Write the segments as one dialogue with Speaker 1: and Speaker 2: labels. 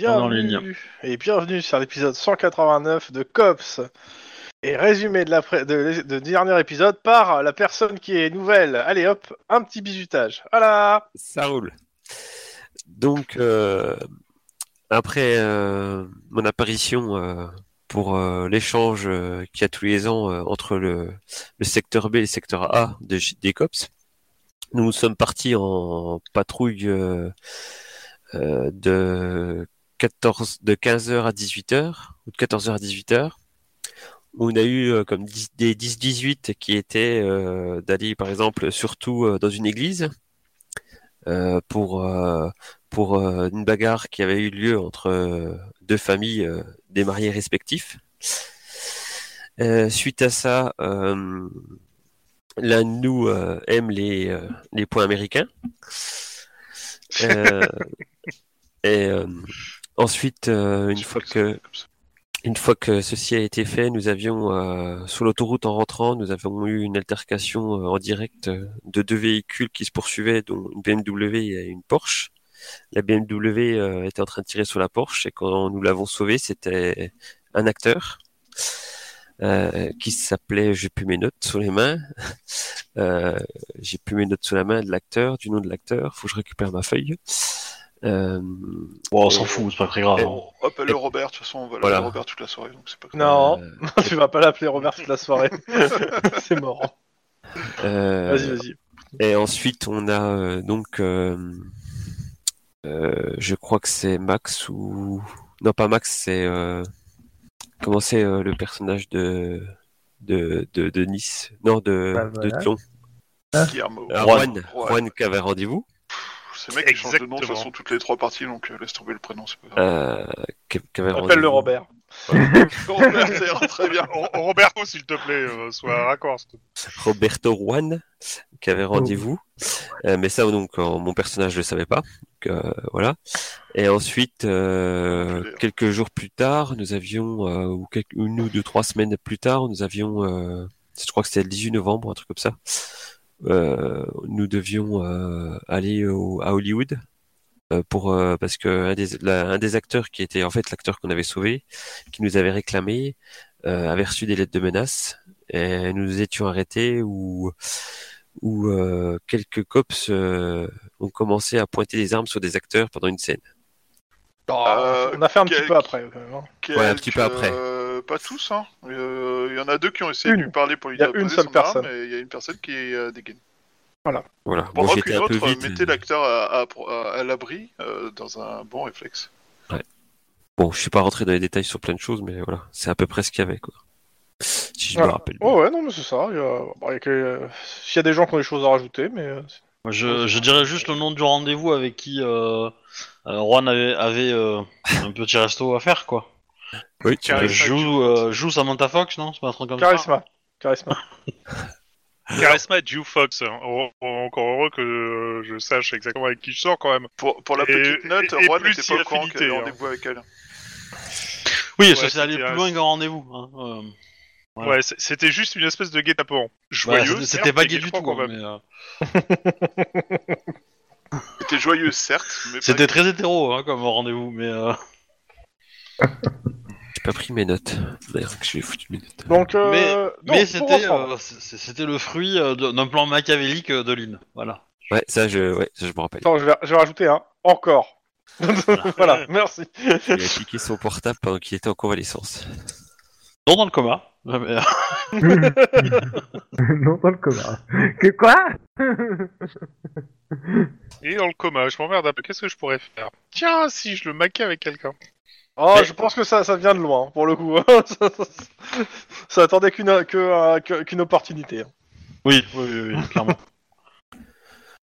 Speaker 1: sans lui dire.
Speaker 2: Et bienvenue sur l'épisode 189 de Cops. Et résumé de, la pré- de, de dernier épisode par la personne qui est nouvelle. Allez hop, un petit bisutage. Voilà
Speaker 3: Ça roule. Donc, euh, après euh, mon apparition euh, pour euh, l'échange euh, qu'il y a tous les ans euh, entre le, le secteur B et le secteur A de, J- des COPS, nous sommes partis en patrouille euh, euh, de, 14, de 15h à 18h, ou de 14h à 18h. On a eu euh, comme 10 des 10-18 qui étaient euh, d'aller par exemple surtout euh, dans une église euh, pour euh, pour euh, une bagarre qui avait eu lieu entre euh, deux familles euh, des mariés respectifs. Euh, suite à ça, euh, l'un de nous euh, aime les, euh, les points américains. Euh, et euh, ensuite, euh, une fois que une fois que ceci a été fait, nous avions, euh, sur l'autoroute en rentrant, nous avons eu une altercation euh, en direct euh, de deux véhicules qui se poursuivaient, dont une BMW et une Porsche. La BMW euh, était en train de tirer sur la Porsche et quand nous l'avons sauvée, c'était un acteur euh, qui s'appelait, j'ai plus mes notes sous les mains, euh, j'ai plus mes notes sous la main de l'acteur, du nom de l'acteur, faut que je récupère ma feuille. Euh,
Speaker 1: Bon, on s'en fout, c'est pas très grave.
Speaker 3: Et-
Speaker 1: hein.
Speaker 4: Appelle le Robert, de toute façon, on va l'appeler
Speaker 3: Voilà.
Speaker 4: Robert toute la soirée, donc c'est pas grave.
Speaker 2: Non,
Speaker 3: euh,
Speaker 2: tu vas pas l'appeler Robert toute la soirée. C'est mort.
Speaker 3: euh,
Speaker 2: Vas-y, vas-y.
Speaker 3: Et ensuite, on a euh, donc, euh, euh, je crois que c'est Max ou non pas Max, c'est euh, comment c'est euh, le personnage de de, de de Nice, non de
Speaker 5: Bah,
Speaker 3: de
Speaker 5: voilà.
Speaker 3: Tlon,
Speaker 2: Hein
Speaker 4: Guillermo.
Speaker 3: Euh, Juan,
Speaker 4: Ah, Juan.
Speaker 3: Juan qui avait rendez-vous,
Speaker 4: C'est mec qui change de nom de toute
Speaker 1: Exactement.
Speaker 4: façon toutes les trois parties, donc euh, laisse tomber le prénom, c'est pas grave.
Speaker 3: euh, qui- qui avait
Speaker 2: Appelle le
Speaker 3: rendez-vous.
Speaker 2: Robert.
Speaker 3: Euh.
Speaker 4: Robert, ça ira très bien.
Speaker 1: Oh, oh, Roberto, s'il te plaît, euh, sois raccord. s'il te plaît.
Speaker 3: Roberto Juan qui avait rendez-vous. Euh, mais ça, donc, en- mon personnage ne le savait pas. Donc, euh, voilà. Et ensuite, euh, quelques jours plus tard, nous avions, euh, ou quelques- une ou deux, trois semaines plus tard, nous avions, euh, je crois que c'était le 18 novembre, un truc comme ça, euh, nous devions euh, aller au- à Hollywood. euh, Pour, euh, parce que un des, la- un des acteurs qui était en fait l'acteur qu'on avait sauvé, qui nous avait réclamé, euh, avait reçu des lettres de menace et Euh, nous étions arrêtés où, où euh, quelques cops euh, ont commencé à pointer des armes sur des acteurs pendant une scène.
Speaker 1: Oh,
Speaker 4: Euh,
Speaker 2: Ah, on a fait un
Speaker 4: quel-
Speaker 2: petit peu après, quand même. hein.
Speaker 3: Ouais, un petit peu
Speaker 4: Quelques,
Speaker 3: après.
Speaker 4: euh, pas tous, hein. Euh, Il y en a deux qui ont essayé de
Speaker 2: Une.
Speaker 4: lui parler pour lui
Speaker 2: Il y a
Speaker 4: dire
Speaker 2: une
Speaker 4: poser
Speaker 2: seule
Speaker 4: son
Speaker 2: personne.
Speaker 4: arme, et il y a une personne qui est euh, dégaine.
Speaker 3: Voilà.
Speaker 4: Pendant
Speaker 3: Moi, j'étais
Speaker 4: qu'une
Speaker 3: un
Speaker 4: autre
Speaker 3: peu
Speaker 4: euh,
Speaker 3: vite.
Speaker 4: mettait l'acteur à, à- à- à l'abri euh, dans un bon réflexe.
Speaker 3: Bon, je suis pas rentré dans les détails sur plein de choses, mais voilà, c'est à peu près ce qu'il y avait, quoi. Si je
Speaker 2: Voilà.
Speaker 3: me rappelle. bien.
Speaker 2: Oh ouais, non, mais c'est ça. Il y a, bon, il y a que- euh, s'il y a des gens qui ont des choses à rajouter, mais euh, c'est-
Speaker 1: Moi, Je, je dirais juste le nom du rendez-vous avec qui euh, euh, Juan avait, avait euh, un petit resto à faire, quoi.
Speaker 3: Oui, tu
Speaker 1: Euh,
Speaker 3: peux-
Speaker 1: je joue, euh, je joue Samantha Fox, non C'est pas un truc comme ça
Speaker 2: charisma, charisma.
Speaker 6: Charisma Dew Fox. hein. Oh, oh, Encore heureux que euh, je sache exactement avec qui je sors quand même.
Speaker 4: Pour, pour la
Speaker 6: Et-
Speaker 4: petite note,
Speaker 6: et- et
Speaker 4: Juan
Speaker 6: plus
Speaker 4: n'était pas au
Speaker 6: si
Speaker 4: courant
Speaker 6: affinité,
Speaker 4: qu'elle
Speaker 6: hein.
Speaker 4: rendez-vous avec elle.
Speaker 1: Oui,
Speaker 6: Ouais,
Speaker 1: ça c'est allé
Speaker 6: c'était
Speaker 1: plus
Speaker 6: un-
Speaker 1: loin qu'un rendez-vous. hein, euh. Ouais.
Speaker 6: Ouais, c'est- c'était juste une espèce de guet-apens.
Speaker 1: Voilà,
Speaker 6: Joyeux.
Speaker 1: c'était-
Speaker 6: certes,
Speaker 1: c'était pas
Speaker 6: mais
Speaker 1: gay du tout,
Speaker 6: guet-apens quand
Speaker 1: quoi,
Speaker 6: même.
Speaker 1: mais, euh,
Speaker 4: C'était joyeux, certes, mais
Speaker 1: C'était
Speaker 4: pas...
Speaker 1: très hétéro hein, comme rendez-vous, mais. euh,
Speaker 3: j'ai pas pris mes notes. D'ailleurs, que j'ai foutu mes notes.
Speaker 2: Donc, euh,
Speaker 1: Mais-
Speaker 2: donc,
Speaker 1: mais
Speaker 2: pour
Speaker 1: c'était
Speaker 2: reprendre.
Speaker 1: euh, c- c'était le fruit euh, de- d'un plan machiavélique euh, de Lynn. Voilà.
Speaker 3: Ouais, ça, je, ouais, ça, je me rappelle.
Speaker 2: Attends, je vais, je vais rajouter un. Encore. voilà, merci.
Speaker 3: Il a piqué son portable pendant qu'il était en convalescence.
Speaker 1: Non, dans le coma. Ouais, mais, euh,
Speaker 5: non, dans le coma. Que quoi
Speaker 6: Et dans le coma, je m'emmerde un peu. Qu'est-ce que je pourrais faire Tiens, si je le maquais avec quelqu'un.
Speaker 2: Oh,
Speaker 1: Mais-
Speaker 2: je pense que ça, ça vient de loin, hein, pour le coup. ça, ça- ça attendait qu'une que, euh, que- qu'une opportunité. hein.
Speaker 1: Oui, oui, oui, oui, clairement.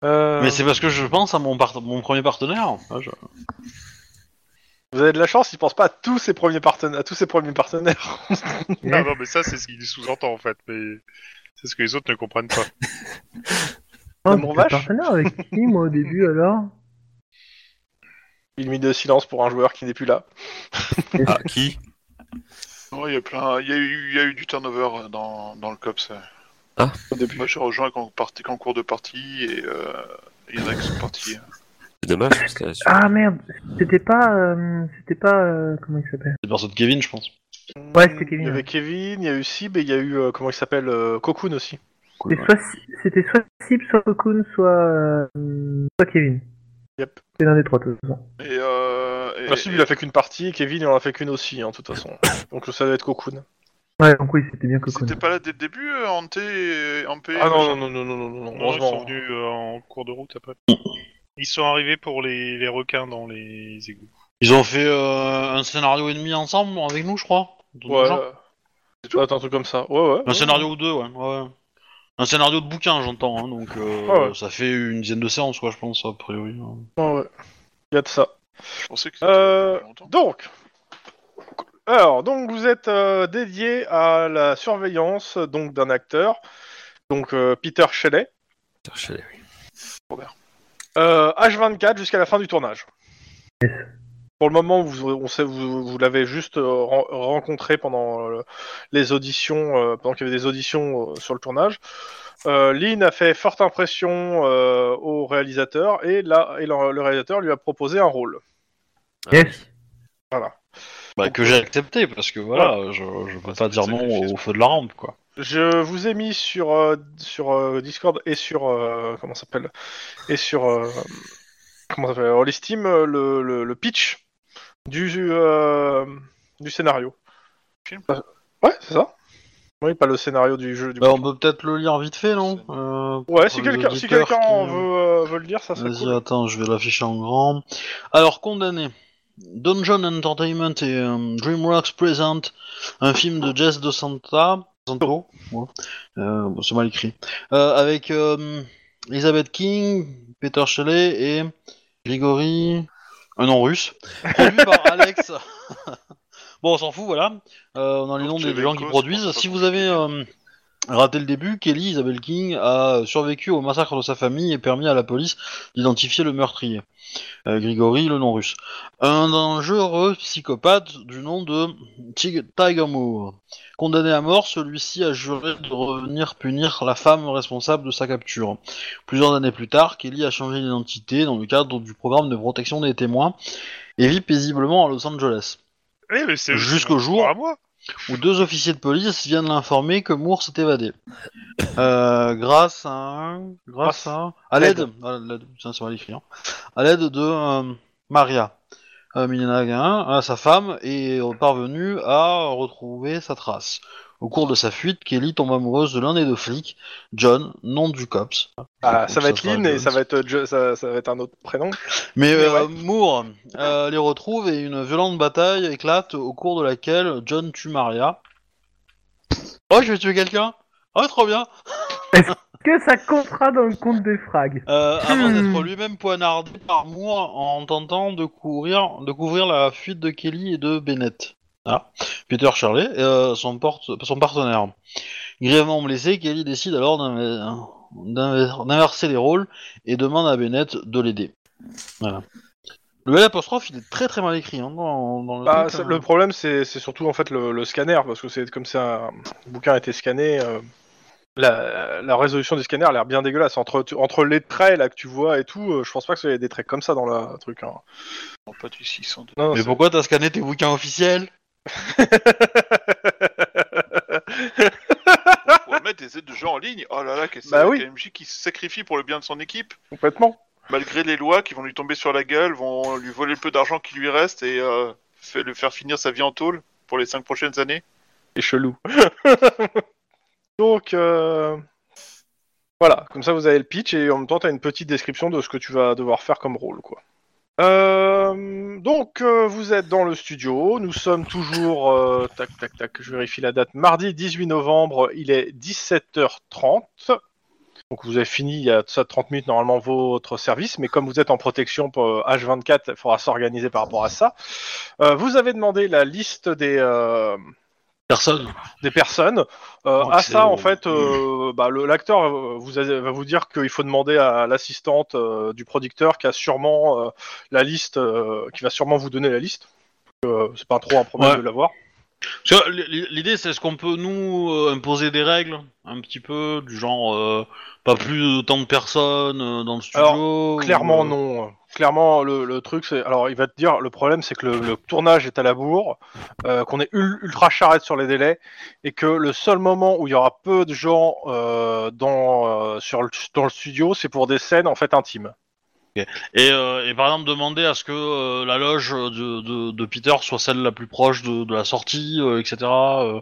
Speaker 2: Euh,
Speaker 1: Mais c'est parce que je pense à mon, part- mon premier partenaire. Ouais, je-
Speaker 2: Vous avez de la chance, il pense pas à tous ses premiers partenaires. À tous ses premiers partenaires.
Speaker 6: Non, non, mais ça, c'est ce qu'il sous-entend en fait. Mais c'est ce que les autres ne comprennent pas.
Speaker 2: Ah,
Speaker 5: Oh,
Speaker 2: mon
Speaker 5: j'étais
Speaker 2: vache.
Speaker 5: partenaire avec qui, moi, au début, alors
Speaker 2: Une minute de silence pour un joueur qui n'est plus là.
Speaker 3: Ah, qui
Speaker 4: Non, il y a plein, il y a eu, il y a eu du turnover euh, dans, dans le cops. euh.
Speaker 3: Ah.
Speaker 4: Moi, je rejoins quand, on partait- qu'en cours de partie et euh, il y en a qui sont partis.
Speaker 3: C'est dommage parce que sur-
Speaker 5: Ah merde, c'était pas. euh, c'était pas. euh, comment il s'appelle
Speaker 1: C'est personne de Kevin, je pense.
Speaker 5: Ouais, c'était Kevin,
Speaker 2: Hmm, Il y avait
Speaker 5: ouais.
Speaker 2: Kevin, il y a eu Sib et il y a eu, euh, comment il s'appelle, euh, Cocoon aussi.
Speaker 1: Cool,
Speaker 5: C'était soit, c'était soit Sip, soit Cocoon, soit. euh, soit Kevin.
Speaker 2: Yep.
Speaker 5: C'est l'un des trois, de toute façon.
Speaker 4: Et, euh, et-
Speaker 2: Bah, Sib, il a fait qu'une partie, Kevin, il en a fait qu'une aussi, en toute façon. Donc ça doit être Cocoon.
Speaker 5: Ouais, donc oui, c'était bien Cocoon.
Speaker 4: C'était pas là dès le début, euh, Hanté et Ampé
Speaker 2: Ah non,
Speaker 4: machin
Speaker 2: non, non, non, non, non, non,
Speaker 6: Non, ils sont
Speaker 1: hein.
Speaker 2: heureusement.
Speaker 6: venus euh, en cours de route après. Ils sont arrivés pour les, les requins dans les égouts.
Speaker 1: Ils ont fait euh, un scénario et demi ensemble avec nous, je crois. Un truc
Speaker 2: Ouais,
Speaker 1: genre.
Speaker 2: euh, doit être un truc comme ça. Ouais, ouais.
Speaker 1: Un scénario ou deux, ouais. ouais. Un scénario de bouquin, j'entends, hein, donc euh,
Speaker 2: Ah ouais.
Speaker 1: ça fait une dizaine de séances, quoi, je pense, a priori. hein.
Speaker 2: Ouais, ouais. Il y a de ça.
Speaker 4: Je pensais que c'était
Speaker 2: Euh,
Speaker 4: il y a longtemps.
Speaker 2: donc, alors, donc vous êtes euh, dédié à la surveillance donc d'un acteur, donc euh, Peter Shelley,
Speaker 3: Putain, je l'ai-
Speaker 2: euh, H24 jusqu'à la fin du tournage. Pour le moment, vous, on sait, vous, vous l'avez juste euh, ren- rencontré pendant euh, les auditions, euh, pendant qu'il y avait des auditions euh, sur le tournage. Euh, Lynn a fait forte impression euh, au réalisateur et, là, et le- le réalisateur lui a proposé un rôle.
Speaker 3: Ah oui.
Speaker 5: Yes.
Speaker 1: Bah, que j'ai accepté, parce que voilà, je, je peux pas dire non au feu de la rampe, quoi.
Speaker 2: Je vous ai mis sur euh, sur euh, Discord et sur euh, comment ça s'appelle et sur euh, comment ça s'appelle All Steam euh, le, le, le pitch du euh, du scénario.
Speaker 4: Film
Speaker 2: Euh, ouais, c'est ça. Oui, pas le scénario du jeu. Du
Speaker 1: Bah, on peut peut-être le lire vite fait, non Euh,
Speaker 2: Ouais, si
Speaker 1: les
Speaker 2: quelqu'un si
Speaker 1: auditeurs
Speaker 2: quelqu'un
Speaker 1: qui-
Speaker 2: en veut euh, veut le dire, ça serait
Speaker 1: Vas-y,
Speaker 2: cool.
Speaker 1: attends, je vais l'afficher en grand. Alors, condamné. Dungeon Entertainment et euh, DreamWorks présente un film de Jess De Santa. Santo, ouais. Euh, bon, c'est mal écrit. Euh, avec euh, Elizabeth King, Peter Shelley et Grigory. Un nom russe. Produit par Alex. bon, on s'en fout, voilà. Euh, on a les
Speaker 4: Donc,
Speaker 1: noms des, des gens qui
Speaker 4: Tchelenko,
Speaker 1: produisent.
Speaker 4: c'est pas
Speaker 1: Si
Speaker 4: trop
Speaker 1: vous avez euh, raté le début, Kelly Isabelle King a survécu au massacre de sa famille et permis à la police d'identifier le meurtrier. Euh, Grigory, le nom russe. Un dangereux psychopathe du nom de Tig- Tiger Moore. Condamné à mort, celui-ci a juré de revenir punir la femme responsable de sa capture. Plusieurs années plus tard, Kelly a changé d'identité dans le cadre du programme de protection des témoins et vit paisiblement à Los Angeles
Speaker 6: Eh, mais c'est
Speaker 1: Jusqu'au
Speaker 6: c'est
Speaker 1: jour.
Speaker 6: À moi.
Speaker 1: où deux officiers de police viennent l'informer que Moore s'est évadé. Euh, grâce à un- grâce à un- à l'aide à l'aide- tiens, c'est mal écrit, hein. à l'aide de euh, Maria euh, Mininaga, à sa femme est parvenue à retrouver sa trace. Au cours de sa fuite, Kelly tombe amoureuse de l'un des deux flics, John, nom du cops.
Speaker 2: Ah, ça
Speaker 1: Donc,
Speaker 2: va être
Speaker 1: sera
Speaker 2: Lynn et
Speaker 1: John.
Speaker 2: ça va être Joe- ça, ça va être un autre prénom. Mais
Speaker 1: Mais euh,
Speaker 2: ouais.
Speaker 1: Moore euh, les retrouve et une violente bataille éclate au cours de laquelle John tue Maria. Oh, je vais tuer quelqu'un Oh, trop bien
Speaker 5: Que ça comptera dans le compte des frags.
Speaker 1: Euh, Avant
Speaker 5: Hmm.
Speaker 1: d'être lui-même poignardé par Moore en tentant de, courir, de couvrir la fuite de Kelly et de Bennett. Ah. Peter Shirley, euh, son, porte, son partenaire. Grièvement blessé, Kelly décide alors d'inver- d'inver- d'inverser les rôles et demande à Bennett de l'aider. Voilà. Le L apostrophe, il est très très mal écrit hein, dans, dans le
Speaker 2: Bah,
Speaker 1: truc,
Speaker 2: ça-
Speaker 1: hein.
Speaker 2: le problème c'est c'est surtout en fait le, le scanner parce que c'est comme ça le bouquin a été scanné. euh, la, la résolution du scanner a l'air bien dégueulasse entre tu- entre les traits là que tu vois et tout. euh, je pense pas que y ait des traits comme ça dans le truc. hein.
Speaker 4: Non, pas du 602.
Speaker 2: Non,
Speaker 1: Mais
Speaker 2: c'est-
Speaker 1: pourquoi t'as scanné tes bouquins officiels
Speaker 4: Pour mettre des aides de gens en ligne, oh là là, qu'est-ce que
Speaker 2: Bah
Speaker 4: c'est
Speaker 2: oui.
Speaker 4: la KMJ qui se sacrifie pour le bien de son équipe,
Speaker 2: complètement.
Speaker 4: malgré les lois qui vont lui tomber sur la gueule, vont lui voler le peu d'argent qui lui reste et euh, fait- le faire finir sa vie en tôle pour les 5 prochaines années.
Speaker 2: Et chelou. Donc euh, voilà, comme ça vous avez le pitch et en même temps t'as une petite description de ce que tu vas devoir faire comme rôle quoi. Euh, donc euh, vous êtes dans le studio, nous sommes toujours euh, tac tac tac, je vérifie la date. Mardi 18 novembre, il est 17h30. Donc vous avez fini il y a de ça 30 minutes normalement votre service, mais comme vous êtes en protection pour H24, il faudra s'organiser par rapport à ça. Euh, vous avez demandé la liste des euh,
Speaker 1: Personne.
Speaker 2: des personnes. Euh,
Speaker 1: Donc,
Speaker 2: à
Speaker 1: c'est-
Speaker 2: ça, en fait, euh, bah, le- l'acteur euh, vous a- va vous dire qu'il faut demander à l'assistante euh, du producteur qui a sûrement euh, la liste, euh, qui va sûrement vous donner la liste. Euh, c'est pas trop un problème
Speaker 1: Ouais.
Speaker 2: de l'avoir.
Speaker 1: Parce que l- l- L'idée, c'est est-ce qu'on peut nous euh, imposer des règles un petit peu du genre euh, pas plus de tant de personnes euh, dans le studio.
Speaker 2: Alors,
Speaker 1: ou,
Speaker 2: Clairement
Speaker 1: euh,
Speaker 2: non. Clairement le, le truc c'est alors il va te dire le problème c'est que le, le tournage est à la bourre, euh, qu'on est ul- ultra charrette sur les délais et que le seul moment où il y aura peu de gens euh, dans euh, sur le, dans le studio c'est pour des scènes en fait intimes.
Speaker 1: Et, euh, et par exemple, demander à ce que euh, la loge de, de, de Peter soit celle la plus proche de, de la sortie, euh, etc. euh,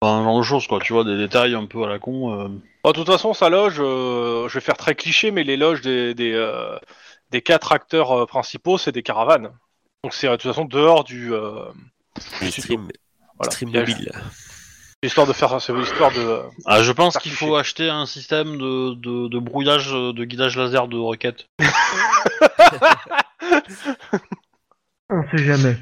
Speaker 1: enfin, un genre de choses, quoi. Tu vois, des détails un peu à la con. euh.
Speaker 2: Bon, Bah, de toute façon sa loge euh, je vais faire très cliché mais les loges des des, euh, des quatre acteurs euh, principaux c'est des caravanes. Donc c'est euh, de toute façon dehors du euh,
Speaker 3: Du stream,
Speaker 2: voilà.
Speaker 3: stream
Speaker 2: Il y a-
Speaker 3: mobile.
Speaker 2: histoire de faire c'est histoire de
Speaker 1: Ah, je pense
Speaker 2: Par
Speaker 1: qu'il
Speaker 2: cliché.
Speaker 1: faut acheter un système de, de, de brouillage, euh, de guidage laser de roquettes.
Speaker 5: On sait jamais.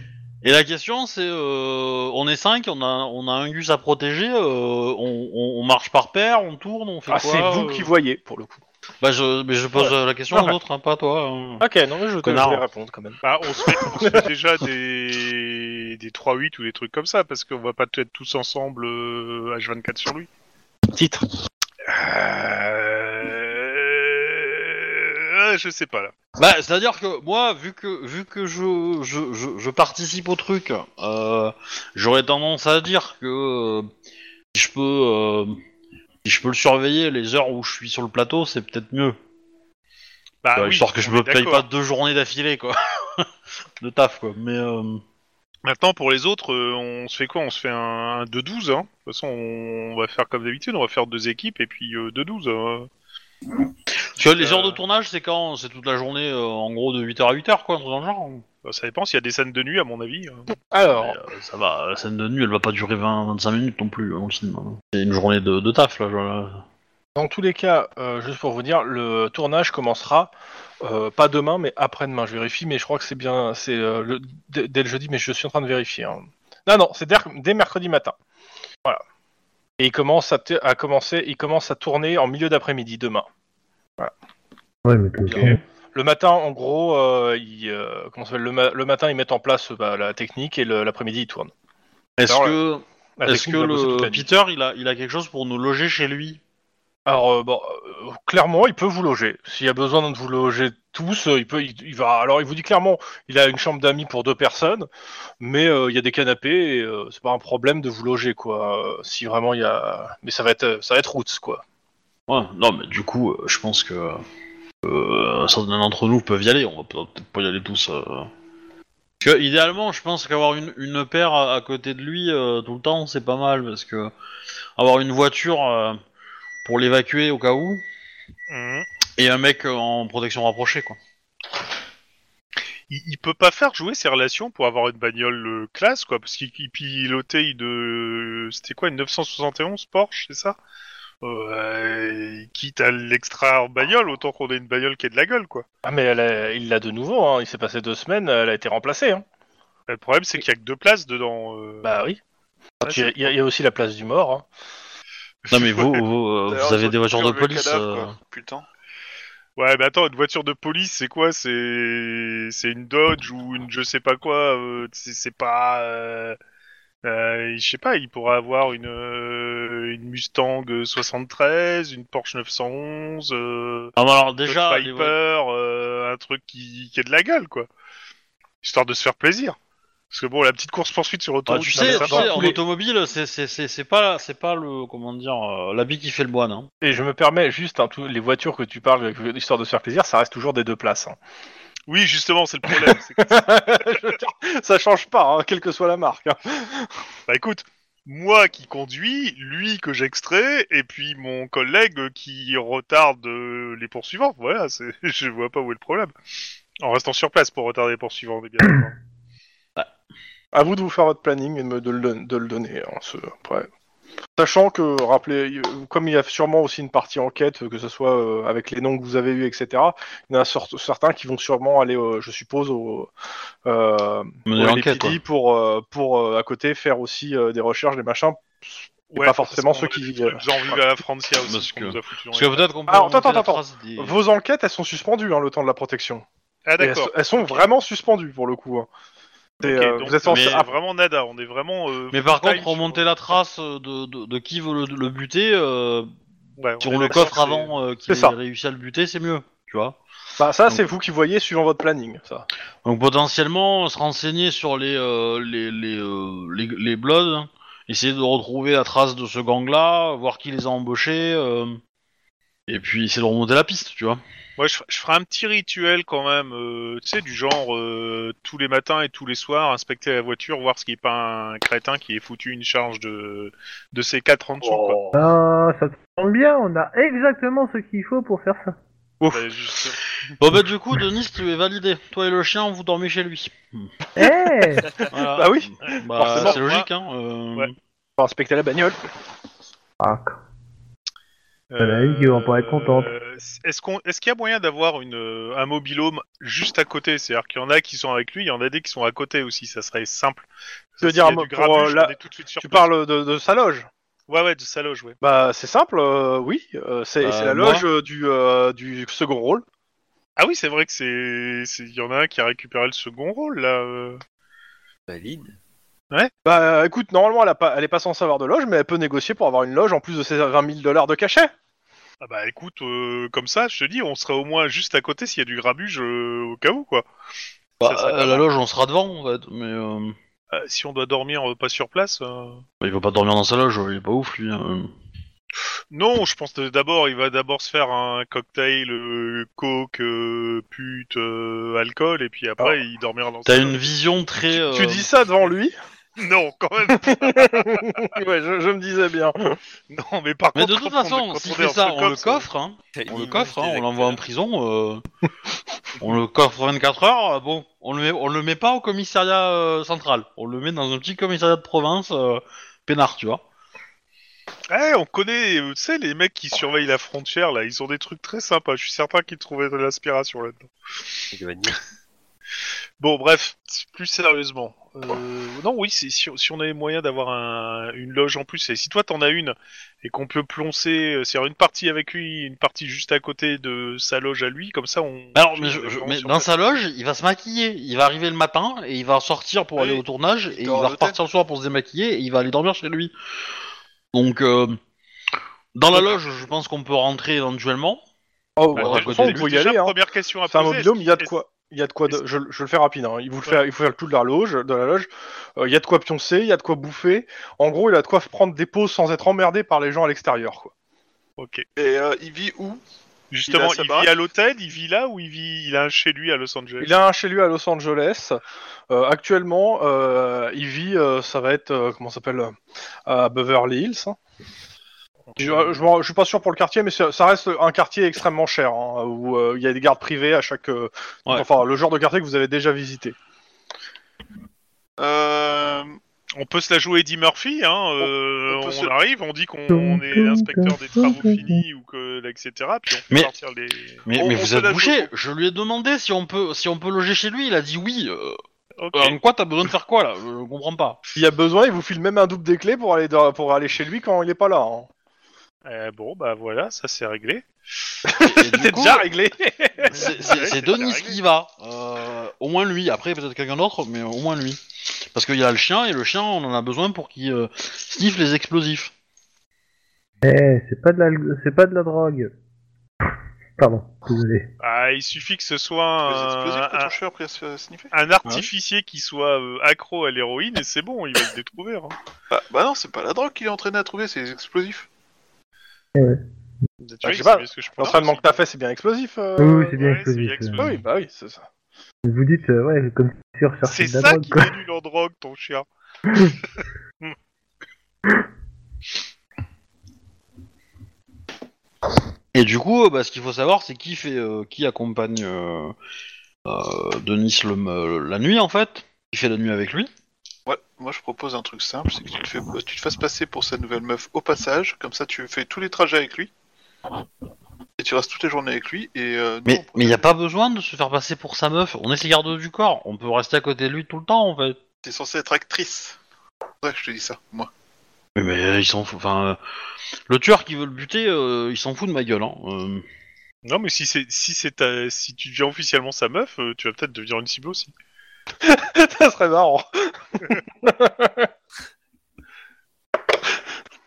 Speaker 1: Et la question, c'est, euh, on est 5, on a, on a un gus à protéger, euh, on, on- on marche par paire, on tourne, on fait
Speaker 2: ah,
Speaker 1: quoi
Speaker 2: c'est vous
Speaker 1: euh
Speaker 2: qui voyez pour le coup.
Speaker 1: Bah, je, mais je pose la question
Speaker 2: Ouais.
Speaker 1: aux autres, hein, pas à toi. hein.
Speaker 2: Ok non mais je, te,
Speaker 1: Connard.
Speaker 2: je vais répondre quand même.
Speaker 6: Bah, on se fait, on se fait déjà des, des 3-8 ou des trucs comme ça, parce qu'on va pas être tous ensemble euh, H24 sur lui.
Speaker 2: Titre.
Speaker 6: Euh... ah, Je sais pas là.
Speaker 1: Bah, c'est-à-dire que moi, vu que vu que je je, je, je participe au truc, euh, j'aurais tendance à dire que euh, si je peux euh, si je peux le surveiller les heures où je suis sur le plateau, c'est peut-être mieux.
Speaker 2: Ah
Speaker 6: Bah,
Speaker 1: Euh,
Speaker 6: oui,
Speaker 1: histoire que je
Speaker 6: on
Speaker 1: me
Speaker 6: est
Speaker 1: paye
Speaker 6: d'accord.
Speaker 1: pas deux journées d'affilée, quoi, de taf, quoi. Mais euh,
Speaker 6: Maintenant, pour les autres, euh, on se fait quoi On se fait un, un 2-12. Hein. De toute façon, on, on va faire comme d'habitude, on va faire deux équipes et puis euh, 2-12. hein.
Speaker 1: parce que les
Speaker 6: Euh,
Speaker 1: heures de tournage, c'est quand C'est toute la journée, euh, en gros, de 8h à 8h, quoi, un truc dans le genre.
Speaker 6: Bah, ça dépend s'il y a des scènes de nuit, à mon avis. hein.
Speaker 2: Alors,
Speaker 1: Euh, ça va, la scène de nuit, elle va pas durer 20-25 minutes non plus, dans le film. hein. C'est une journée de, de taf, là. genre, là.
Speaker 2: dans tous les cas, euh, juste pour vous dire, le tournage commencera euh, pas demain, mais après-demain. Je vérifie, mais je crois que c'est bien, c'est euh, le- dès dès le jeudi, mais je suis en train de vérifier. hein. Non, non, c'est dès, dès mercredi matin. Voilà. Et il commence à, t- à commencer, il commence à tourner en milieu d'après-midi demain.
Speaker 5: Ouais, mais tout le
Speaker 2: Bien.
Speaker 5: temps.
Speaker 2: Le matin, en gros, euh, il, euh, comment ça s'appelle le, ma- le matin, ils mettent en place bah, la technique et le- l'après-midi, ils tournent.
Speaker 1: Est-ce
Speaker 2: Alors,
Speaker 1: que...
Speaker 2: La
Speaker 1: Est-ce
Speaker 2: technique
Speaker 1: que
Speaker 2: va bosser toute
Speaker 1: le
Speaker 2: la nuit.
Speaker 1: Peter, il a, il a quelque chose pour nous loger chez lui
Speaker 2: Alors euh, bon, euh, clairement, il peut vous loger. S'il y a besoin de vous loger tous, euh, il peut, il, il va. Alors, il vous dit clairement, il a une chambre d'amis pour deux personnes, mais euh, il y a des canapés, et, euh, c'est pas un problème de vous loger quoi. Euh, si vraiment il y a, mais ça va être, euh, ça va être roots quoi.
Speaker 1: Ouais, non, mais du coup, euh, je pense que euh, un certain d'entre nous peuvent y aller. On va peut- peut-être pas y aller tous. euh. Parce que, idéalement, je pense qu'avoir une, une paire à, à côté de lui euh, tout le temps, c'est pas mal parce que avoir une voiture euh, pour l'évacuer au cas où
Speaker 6: Mhm.
Speaker 1: et un mec euh, en protection rapprochée, quoi.
Speaker 6: il, il peut pas faire jouer ses relations pour avoir une bagnole euh, classe, quoi, parce qu'il il pilotait de, c'était quoi, une 971 Porsche, c'est ça euh, euh, Quitte à l'extra bagnole, autant qu'on ait une bagnole qui ait de la gueule, quoi.
Speaker 2: Ah mais elle a- il l'a de nouveau. hein. Il s'est passé deux semaines, elle a été remplacée. hein.
Speaker 6: Le problème, c'est qu'il y a que deux places dedans. euh.
Speaker 2: Bah oui.
Speaker 6: Ouais,
Speaker 2: Puis, Il y a- il y, a- il y a aussi la place du mort. hein.
Speaker 1: Non, mais vous, vous, euh,
Speaker 4: D'ailleurs,
Speaker 1: vous avez
Speaker 4: ils ont
Speaker 1: des voitures de
Speaker 4: curvé le
Speaker 1: police.
Speaker 4: cadavre,
Speaker 1: euh,
Speaker 4: quoi. Putain.
Speaker 6: Ouais, mais attends, une voiture de police, c'est quoi C'est c'est une Dodge ou une je sais pas quoi. euh, c'est c'est pas. euh, euh, je sais pas. Il pourra avoir une euh, une Mustang 73, une Porsche 911. euh,
Speaker 1: Ah, bah alors
Speaker 6: déjà
Speaker 1: déjà, les vo-
Speaker 6: euh, un truc qui, qui a de la gueule, quoi. Histoire de se faire plaisir. Parce que bon, la petite course poursuite sur
Speaker 1: Ah,
Speaker 6: autoroute,
Speaker 1: tu
Speaker 6: non, mais
Speaker 1: sais,
Speaker 6: euh, ça
Speaker 1: tu
Speaker 6: va.
Speaker 1: sais, en
Speaker 2: les-
Speaker 1: automobile, c'est- c'est c'est- c'est pas, c'est pas le comment dire euh, l'habit qui fait le moine. Hein.
Speaker 2: Et je me permets juste, hein, tous les voitures que tu parles, que- histoire de se faire plaisir, ça reste toujours des deux places. hein.
Speaker 6: oui, justement, c'est le problème. c'est que-
Speaker 2: Je veux dire, ça change pas, hein, quelle que soit la marque. hein.
Speaker 6: bah écoute, moi qui conduis, lui que j'extrais, et puis mon collègue qui retarde euh, les poursuivants. Voilà, c'est- je vois pas où est le problème. En restant sur place pour retarder les poursuivants, on est bien d'accord.
Speaker 2: À vous de vous faire votre planning et de, me- de le, don- de le donner. hein, ce- après. Sachant que, rappelez, euh, comme il y a sûrement aussi une partie enquête, euh, que ce soit euh, avec les noms que vous avez eus, etc., il y en a sort- certains qui vont sûrement aller, euh, je suppose, au, euh,
Speaker 1: Mener
Speaker 2: au
Speaker 1: l'enquête,
Speaker 2: LAPD pour, euh, pour euh, à côté faire aussi euh, des recherches, des machins. Et pas forcément
Speaker 6: parce qu'on
Speaker 2: ceux qui-
Speaker 6: a des trucs genre vive à la Francia aussi,
Speaker 1: Parce
Speaker 6: qu'on
Speaker 1: que-
Speaker 6: nous a foutu dans
Speaker 1: Parce
Speaker 6: les
Speaker 1: que peut-être qu'on peut.
Speaker 2: Alors, attends,
Speaker 1: remonter la
Speaker 2: attends,
Speaker 1: trace des-
Speaker 2: Vos enquêtes, elles sont suspendues hein, le temps de la protection.
Speaker 6: Ah
Speaker 2: Et elles,
Speaker 6: d'accord.
Speaker 2: sont- elles sont vraiment suspendues pour le coup. hein. C'est,
Speaker 6: Ok,
Speaker 2: euh,
Speaker 6: donc,
Speaker 2: vous êtes censé-
Speaker 6: mais
Speaker 2: ah,
Speaker 6: vraiment nada, on est vraiment. euh,
Speaker 1: Mais par
Speaker 6: full
Speaker 1: contre,
Speaker 6: time
Speaker 1: remonter la trace de, de, de qui veut le, le buter, euh,
Speaker 6: sur- ouais, on est
Speaker 1: tirons le
Speaker 6: d'accord,
Speaker 1: coffre
Speaker 6: c'est-
Speaker 1: avant euh, qu'il
Speaker 2: c'est ça.
Speaker 1: ait réussi à le buter, c'est mieux, tu vois.
Speaker 2: bah, ça, c'est vous qui voyez suivant votre planning. Ça.
Speaker 1: Donc potentiellement, se renseigner sur les euh, les les, euh, les, les Bloods, essayer de retrouver la trace de ce gang-là, voir qui les a embauchés, euh, et puis essayer de remonter la piste, tu vois.
Speaker 6: Moi, je, f- je ferai un petit rituel quand même, euh, tu sais, du genre euh, tous les matins et tous les soirs, inspecter la voiture, voir ce qu'il n'y a pas un crétin qui ait foutu une charge de, de ses quatre en dessous. Quoi.
Speaker 4: Oh.
Speaker 5: Ah, ça tombe bien, on a exactement ce qu'il faut pour faire ça.
Speaker 6: Bah, juste-
Speaker 1: Bon bah du coup, Denis, tu es validé. Toi et le chien, vous dormez chez lui.
Speaker 5: Eh
Speaker 1: Voilà.
Speaker 2: Bah oui,
Speaker 1: Bah,
Speaker 2: forcément.
Speaker 1: c'est logique, hein. euh,
Speaker 6: Ouais.
Speaker 2: faut inspecter la bagnole.
Speaker 5: Ah, Voilà, Bah, Hugues, on pourrait être contente.
Speaker 6: euh, Est-ce qu'on, est-ce qu'il y a moyen d'avoir une euh, un mobilhome juste à côté C'est-à-dire qu'il y en a qui sont avec lui, il y en a des qui sont à côté aussi. Ça serait simple.
Speaker 2: Tu veux
Speaker 6: S'il
Speaker 2: dire,
Speaker 6: y a du
Speaker 2: pour,
Speaker 6: grabuge,
Speaker 2: euh, là,
Speaker 6: on est tout de suite sur
Speaker 2: Tu
Speaker 6: place.
Speaker 2: parles de, de sa loge
Speaker 6: Ouais, ouais, de sa loge, ouais.
Speaker 2: Bah, c'est simple, euh, oui. euh, c'est
Speaker 6: Bah,
Speaker 1: Euh,
Speaker 2: c'est la
Speaker 1: moi
Speaker 2: loge euh, du, euh, du second rôle.
Speaker 6: Ah oui, c'est vrai que c'est, c'est- il y en a un qui a récupéré le second rôle là. euh.
Speaker 3: Valide.
Speaker 2: Bah, écoute, normalement, elle, a pas, elle est pas sans savoir de loge, mais elle peut négocier pour avoir une loge en plus de ses 20 000 dollars de cachet.
Speaker 6: Ah bah écoute, euh, comme ça, je te dis, on serait au moins juste à côté s'il y a du grabuge euh, au cas où quoi.
Speaker 1: bah,
Speaker 6: Ça serait
Speaker 1: à
Speaker 6: pas
Speaker 1: la
Speaker 6: mal.
Speaker 1: loge, on sera devant, en fait. Mais euh,
Speaker 6: Euh, si on doit dormir euh, pas sur place. euh.
Speaker 1: bah, il va pas dormir dans sa loge, il est pas ouf, lui. hein.
Speaker 6: Non, je pense que d'abord, il va d'abord se faire un cocktail euh, coke, euh, pute, euh, alcool, et puis
Speaker 4: Ah.
Speaker 6: après, il dormira dans
Speaker 1: T'as
Speaker 6: sa-
Speaker 1: une vision très. euh,
Speaker 2: Tu dis ça devant lui
Speaker 6: Non, quand même.
Speaker 2: Ouais, je, je me disais bien.
Speaker 6: non, mais par
Speaker 1: Mais de
Speaker 6: contre...
Speaker 1: toute
Speaker 6: quand on-
Speaker 1: façon,
Speaker 6: quand
Speaker 1: si
Speaker 6: on
Speaker 1: fait
Speaker 6: est
Speaker 1: ça,
Speaker 6: entre
Speaker 1: on le
Speaker 6: cops,
Speaker 1: coffre, hein. On le coffre, hein, on l'envoie en
Speaker 3: prix.
Speaker 1: prison, euh, on le coffre 24 heures, euh, bon, on le met, on le met pas au commissariat euh, central, on le met dans un petit commissariat de province, euh, peinard, tu vois.
Speaker 6: Eh, on connaît, euh, tu sais, les mecs qui surveillent la frontière, là, ils ont des trucs très sympas. Je suis certain qu'ils trouvaient de l'aspiration là-dedans. Bon, bref, plus sérieusement. euh, non, oui, c'est- si, si on avait moyen d'avoir un- une loge en plus, et si toi t'en as une, et qu'on peut ploncer, euh, c'est-à-dire une partie avec lui, une partie juste à côté de sa loge à lui, comme ça on...
Speaker 1: Alors, Ah mais, je- je-
Speaker 6: Sur-
Speaker 1: mais dans sa loge, il va se maquiller, il va arriver le matin, et il va sortir pour
Speaker 4: Oui,
Speaker 1: aller au tournage, et il
Speaker 4: dort à
Speaker 1: va
Speaker 4: l'hôtel.
Speaker 1: repartir le soir pour se démaquiller, et il va aller dormir chez lui. Donc, euh, dans la loge, je pense qu'on peut rentrer éventuellement.
Speaker 2: Oh,
Speaker 6: Bah,
Speaker 2: bah,
Speaker 1: à
Speaker 2: de toute
Speaker 1: côté
Speaker 2: façon,
Speaker 1: de
Speaker 2: on
Speaker 1: lui,
Speaker 2: peut y
Speaker 6: déjà,
Speaker 2: aller. Hein.
Speaker 6: première question à
Speaker 2: C'est un
Speaker 6: poser,
Speaker 2: mobilhome, il y a de
Speaker 6: est-ce-
Speaker 2: quoi. Il y a de quoi de- je, je le fais rapide, hein. il, vous le fait, il faut faire le tout de la loge, de la loge. Euh, il y a de quoi pioncer, il y a de quoi bouffer. En gros, il a de quoi prendre des pauses sans être emmerdé par les gens à l'extérieur. quoi.
Speaker 6: Ok.
Speaker 4: Et euh, il vit où
Speaker 6: Justement,
Speaker 4: sa
Speaker 6: il,
Speaker 4: baraque
Speaker 6: vit à l'hôtel, il vit là ou il vit, il a un chez lui à Los Angeles.
Speaker 2: Il a un chez lui à Los Angeles. Euh, actuellement, euh, il vit, euh, ça va être, euh, comment ça s'appelle, euh, à Beverly Hills. hein. Je, euh, je, m'en- je suis pas sûr pour le quartier, mais ça ça reste un quartier extrêmement cher, hein, où euh, il y a des gardes privés à chaque... euh,
Speaker 1: Ouais.
Speaker 2: Enfin, le genre de quartier que vous avez déjà visité.
Speaker 4: Euh,
Speaker 6: On peut se la jouer Eddie Murphy, hein. euh,
Speaker 4: on
Speaker 6: on,
Speaker 4: peut se-
Speaker 6: arrive, on dit qu'on on est l'inspecteur des travaux finis ou que etc. Puis on peut
Speaker 1: Mais-
Speaker 6: sortir les.
Speaker 1: Mais,
Speaker 4: On-
Speaker 1: mais
Speaker 4: on
Speaker 1: vous
Speaker 4: peut la
Speaker 1: êtes bouché, je lui ai demandé si on peut, si on peut loger chez lui, il a dit oui, euh,
Speaker 6: Ok.
Speaker 1: Euh, En quoi t'as besoin de faire quoi là Je comprends pas.
Speaker 2: S'il y a besoin, il vous file même un double des clés pour aller, dans- pour aller chez lui quand il est pas là. hein.
Speaker 6: Euh, bon bah voilà, ça c'est réglé.
Speaker 1: Et du
Speaker 2: C'est
Speaker 1: coup,
Speaker 2: déjà réglé
Speaker 1: c'est- c'est-
Speaker 6: Ouais,
Speaker 1: C'est
Speaker 6: c'est
Speaker 1: Denis
Speaker 6: réglé.
Speaker 1: qui va. Euh, au moins lui. Après peut-être quelqu'un d'autre, mais au moins lui. Parce qu'il y a le chien et le chien, on en a besoin pour qu'il euh, sniffe les explosifs.
Speaker 5: Eh, c'est pas de la, c'est pas de la drogue. Pardon, désolé.
Speaker 6: Ah, il suffit que ce soit
Speaker 4: Les explosifs que
Speaker 6: Euh, un,
Speaker 4: ton
Speaker 6: un-
Speaker 4: chien a pris à se à sniffer
Speaker 6: un artificier qui soit euh, accro à l'héroïne et c'est bon, il va se découvrir. hein.
Speaker 4: bah, bah non, c'est pas la drogue qu'il est entraîné à trouver, c'est les explosifs.
Speaker 6: Tu
Speaker 2: Bah,
Speaker 6: vois,
Speaker 2: je sais
Speaker 6: il
Speaker 2: pas,
Speaker 6: sait bien ce que je pense.
Speaker 2: L'entraînement que t'as fait, c'est bien explosif. euh.
Speaker 5: Oui, oui, c'est bien
Speaker 6: ouais, c'est
Speaker 5: explosif.
Speaker 6: bien
Speaker 5: euh.
Speaker 2: Ah oui, bah oui, c'est ça.
Speaker 5: Vous dites, euh, ouais, comme si on recherchait
Speaker 6: C'est
Speaker 5: de la
Speaker 6: ça
Speaker 5: drogue,
Speaker 6: qui
Speaker 5: quoi.
Speaker 6: est nul en drogue, ton chien.
Speaker 1: Et du coup, euh, bah, ce qu'il faut savoir, c'est qui fait, euh, qui accompagne euh, euh, Denis le, me- la nuit en fait. Qui fait la nuit avec lui.
Speaker 4: Ouais, moi je propose un truc simple, c'est que tu te, fais, euh, tu te fasses passer pour sa nouvelle meuf au passage, comme ça tu fais tous les trajets avec lui. Et tu restes toute la journée avec lui, et euh, nous, on
Speaker 1: Mais
Speaker 4: pourrait-
Speaker 1: mais y a pas besoin de se faire passer pour sa meuf. On est ses gardes du corps. On peut rester à côté de lui tout le temps en fait.
Speaker 4: t'es censé être actrice. C'est pour ça que je te dis ça, moi.
Speaker 1: Mais, mais, euh, ils s'en foutent. Enfin, euh, le tueur qui veut le buter, euh, il s'en fout de ma gueule. Hein. Euh,
Speaker 6: Non mais si c'est si c'est ta- si tu deviens officiellement sa meuf, euh, tu vas peut-être devenir une cible aussi.
Speaker 2: ça serait marrant.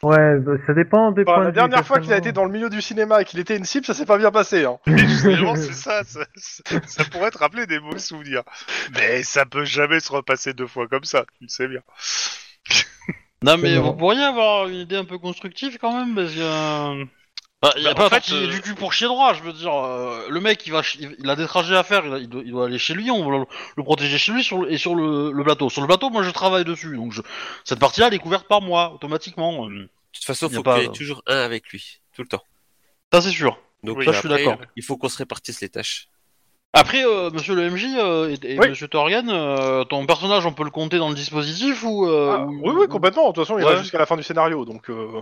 Speaker 5: Ouais, bah, ça dépend des
Speaker 2: Enfin,
Speaker 5: points
Speaker 2: la
Speaker 5: de
Speaker 2: dernière
Speaker 5: vue,
Speaker 2: fois qu'il a été
Speaker 5: personnellement.
Speaker 2: dans le milieu du cinéma et qu'il était une cible, ça s'est pas bien passé. Hein.
Speaker 6: Mais justement, c'est ça, ça, ça- ça pourrait te rappeler des beaux souvenirs. Mais ça peut jamais se repasser deux fois comme ça, tu le sais bien.
Speaker 1: Non, mais
Speaker 5: marrant.
Speaker 1: vous pourriez avoir une idée un peu constructive quand même, parce que. euh, bah, il y a
Speaker 6: Bah,
Speaker 1: pas
Speaker 6: en fait,
Speaker 1: fait, il
Speaker 6: euh,
Speaker 1: du cul pour chier droit, je veux dire. euh, le mec, il, va, ch- il il a des trajets à faire, il, a- il doit, il doit aller chez lui, on va le, le protéger chez lui sur, le- et sur le, le plateau. Sur le plateau, moi je travaille dessus, donc je- cette partie-là, elle est couverte par moi, automatiquement. euh,
Speaker 3: De toute façon,
Speaker 1: Y a
Speaker 3: faut
Speaker 1: pas-
Speaker 3: qu'il y ait toujours un avec lui, tout le temps.
Speaker 1: Ça, c'est sûr.
Speaker 3: Donc
Speaker 1: Oui, ça, je
Speaker 3: après,
Speaker 1: suis
Speaker 2: euh,
Speaker 1: d'accord.
Speaker 3: Il faut qu'on se répartisse les tâches.
Speaker 1: Après, euh, monsieur le MJ euh, et, et
Speaker 2: Oui.
Speaker 1: monsieur Torgan, euh, ton personnage, on peut le compter dans le dispositif ou. euh,
Speaker 2: Ah,
Speaker 1: ou-
Speaker 2: oui, oui, complètement. De toute façon, il
Speaker 1: Ouais.
Speaker 2: reste jusqu'à la fin du scénario, donc euh,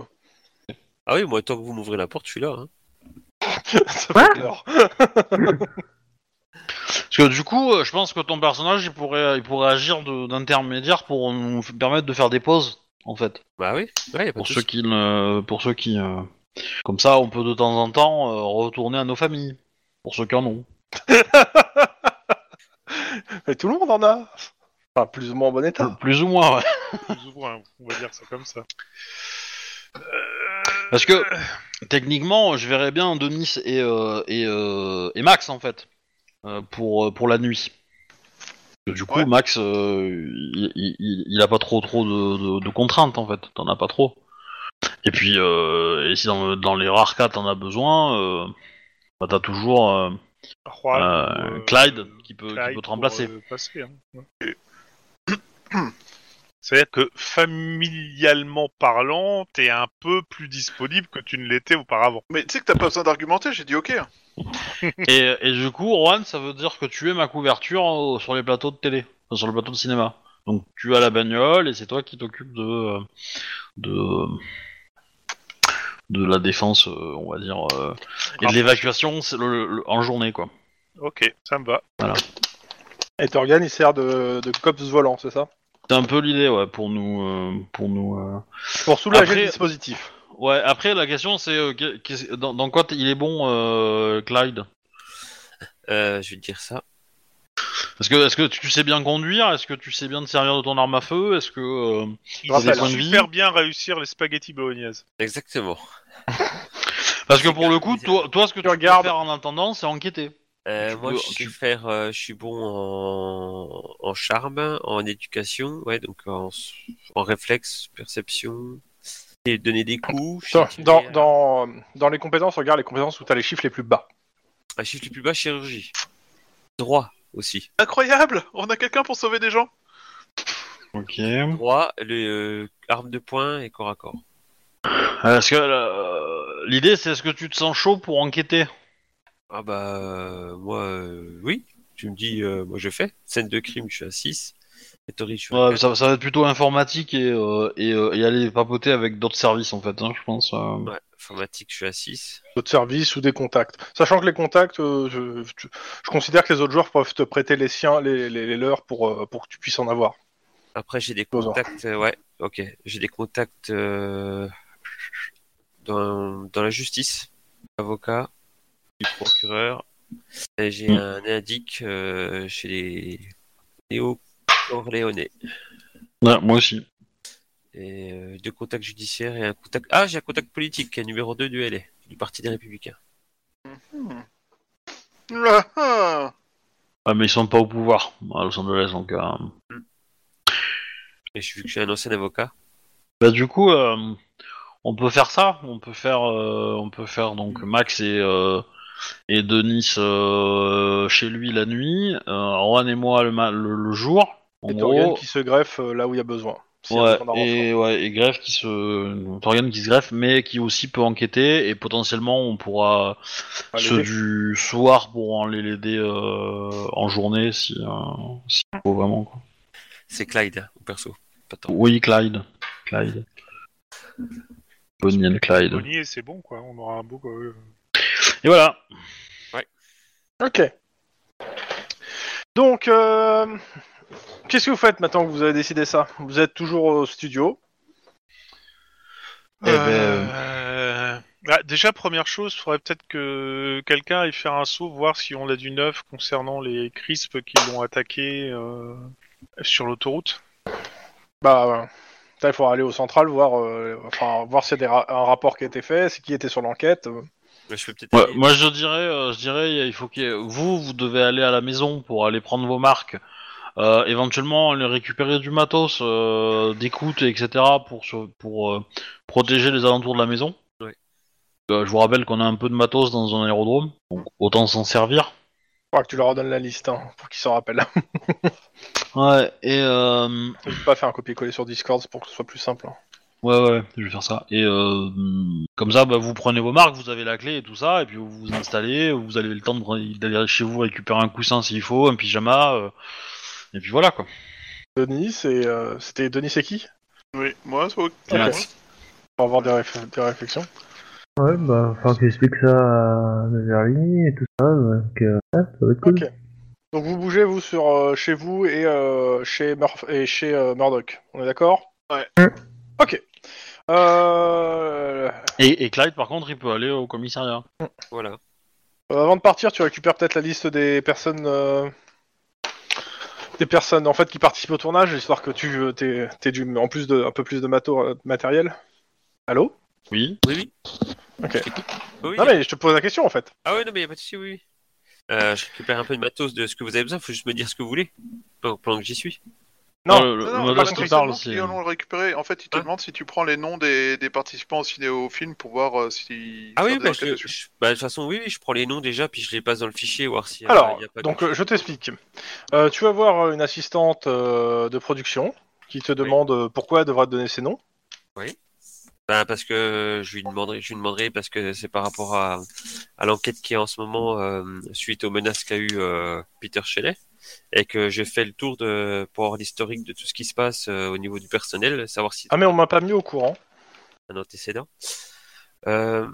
Speaker 3: Ah oui, moi, tant que vous m'ouvrez la porte, je suis là. hein.
Speaker 2: ça
Speaker 5: Quoi
Speaker 2: fait peur.
Speaker 1: Parce que du coup, euh, je pense que ton personnage, il pourrait, il pourrait agir de- d'intermédiaire pour nous f- permettre de faire des pauses, en fait.
Speaker 3: Bah oui, ouais, y a pas de
Speaker 1: Pour ceux
Speaker 3: souci.
Speaker 1: qui, ne- pour ceux qui, euh, comme ça, on peut de temps en temps euh, retourner à nos familles. Pour ceux qui en ont.
Speaker 2: Et tout le monde en a. Enfin, plus ou moins en bon état.
Speaker 1: Plus ou moins. ouais.
Speaker 6: Plus ou moins, on va dire ça comme ça.
Speaker 1: Parce que techniquement, je verrais bien Denis et euh, et, euh, et Max en fait euh, pour euh, pour la nuit. Parce que Du coup,
Speaker 4: Ouais.
Speaker 1: Max, euh, il, il, il a pas trop trop de, de- de contraintes en fait. T'en as pas trop. Et puis, euh, et si dans, dans les rares cas t'en as besoin, euh, bah, t'as toujours euh,
Speaker 6: Juan
Speaker 1: euh,
Speaker 6: ou, euh,
Speaker 1: Clyde qui peut qui
Speaker 6: Clyde
Speaker 1: peut te
Speaker 6: pour,
Speaker 1: remplacer.
Speaker 6: euh, passer, hein. Ouais. C'est-à-dire que familialement parlant, t'es un peu plus disponible que tu ne l'étais auparavant.
Speaker 4: Mais tu sais que t'as pas besoin d'argumenter, j'ai dit ok. hein.
Speaker 1: Et, et du coup, Juan, ça veut dire que tu es ma couverture hein, au- sur les plateaux de télé, enfin, sur le plateau de cinéma. Donc tu as la bagnole et c'est toi qui t'occupes de, euh, de de la défense, euh, on va dire, euh, et de l'évacuation c'est le- le- en journée, quoi.
Speaker 6: Ok, ça me va.
Speaker 2: Et Torgan, il sert de, de cops volant, c'est ça
Speaker 1: C'est un peu l'idée, ouais, pour nous, euh, pour nous. euh.
Speaker 2: Pour soulager
Speaker 1: Après-
Speaker 2: le dispositif.
Speaker 1: Ouais. Après, la question, c'est euh, qu'est- qu'est-ce- dans, dans quoi t- il est bon, euh, Clyde
Speaker 3: Euh, je vais te dire ça.
Speaker 1: Parce que est-ce que tu sais bien conduire Est-ce que tu sais bien te servir de ton arme à feu Est-ce que euh,
Speaker 6: Il
Speaker 1: Rappel.
Speaker 6: sait
Speaker 1: Points de
Speaker 6: super bien réussir les spaghettis bolognaises.
Speaker 3: Exactement.
Speaker 1: Parce que pour le coup, toi, toi ce que tu
Speaker 2: regardes.
Speaker 1: peux faire en attendant, c'est enquêter.
Speaker 3: Euh,
Speaker 1: Tu
Speaker 3: moi,
Speaker 1: peux-
Speaker 3: je sais
Speaker 1: tu-
Speaker 3: faire. euh, je suis bon en, en charme, en éducation, ouais, donc en, en réflexe, perception, et donner des coups. je sais
Speaker 2: Dans,
Speaker 3: tirer,
Speaker 2: dans,
Speaker 1: hein.
Speaker 3: euh,
Speaker 2: dans, dans les compétences, regarde les compétences où t'as les chiffres les plus bas.
Speaker 3: Un ah, chiffre le plus bas, chirurgie. Droit aussi.
Speaker 4: Incroyable On a quelqu'un pour sauver des gens
Speaker 1: Ok.
Speaker 3: Droit, le euh, arme de poing et corps à corps.
Speaker 1: Parce que euh, l'idée, c'est est-ce que tu te sens chaud pour enquêter
Speaker 3: Ah bah euh, moi euh, oui, tu me dis euh, moi je fais. Scène de crime, je suis à 6. Et Tori, je suis à
Speaker 1: Ouais,
Speaker 3: quatre.
Speaker 1: ça, ça va être plutôt informatique et, euh, et, euh, et aller papoter avec d'autres services, en fait, hein, je pense. euh.
Speaker 3: Ouais, informatique, je suis à 6.
Speaker 2: D'autres services ou des contacts. Sachant que les contacts, euh, je, je- je considère que les autres joueurs peuvent te prêter les siens, les, les- les leurs pour, euh, pour que tu puisses en avoir.
Speaker 3: Après j'ai des
Speaker 2: Bonjour.
Speaker 3: contacts, euh, ouais, ok. J'ai des contacts euh, dans, dans la justice, avocat, du procureur. Et j'ai
Speaker 1: Mm.
Speaker 3: un indique euh, chez les néo-orléanais.
Speaker 1: Ouais, moi aussi.
Speaker 3: et euh, deux contacts judiciaires et un contact. Ah, j'ai un contact politique qui est numéro 2 du LA, du Parti des Républicains.
Speaker 4: Ah, ah.
Speaker 1: Ah, mais ils sont pas au pouvoir à Los Angeles, donc. euh.
Speaker 3: Et je vu que je suis un ancien avocat.
Speaker 1: Bah, du coup, euh, on peut faire ça. On peut faire, euh, on peut faire donc Max et. euh, et Denis euh, chez lui la nuit, euh, Juan et moi le, ma- le, le jour. En
Speaker 2: Et
Speaker 1: gros,
Speaker 2: Torgan qui se greffe euh, là où il y a besoin. S'il y a
Speaker 1: Ouais,
Speaker 2: besoin d'un renfort.
Speaker 1: et, ouais, et greffe qui se. Torgan qui se greffe, mais qui aussi peut enquêter, et potentiellement on pourra.
Speaker 2: Allez,
Speaker 1: ceux
Speaker 2: les-
Speaker 1: du soir pourront aller l'aider euh, en journée si, euh, s'il faut vraiment. Quoi.
Speaker 3: C'est Clyde, hein, au perso. Pas tant.
Speaker 1: Oui, Clyde. Clyde. Bonnie and Clyde.
Speaker 6: On y est, c'est bon, quoi. On aura un beau. euh,
Speaker 1: Et voilà.
Speaker 2: Ok. Donc, euh, qu'est-ce que vous faites maintenant que vous avez décidé ça Vous êtes toujours au studio
Speaker 1: Eh ben,
Speaker 6: Euh, Bah, déjà, première chose, faudrait peut-être que quelqu'un aille faire un saut, voir si on a du neuf concernant les crisps qui l'ont attaqué euh, sur l'autoroute.
Speaker 2: Bah, ouais. Putain, il faudra aller au central, voir, euh, enfin, voir s'il y a des ra- un rapport qui a été fait, c'est qui était sur l'enquête. euh.
Speaker 3: je peux peut-être.
Speaker 1: Ouais,
Speaker 3: aller-
Speaker 1: moi je dirais, euh, je dirais, il faut que vous, vous devez aller à la maison pour aller prendre vos marques, euh, éventuellement aller récupérer du matos, euh, des coutes, etc. pour se- pour euh, protéger les alentours de la maison.
Speaker 3: Ouais.
Speaker 1: Euh, je vous rappelle qu'on a un peu de matos dans un aérodrome, donc autant s'en servir.
Speaker 2: Faudra que tu leur donnes la liste hein, pour qu'ils s'en rappellent.
Speaker 1: Ouais. Et euh,
Speaker 2: N'hésite pas à faire un copier-coller sur Discord pour que ce soit plus simple. hein.
Speaker 1: ouais, ouais, je vais faire ça. Et euh, comme ça, bah, vous prenez vos marques, vous avez la clé et tout ça, et puis vous vous installez, vous avez le temps de- d'aller chez vous récupérer un coussin s'il faut, un pyjama, euh, et puis voilà quoi.
Speaker 2: Denis, et, euh, c'était Denis et qui
Speaker 4: Oui, moi, c'est ok.
Speaker 3: Ah,
Speaker 1: Ouais.
Speaker 2: Pour avoir des, réf- des réflexions.
Speaker 5: Ouais, bah, enfin, que j'explique ça à Verly et tout ça, donc, euh, ouais, ça va être cool.
Speaker 2: Ok. Donc vous bougez, vous, sur euh, chez vous et euh, chez, Murph- et chez euh, Murdoch. On est d'accord
Speaker 4: Ouais.
Speaker 2: Ok. Euh,
Speaker 1: Et, et Clyde, par contre, il peut aller au commissariat.
Speaker 3: Voilà.
Speaker 2: Euh, avant de partir, tu récupères peut-être la liste des personnes, euh, des personnes en fait qui participent au tournage, histoire que tu euh, t'aies t'aies du, en plus de, un peu plus de matos, euh, de matériel. Allô
Speaker 1: Oui.
Speaker 3: Oui, oui.
Speaker 2: Ok.
Speaker 3: Je t'écoute. Oui,
Speaker 2: Non mais je te pose la question en fait.
Speaker 3: Ah oui, non, mais y a pas de souci, oui. oui. Euh, je récupère un peu de matos de ce que vous avez besoin, faut juste me dire ce que vous voulez pendant pendant que j'y suis.
Speaker 2: Non,
Speaker 1: Euh, le, le-
Speaker 4: Non,
Speaker 1: le
Speaker 4: non,
Speaker 1: mode
Speaker 4: pas
Speaker 1: est
Speaker 4: les
Speaker 1: qui parle,
Speaker 4: seulement
Speaker 1: c'est.
Speaker 4: qui en ont récupéré. En fait, ils te
Speaker 3: Hein
Speaker 4: demandent si tu prends les noms des, des participants au ciné au film pour voir euh, si.
Speaker 3: Ah
Speaker 4: faire
Speaker 3: oui,
Speaker 4: des
Speaker 3: bah,
Speaker 4: enquêtes
Speaker 3: je-
Speaker 4: dessus.
Speaker 3: je- bah, de toute façon, oui, oui, je prends les noms déjà, puis je les passe dans le fichier, voir si. euh,
Speaker 2: Alors,
Speaker 3: y a pas
Speaker 2: donc
Speaker 3: de-
Speaker 2: euh, je t'explique. Euh, tu vas voir euh, une assistante euh, de production qui te demande euh, pourquoi elle devrait te donner ses noms.
Speaker 3: Bah, parce que je lui demanderai, je lui demanderai parce que c'est par rapport à, à l'enquête qui est en ce moment euh, suite aux menaces qu'a eu euh, Peter Shelley et que j'ai fait le tour de pour avoir l'historique de tout ce qui se passe euh, au niveau du personnel, savoir si
Speaker 2: Ah mais on m'a pas mis au courant.
Speaker 3: un antécédent. Euh,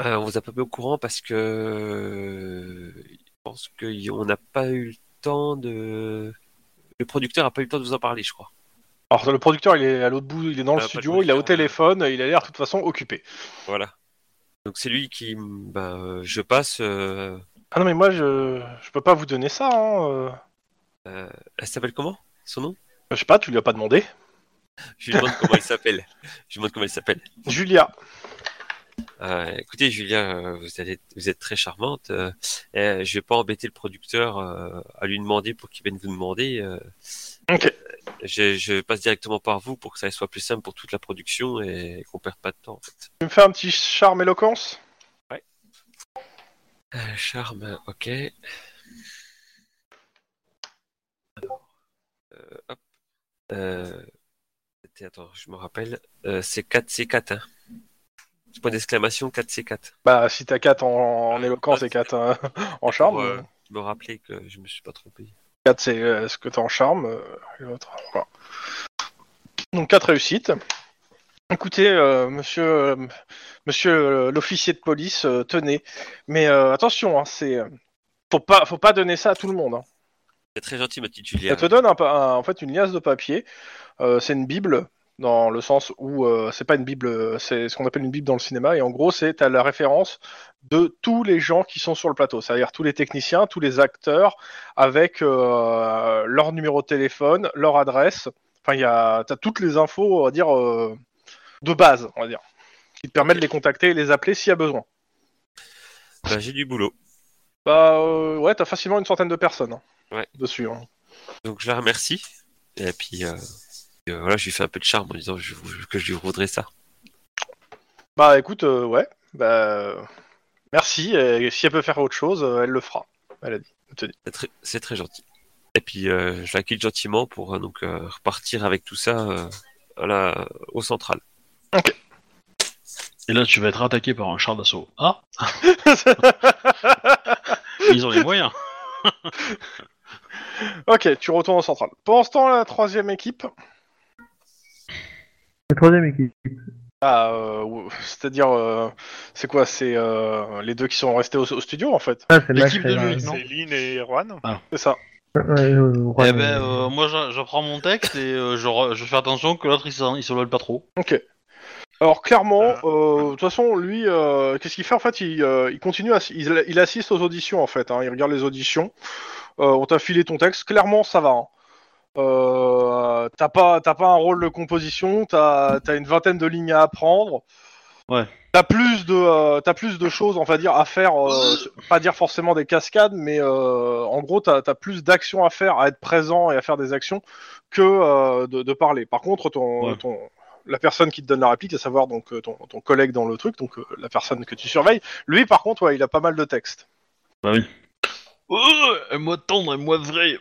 Speaker 3: euh, on vous a pas mis au courant parce que euh, je pense qu'on n'a pas eu le temps de. Le producteur a pas eu le temps de vous en parler, je crois.
Speaker 2: Alors le producteur, il est à l'autre bout, il est dans le
Speaker 3: Ah, pas de
Speaker 2: studio, il est au
Speaker 3: producteur.
Speaker 2: téléphone, il a l'air de toute façon occupé.
Speaker 3: Voilà. Donc c'est lui qui, bah, euh, je passe. euh,
Speaker 2: Ah non mais moi je, je peux pas vous donner ça. Hein. euh.
Speaker 3: euh, elle s'appelle comment Son nom
Speaker 2: Je sais pas, tu lui as pas demandé.
Speaker 3: Je lui demande comment elle s'appelle. Je lui demande comment elle s'appelle.
Speaker 2: Julia.
Speaker 3: Euh, écoutez, Julia, euh, vous, allez, vous êtes très charmante. Euh, et je vais pas embêter le producteur euh, à lui demander pour qu'il vienne vous demander. euh.
Speaker 2: Ok.
Speaker 3: je, je passe directement par vous pour que ça soit plus simple pour toute la production et qu'on perde pas de temps. En fait.
Speaker 2: Tu me fais un petit charme éloquence
Speaker 3: Euh, charme, ok. Alors, euh, hop. Euh, c'était- attends, je me rappelle. Euh, c'est 4 C4. Hein. Point d'exclamation 4 C4.
Speaker 2: Bah, si t'as 4 en, en éloquence
Speaker 3: Ah,
Speaker 2: et 4 en charme,
Speaker 3: Pour, euh, me rappeler que je me suis pas trompé.
Speaker 2: 4 c'est euh, ce que t'as en charme, euh, et l'autre. voilà. Donc 4 réussites. Écoutez, euh, monsieur, euh, monsieur euh, l'officier de police, euh, tenez. Mais euh, attention, hein, c'est. euh, Faut pas, faut pas donner ça à tout le monde. hein.
Speaker 3: C'est très gentil, ma petite Julia.
Speaker 2: Elle te donne un, pa- un- en fait une liasse de papier. Euh, c'est une bible dans le sens où euh, c'est pas une bible, euh, c'est ce qu'on appelle une bible dans le cinéma. Et en gros, c'est à la référence de tous les gens qui sont sur le plateau, c'est-à-dire tous les techniciens, tous les acteurs, avec euh, leur numéro de téléphone, leur adresse. Enfin, il y a, t'as toutes les infos, on va dire, euh, de base, on va dire, qui te permettent de les contacter et les appeler s'il y a besoin. hein
Speaker 3: Bah, j'ai du boulot.
Speaker 2: Bah euh, ouais, t'as facilement une centaine de personnes hein,
Speaker 3: Ouais.
Speaker 2: dessus. hein.
Speaker 3: Donc je la remercie. Et puis euh, euh, voilà, je lui fais un peu de charme en disant je- que je lui rendrai ça.
Speaker 2: Bah écoute, euh, ouais, bah euh, merci, et si elle peut faire autre chose, euh, elle le fera, elle a dit.
Speaker 3: C'est très, c'est très gentil. Et puis euh, je la quitte gentiment pour euh, donc euh, repartir avec tout ça euh, à la- au central.
Speaker 1: Et là, tu vas être attaqué par un char d'assaut. Ah Ils ont les moyens.
Speaker 2: ok, tu retournes en centrale. Pendant ce temps, la troisième équipe,
Speaker 5: La troisième équipe.
Speaker 2: ah, euh, ou- c'est-à-dire, euh, c'est quoi, c'est euh, les deux qui sont restés au, au studio en fait,
Speaker 5: Ah, c'est Max
Speaker 1: L'équipe
Speaker 5: et
Speaker 1: de
Speaker 5: Max.
Speaker 1: nuit, non
Speaker 6: Céline et Juan.
Speaker 2: c'est ça.
Speaker 5: Ouais, euh, ouais,
Speaker 1: eh ben,
Speaker 5: euh,
Speaker 1: euh, moi, je, je prends mon texte et euh, je, re- je fais attention que l'autre, il s'en- il se vole pas trop.
Speaker 2: Ok. Alors clairement, euh, de toute façon, lui, euh, qu'est-ce qu'il fait en fait il, euh, il continue, à- il, il assiste aux auditions en fait. hein. Il regarde les auditions. Euh, on t'a filé ton texte. Clairement, ça va. hein. Euh, t'as pas, t'as pas un rôle de composition. T'as, t'as une vingtaine de lignes à apprendre.
Speaker 1: Ouais.
Speaker 2: T'as plus de, euh, t'as plus de choses, on va dire, à faire. euh, pas dire forcément des cascades, mais euh, en gros, t'as, t'as plus d'actions à faire, à être présent et à faire des actions que euh, de, de parler. Par contre, ton,
Speaker 1: Ouais.
Speaker 2: ton la personne qui te donne la réplique, à savoir donc euh, ton, ton collègue dans le truc, donc euh, la personne que tu surveilles, lui par contre, ouais, il a pas mal de textes.
Speaker 1: Euh, moi tendre, moi vrai.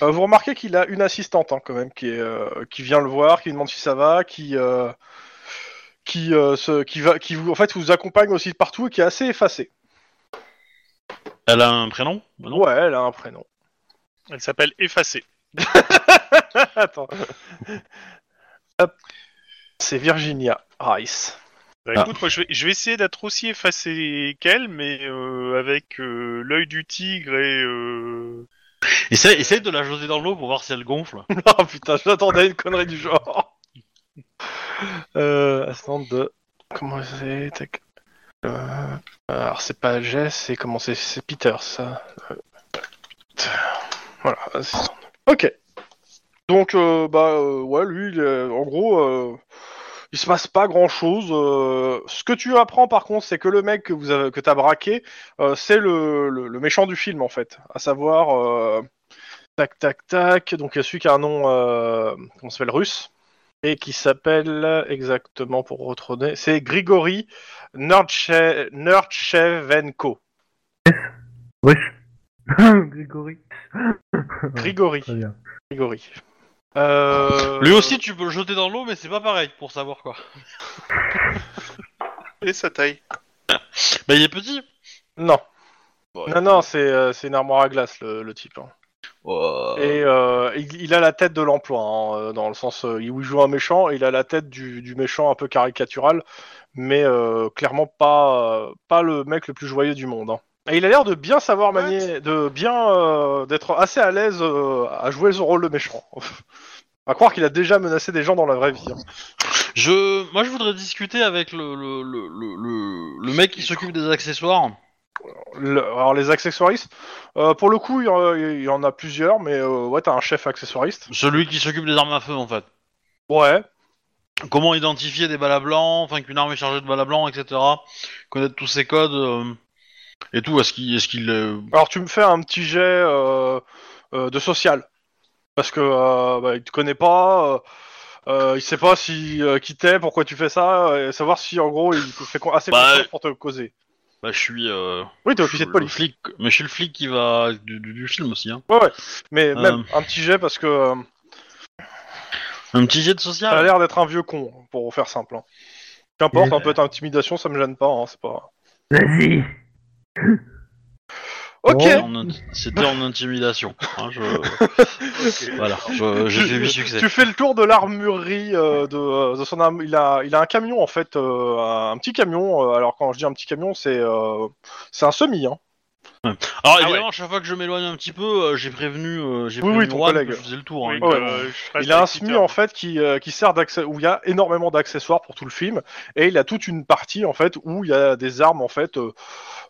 Speaker 2: Euh, vous remarquez qu'il a une assistante hein, quand même qui, est, euh, qui vient le voir, qui lui demande si ça va, qui euh, qui euh, se- qui va, qui vous en fait vous accompagne aussi partout et qui est assez effacée.
Speaker 1: Elle a un prénom Ah non
Speaker 2: Ouais, elle a un prénom.
Speaker 6: Elle s'appelle Effacée.
Speaker 2: Attends. Hop. C'est Virginia Rice.
Speaker 6: Bah,
Speaker 1: Ah.
Speaker 6: écoute, moi, je vais, je vais essayer d'être aussi effacé qu'elle, mais euh, avec euh, l'œil du tigre et... euh,
Speaker 1: Essaye, essaye de la jeter dans l'eau pour voir si elle gonfle.
Speaker 2: Oh putain, j'attendais une connerie du genre. Euh, assistante de. Comment c'est tac. Euh, Alors, c'est pas Jess, c'est comment c'est C'est Peter, ça. Euh, Peter. Voilà, assistante. Ok. Donc, euh, bah, euh, ouais, lui, il est- en gros, euh, il se passe pas grand chose. ce que tu apprends, par contre, c'est que le mec que, vous avez, que t'as braqué, euh, c'est le, le- le méchant du film, en fait. À savoir. euh, Tac, tac, tac. Donc, il y a celui qui a un nom, euh, comment ça s'appelle, russe, et qui s'appelle exactement pour retrouver, c'est Grigory Nerdche- Nerdchevenko.
Speaker 5: Russe. Grégory.
Speaker 2: Grigory.
Speaker 5: Très bien.
Speaker 2: Grigory. Euh,
Speaker 1: Lui aussi, tu peux le jeter dans l'eau, mais c'est pas pareil pour savoir quoi.
Speaker 4: Et sa taille.
Speaker 1: Bah, il est petit.
Speaker 2: Non,
Speaker 4: Bon,
Speaker 2: non, non, c'est euh, c'est une armoire à glace, le, le type. hein.
Speaker 1: Oh.
Speaker 2: Et euh, il, il a la tête de l'emploi, hein, euh, dans le sens euh, où il joue un méchant, et il a la tête du, du méchant un peu caricatural, mais euh, clairement pas, euh, pas le mec le plus joyeux du monde. hein. Et il a l'air de bien savoir manier, de bien euh, d'être assez à l'aise euh, à jouer son rôle de méchant. à croire qu'il a déjà menacé des gens dans la vraie vie. hein.
Speaker 1: Je, moi, je voudrais discuter avec le le, le, le- le- le mec qui s'occupe des accessoires.
Speaker 2: Le- alors les accessoiristes, euh, pour le coup, il y, en- il y en a plusieurs, mais euh, ouais, t'as un chef accessoiriste.
Speaker 1: Celui qui s'occupe des armes à feu, en fait.
Speaker 2: Ouais.
Speaker 1: Comment identifier des balles à blanc, enfin qu'une arme est chargée de balles à blanc, etc. Connaître tous ces codes euh, et tout. Est-ce qu'il, est-ce qu'il, euh,
Speaker 2: Alors tu me fais un petit jet euh, euh, de social. Parce que euh, bah, il te connaît pas, euh, euh, il sait pas si euh, qui t'es, pourquoi tu fais ça, euh, et savoir si en gros il te fait con- assez
Speaker 1: Bah,
Speaker 2: confiance pour te causer.
Speaker 1: bah, je suis. euh,
Speaker 2: Oui, t'es
Speaker 1: je
Speaker 2: officier
Speaker 1: suis
Speaker 2: de
Speaker 1: le
Speaker 2: police.
Speaker 1: flic, mais je suis le flic qui va du, du- du film aussi. Hein.
Speaker 2: Mais
Speaker 1: Euh.
Speaker 2: même un petit jet parce que euh,
Speaker 1: Un petit jet de
Speaker 2: t'as
Speaker 1: social.
Speaker 2: l'air d'être un vieux con, pour faire simple. hein. Qu'importe, un peu d'intimidation, ça me gêne pas, hein, c'est pas.
Speaker 5: Vas-y.
Speaker 2: Ok,
Speaker 5: Oh.
Speaker 1: En int- C'était en intimidation. hein, je- Voilà, je- j'ai fait 8 succès.
Speaker 2: tu fais le tour de l'armurerie euh, de, euh, de son arme. Il a, il a un camion en fait, euh, un, un petit camion. euh, alors quand je dis un petit camion, c'est euh, c'est un semi, hein.
Speaker 1: Alors
Speaker 6: Ah
Speaker 1: évidemment, à chaque fois que je m'éloigne un petit peu, euh, j'ai prévenu, euh, j'ai
Speaker 2: Oui,
Speaker 1: prévenu
Speaker 2: oui, ton
Speaker 1: Juan
Speaker 2: collègue.
Speaker 1: que je faisais le tour. hein,
Speaker 6: oui,
Speaker 2: ouais.
Speaker 6: euh, je reste
Speaker 2: Il a un
Speaker 6: avec
Speaker 2: SMU
Speaker 6: Peter.
Speaker 2: en fait qui, euh, qui sert d'accès où il y a énormément d'accessoires pour tout le film et il a toute une partie en fait où il y a des armes en fait euh,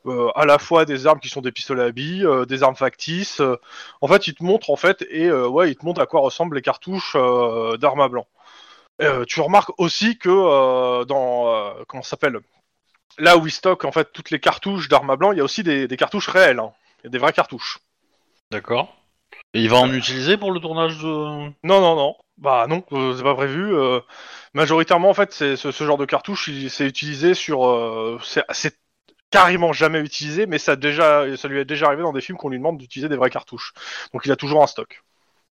Speaker 2: euh, à la fois des armes qui sont des pistolets à billes, euh, des armes factices. euh. en fait, il te montre en fait et euh, ouais, il te montre à quoi ressemblent les cartouches euh, d'armes à blanc. Euh, tu remarques aussi que euh, dans euh, comment ça s'appelle là où il stocke en fait toutes les cartouches d'armes à blanc, il y a aussi des, des cartouches réelles, hein. il y a des vraies cartouches.
Speaker 1: D'accord. Et il va en utiliser pour le tournage de.
Speaker 2: Non, non, non. Bah non, euh, c'est pas prévu. euh, majoritairement, en fait, c'est ce, ce genre de cartouche, il- c'est utilisé sur. euh, c'est- c'est carrément jamais utilisé, mais ça, a déjà, ça lui est déjà arrivé dans des films qu'on lui demande d'utiliser des vraies cartouches. Donc il a toujours un stock.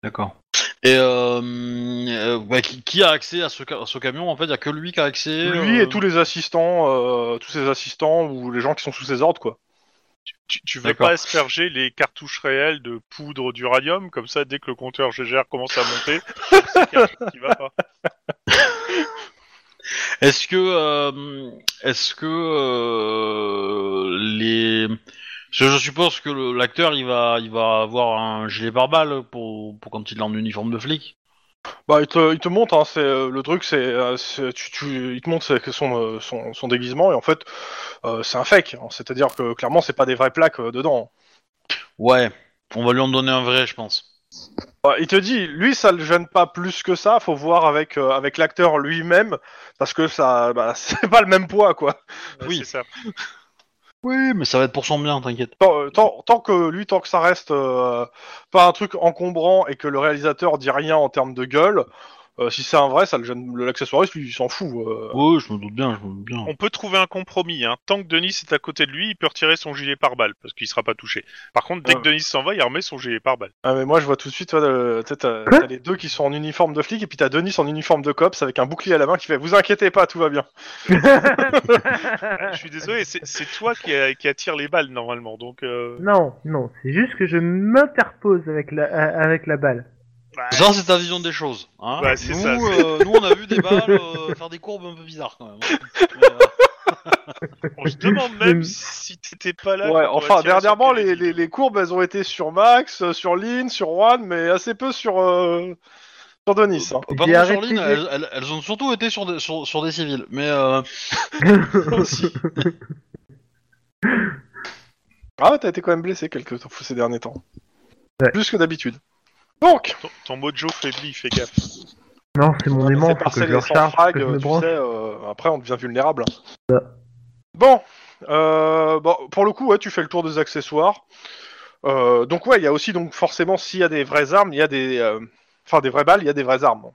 Speaker 1: D'accord. Et euh, euh, bah, qui, qui a accès à ce, ca- à ce camion En fait, il y a que lui qui a accès.
Speaker 2: Lui
Speaker 1: euh,
Speaker 2: et tous les assistants, euh, tous ses assistants ou les gens qui sont sous ses ordres, quoi.
Speaker 6: Tu, tu veux
Speaker 1: D'accord.
Speaker 6: pas asperger les cartouches réelles de poudre d'uranium Comme ça, dès que le compteur GGR commence à monter, c'est qu'il y a un truc qui va pas.
Speaker 1: Est-ce que, euh, est-ce que euh, les, parce que je suppose que le- l'acteur il va, il va avoir un gilet pare-balles pour, pour quand il est en uniforme de flic.
Speaker 2: Bah, il te, il te montre, hein, c'est, euh, le truc, c'est, euh, c'est- tu, tu, il te montre c'est que son, euh, son, son déguisement, et en fait, euh, c'est un fake. hein. C'est-à-dire que clairement, c'est pas des vraies plaques euh, dedans.
Speaker 1: Ouais, on va lui en donner un vrai, je pense.
Speaker 2: Bah, il te dit, lui, ça le gêne pas plus que ça, faut voir avec, euh, avec l'acteur lui-même, parce que ça, bah, c'est pas le même poids, quoi.
Speaker 1: Oui.
Speaker 6: C'est ça.
Speaker 1: Oui, mais ça va être pour son bien, t'inquiète.
Speaker 2: Tant, euh, tant, tant que lui, tant que ça reste euh, pas un truc encombrant et que le réalisateur dit rien en termes de gueule, euh, si c'est un vrai, ça le gêne, l'accessoiriste, lui, il s'en fout. euh.
Speaker 1: Oui, je me doute bien, je me doute bien.
Speaker 6: On peut trouver un compromis. Hein. Tant que Denis est à côté de lui, il peut retirer son gilet pare-balles parce qu'il sera pas touché. Par contre, dès
Speaker 2: Ah.
Speaker 6: que Denis s'en va, il remet son gilet pare-balles.
Speaker 2: Ah mais moi je vois tout de suite, toi, le- t'sais, t'as
Speaker 5: Quoi
Speaker 2: t'as les deux qui sont en uniforme de flic et puis t'as Denis en uniforme de cops avec un bouclier à la main qui fait vous inquiétez pas, tout va bien.
Speaker 6: Je suis désolé, c'est c'est toi qui, a- qui attire les balles normalement. Donc, euh,
Speaker 5: non, non, c'est juste que je m'interpose avec la, euh, avec la balle.
Speaker 6: bah,
Speaker 1: Ça, c'est ta vision des choses. Hein
Speaker 6: Ouais, c'est
Speaker 1: nous,
Speaker 6: ça, c'est-
Speaker 1: euh, nous, on a vu des balles euh, faire des courbes un peu bizarres quand même. hein. Mais, euh,
Speaker 6: on se demande même si t'étais pas là.
Speaker 2: ouais,
Speaker 6: quand on
Speaker 2: enfin
Speaker 6: a tiré
Speaker 2: dernièrement
Speaker 6: sur
Speaker 2: les,
Speaker 6: Kennedy.
Speaker 2: les, les courbes elles ont été sur Max, euh, sur Lynn, sur Juan, mais assez peu sur euh, sur Denis. hein.
Speaker 1: Pardon,
Speaker 5: J'ai
Speaker 1: sur
Speaker 5: arrêté
Speaker 1: Lynn,
Speaker 5: de-
Speaker 1: elles, elles- elles ont surtout été sur des, sur, sur des civils. Mais euh,
Speaker 2: Ah ouais, t'as été quand même blessé quelques temps ces derniers temps,
Speaker 5: Ouais.
Speaker 2: plus que d'habitude. Donc
Speaker 6: Ton, ton mojo faiblit, fais gaffe.
Speaker 5: Non, c'est mon
Speaker 2: c'est
Speaker 5: aimant, faut que
Speaker 2: parcellé
Speaker 5: je le
Speaker 2: sans
Speaker 5: recharge, faut
Speaker 2: frag,
Speaker 5: que je me
Speaker 2: tu
Speaker 5: branche.
Speaker 2: sais, euh, après on devient vulnérable. hein.
Speaker 5: Ouais.
Speaker 2: Bon, euh, bon, pour le coup, ouais, tu fais le tour des accessoires. Euh, donc ouais, il y a aussi donc forcément s'il y a des vraies armes, il y a des, euh, enfin des vraies balles, il y a des vraies armes.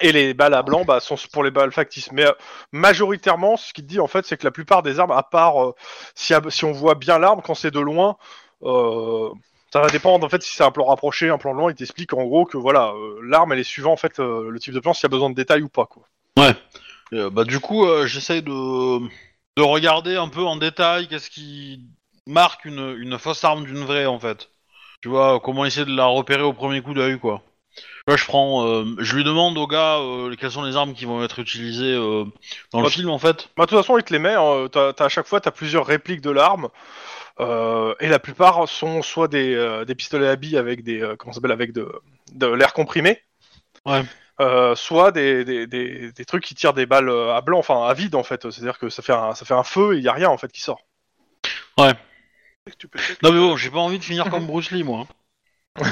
Speaker 2: Et les balles à blanc bah, sont pour les balles factices. Mais euh, majoritairement, ce qu'il te dit en fait, c'est que la plupart des armes, à part euh, si, y a- si on voit bien l'arme quand c'est de loin, euh, ça va dépendre en fait si c'est un plan rapproché, un plan loin. Il t'explique en gros que voilà, euh, l'arme elle est suivant en fait euh, le type de plan, s'il y a besoin de détails ou pas quoi.
Speaker 1: euh, bah, du coup, euh, j'essaie de, de regarder un peu en détail qu'est-ce qui marque une, une fausse arme d'une vraie en fait. Tu vois, comment essayer de la repérer au premier coup d'œil quoi. Là, je prends, euh, je lui demande au gars euh, quelles sont les armes qui vont être utilisées euh, dans le
Speaker 2: Ouais.
Speaker 1: film en fait.
Speaker 2: Bah, de toute façon, il te les met. hein. T'as- t'as à chaque fois, tu as plusieurs répliques de l'arme. euh, et la plupart sont soit des, euh, des pistolets à billes avec des. euh, comment ça s'appelle Avec de, de l'air comprimé.
Speaker 1: Ouais.
Speaker 2: Euh, soit des, des, des, des trucs qui tirent des balles euh, à blanc, enfin à vide en fait. C'est-à-dire que ça fait un, ça fait un feu et il n'y a rien en fait qui sort.
Speaker 4: Tu peux checker.
Speaker 1: Non mais bon, j'ai pas envie de finir comme Bruce Lee moi. hein.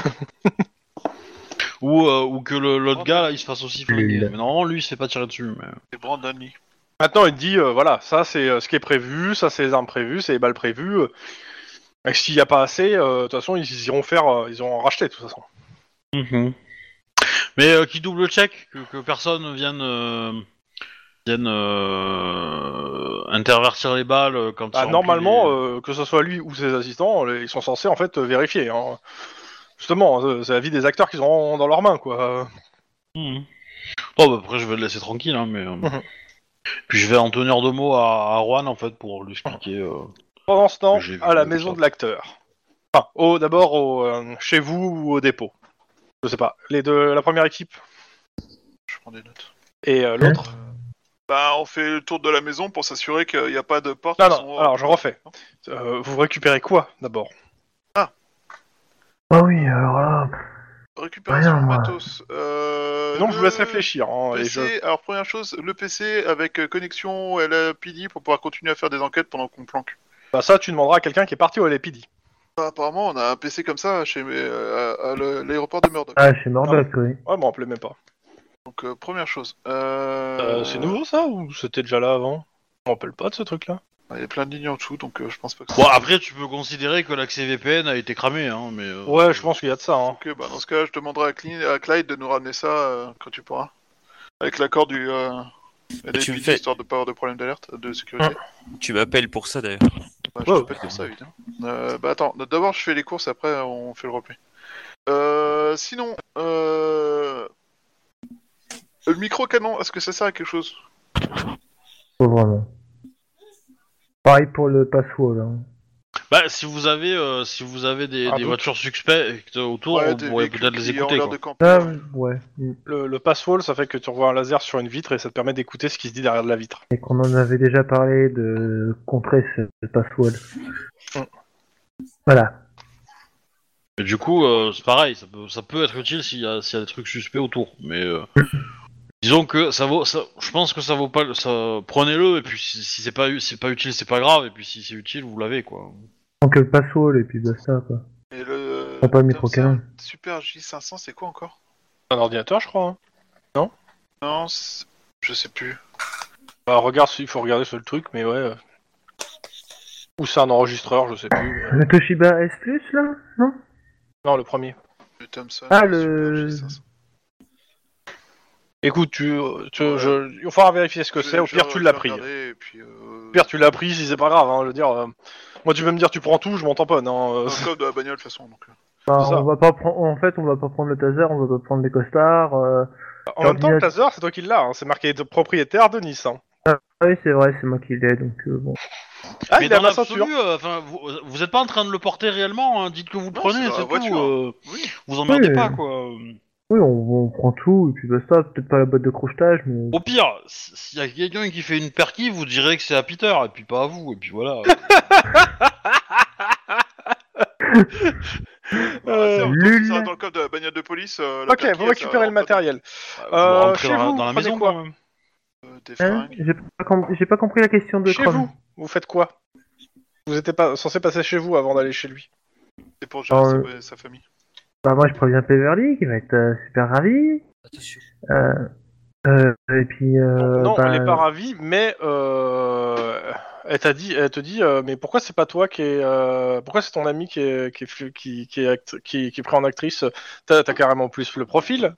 Speaker 1: ou, euh, ou que le- l'autre gars là il se fasse aussi flinguer.
Speaker 5: Lul.
Speaker 1: Mais normalement lui il se fait pas tirer dessus. Mais...
Speaker 4: C'est Brandon Lee.
Speaker 2: Maintenant, il te dit euh, voilà, ça c'est euh, ce qui est prévu, ça c'est les armes prévues, c'est les balles prévues. euh. et s'il n'y a pas assez, euh, de toute façon, ils iront faire. euh, ils iront en racheter de toute façon.
Speaker 1: Mais euh, qui double check que, que personne vienne euh, vienne euh, intervertir les balles euh, quand
Speaker 2: Bah,
Speaker 1: ils
Speaker 2: normalement,
Speaker 1: remplissent
Speaker 2: euh, que ce soit lui ou ses assistants, les- ils sont censés en fait euh, vérifier. hein. Justement, euh, c'est la vie des acteurs qu'ils ont dans leurs mains, quoi.
Speaker 1: les- Mhm. Bon bah, après je vais le laisser tranquille hein, mais. euh,
Speaker 2: Mhm.
Speaker 1: Puis je vais en tenir deux mots à, à Juan en fait pour lui expliquer. euh,
Speaker 2: Mhm. Pendant ce temps,
Speaker 1: J'ai vu
Speaker 2: à la
Speaker 1: le
Speaker 2: maison
Speaker 1: temps.
Speaker 2: de l'acteur. Enfin, au- d'abord au, euh, chez vous ou au dépôt. Je sais pas. Les deux, la première équipe
Speaker 4: Je prends des notes.
Speaker 2: et euh, l'autre.
Speaker 4: Bah, on fait le tour de la maison pour s'assurer qu'il n'y a pas de porte.
Speaker 2: Non,
Speaker 4: qui
Speaker 2: non,
Speaker 4: sont-
Speaker 2: alors je refais. Euh, vous récupérez quoi d'abord
Speaker 5: Ah oui, alors là,
Speaker 4: Récupération
Speaker 5: Rien,
Speaker 4: de
Speaker 5: moi.
Speaker 4: matos. Euh,
Speaker 2: Donc je vous laisse
Speaker 4: le
Speaker 2: réfléchir. hein, et
Speaker 4: PC,
Speaker 2: je-
Speaker 4: Alors, première chose, le PC avec euh, connexion LAPD pour pouvoir continuer à faire des enquêtes pendant qu'on planque.
Speaker 2: Bah, ça, tu demanderas à quelqu'un qui est parti au LAPD.
Speaker 4: Bah, apparemment, on a un PC comme ça chez euh, à, à le- l'aéroport de Murdoch.
Speaker 5: ah, chez Murdoch, oui.
Speaker 2: Ouais, m'en rappelais même pas.
Speaker 4: Donc, euh, première chose. Euh...
Speaker 2: Euh, c'est nouveau ça ou c'était déjà là avant Je me rappelle pas de ce truc-là.
Speaker 4: Il y a plein de lignes en dessous, donc euh, je pense pas que
Speaker 1: Bon, après, tu peux considérer que l'accès VPN a été cramé, hein, mais... euh,
Speaker 2: Ouais, je pense qu'il y a de ça. hein.
Speaker 4: Ok, bah dans ce cas, je demanderai à, Cli- à Clyde de nous ramener ça euh, quand tu pourras. Avec l'accord du. Euh, LAPD,
Speaker 3: tu me fais-
Speaker 4: histoire de pas avoir de problème d'alerte, de
Speaker 2: Hum.
Speaker 4: sécurité.
Speaker 3: Tu m'appelles pour ça d'ailleurs.
Speaker 4: Bah, je
Speaker 2: Ouais,
Speaker 4: te peux te dire ça, évidemment. Euh, bah attends, d'abord je fais les courses, après on fait le replay. Euh, sinon, euh... le micro-canon, est-ce que ça sert à quelque chose
Speaker 5: Pas vraiment. Pareil pour le passwall. Hein.
Speaker 1: Bah, si vous avez, euh, si vous avez des,
Speaker 2: Un
Speaker 1: des
Speaker 2: doute.
Speaker 1: voitures suspectes autour,
Speaker 4: Ouais,
Speaker 1: on
Speaker 4: des
Speaker 1: pourrait
Speaker 4: véhicules
Speaker 1: peut-être les
Speaker 4: qui, en
Speaker 1: écouter,
Speaker 4: l'heure
Speaker 1: quoi.
Speaker 4: de camp-
Speaker 5: Ah, ouais. mm.
Speaker 2: Le, le passwall, ça fait que tu revois un laser sur une vitre et ça te permet d'écouter ce qui se dit derrière de la vitre.
Speaker 5: Et qu'on en avait déjà parlé de contrer ce, ce passwall.
Speaker 2: Mm.
Speaker 5: Voilà.
Speaker 1: Et du coup, euh, c'est pareil, ça peut, ça peut être utile s'il y, a- s'il y a des trucs suspects autour. Mais euh, disons que ça vaut, ça, je pense que ça vaut pas, le- ça, prenez-le et puis si, si c'est pas, u- c'est pas utile, c'est pas grave. Et puis si c'est utile, vous l'avez quoi.
Speaker 5: Donc le passole et puis basta quoi.
Speaker 4: Et le.
Speaker 5: Ah, pas
Speaker 4: Putain,
Speaker 5: le micro
Speaker 4: c'est
Speaker 5: câlin.
Speaker 4: un Super J500, c'est quoi encore
Speaker 2: Un ordinateur, je crois. hein.
Speaker 4: Non, c'est- je sais plus.
Speaker 2: Bah, regarde, il faut regarder sur le truc, mais ouais. euh. Ou c'est un enregistreur, je sais plus. mais-
Speaker 5: Le Toshiba S Plus là Non
Speaker 2: Non, le premier.
Speaker 4: Le Thomson.
Speaker 5: Ah,
Speaker 4: Super
Speaker 5: le-
Speaker 4: J500.
Speaker 2: Écoute, tu, tu-
Speaker 4: Ouais.
Speaker 2: je- il faudra vérifier ce que
Speaker 4: Je-
Speaker 2: c'est. Au
Speaker 4: je-
Speaker 2: pire, tu
Speaker 4: je
Speaker 2: l'as
Speaker 4: vais
Speaker 2: pris. Au
Speaker 4: regarder, et puis, euh,
Speaker 2: pire, tu l'as pris, si c'est pas grave. Hein, je veux dire, euh, moi, tu peux me dire, tu prends tout, je m'en tamponne. Hein, euh.
Speaker 4: dans le coffre de la bagnole de toute façon. Donc... euh.
Speaker 5: Bah,
Speaker 2: C'est ça.
Speaker 5: on va pas prendre. En fait, on va pas prendre le taser, on va pas prendre les costards. euh,
Speaker 2: En même temps, le
Speaker 5: l'ordinateur-
Speaker 2: taser, c'est toi qui l'as. hein, C'est marqué de propriétaire de Nice. hein.
Speaker 5: Ah oui, c'est vrai, c'est moi qui l'ai donc euh, bon.
Speaker 2: Ah,
Speaker 1: mais
Speaker 2: il a
Speaker 1: dans
Speaker 2: ma ceinture.
Speaker 1: l'absolu, euh, enfin, vous, vous êtes pas en train de le porter réellement. hein, Dites que vous le
Speaker 4: Non,
Speaker 1: prenez,
Speaker 4: c'est dans la
Speaker 1: c'est tout.
Speaker 4: voiture.
Speaker 1: euh,
Speaker 4: Oui.
Speaker 1: Vous emmerdez
Speaker 5: Oui.
Speaker 1: pas quoi.
Speaker 5: Oui, on, on prend tout et puis basta. Peut-être pas la boîte de crochetage, mais
Speaker 1: Au pire, si- s'il y a quelqu'un qui fait une perquis, vous direz que c'est à Peter et puis pas à vous. Et puis voilà.
Speaker 4: Bah, c'est- tant que
Speaker 5: Lul.
Speaker 4: ça reste dans le coffre de la bagnole de police. euh,
Speaker 2: Euh,
Speaker 4: la
Speaker 2: Ok,
Speaker 4: plaquette,
Speaker 2: vous
Speaker 4: ça
Speaker 2: récupérez le
Speaker 4: rentre pas
Speaker 2: matériel.
Speaker 1: Vous
Speaker 2: Euh,
Speaker 1: rentrez
Speaker 2: chez
Speaker 1: dans, la-
Speaker 2: vous,
Speaker 1: dans la
Speaker 2: prenez
Speaker 1: maison
Speaker 2: quoi
Speaker 1: quand même.
Speaker 4: dans, euh, des
Speaker 5: Hein
Speaker 4: fringues.
Speaker 5: j'ai pas, com- j'ai pas compris la question de
Speaker 2: Chez
Speaker 5: Chrome.
Speaker 2: vous, vous faites quoi Vous étiez pas censé passer chez vous avant d'aller chez lui.
Speaker 4: C'est pour gérer
Speaker 5: Euh,
Speaker 4: sa, sa famille.
Speaker 5: Bah moi je préviens Peverly qui va être euh, super ravi.
Speaker 3: Attention.
Speaker 5: Euh, euh, et puis euh,
Speaker 2: non,
Speaker 5: bah,
Speaker 2: elle est pas ravie, mais euh, elle t'a dit, elle te dit, euh, mais pourquoi c'est pas toi qui est, euh, pourquoi c'est ton ami qui est, qui est, flu- qui, qui est, act- qui, qui est pris en actrice T'as t'as carrément plus le profil.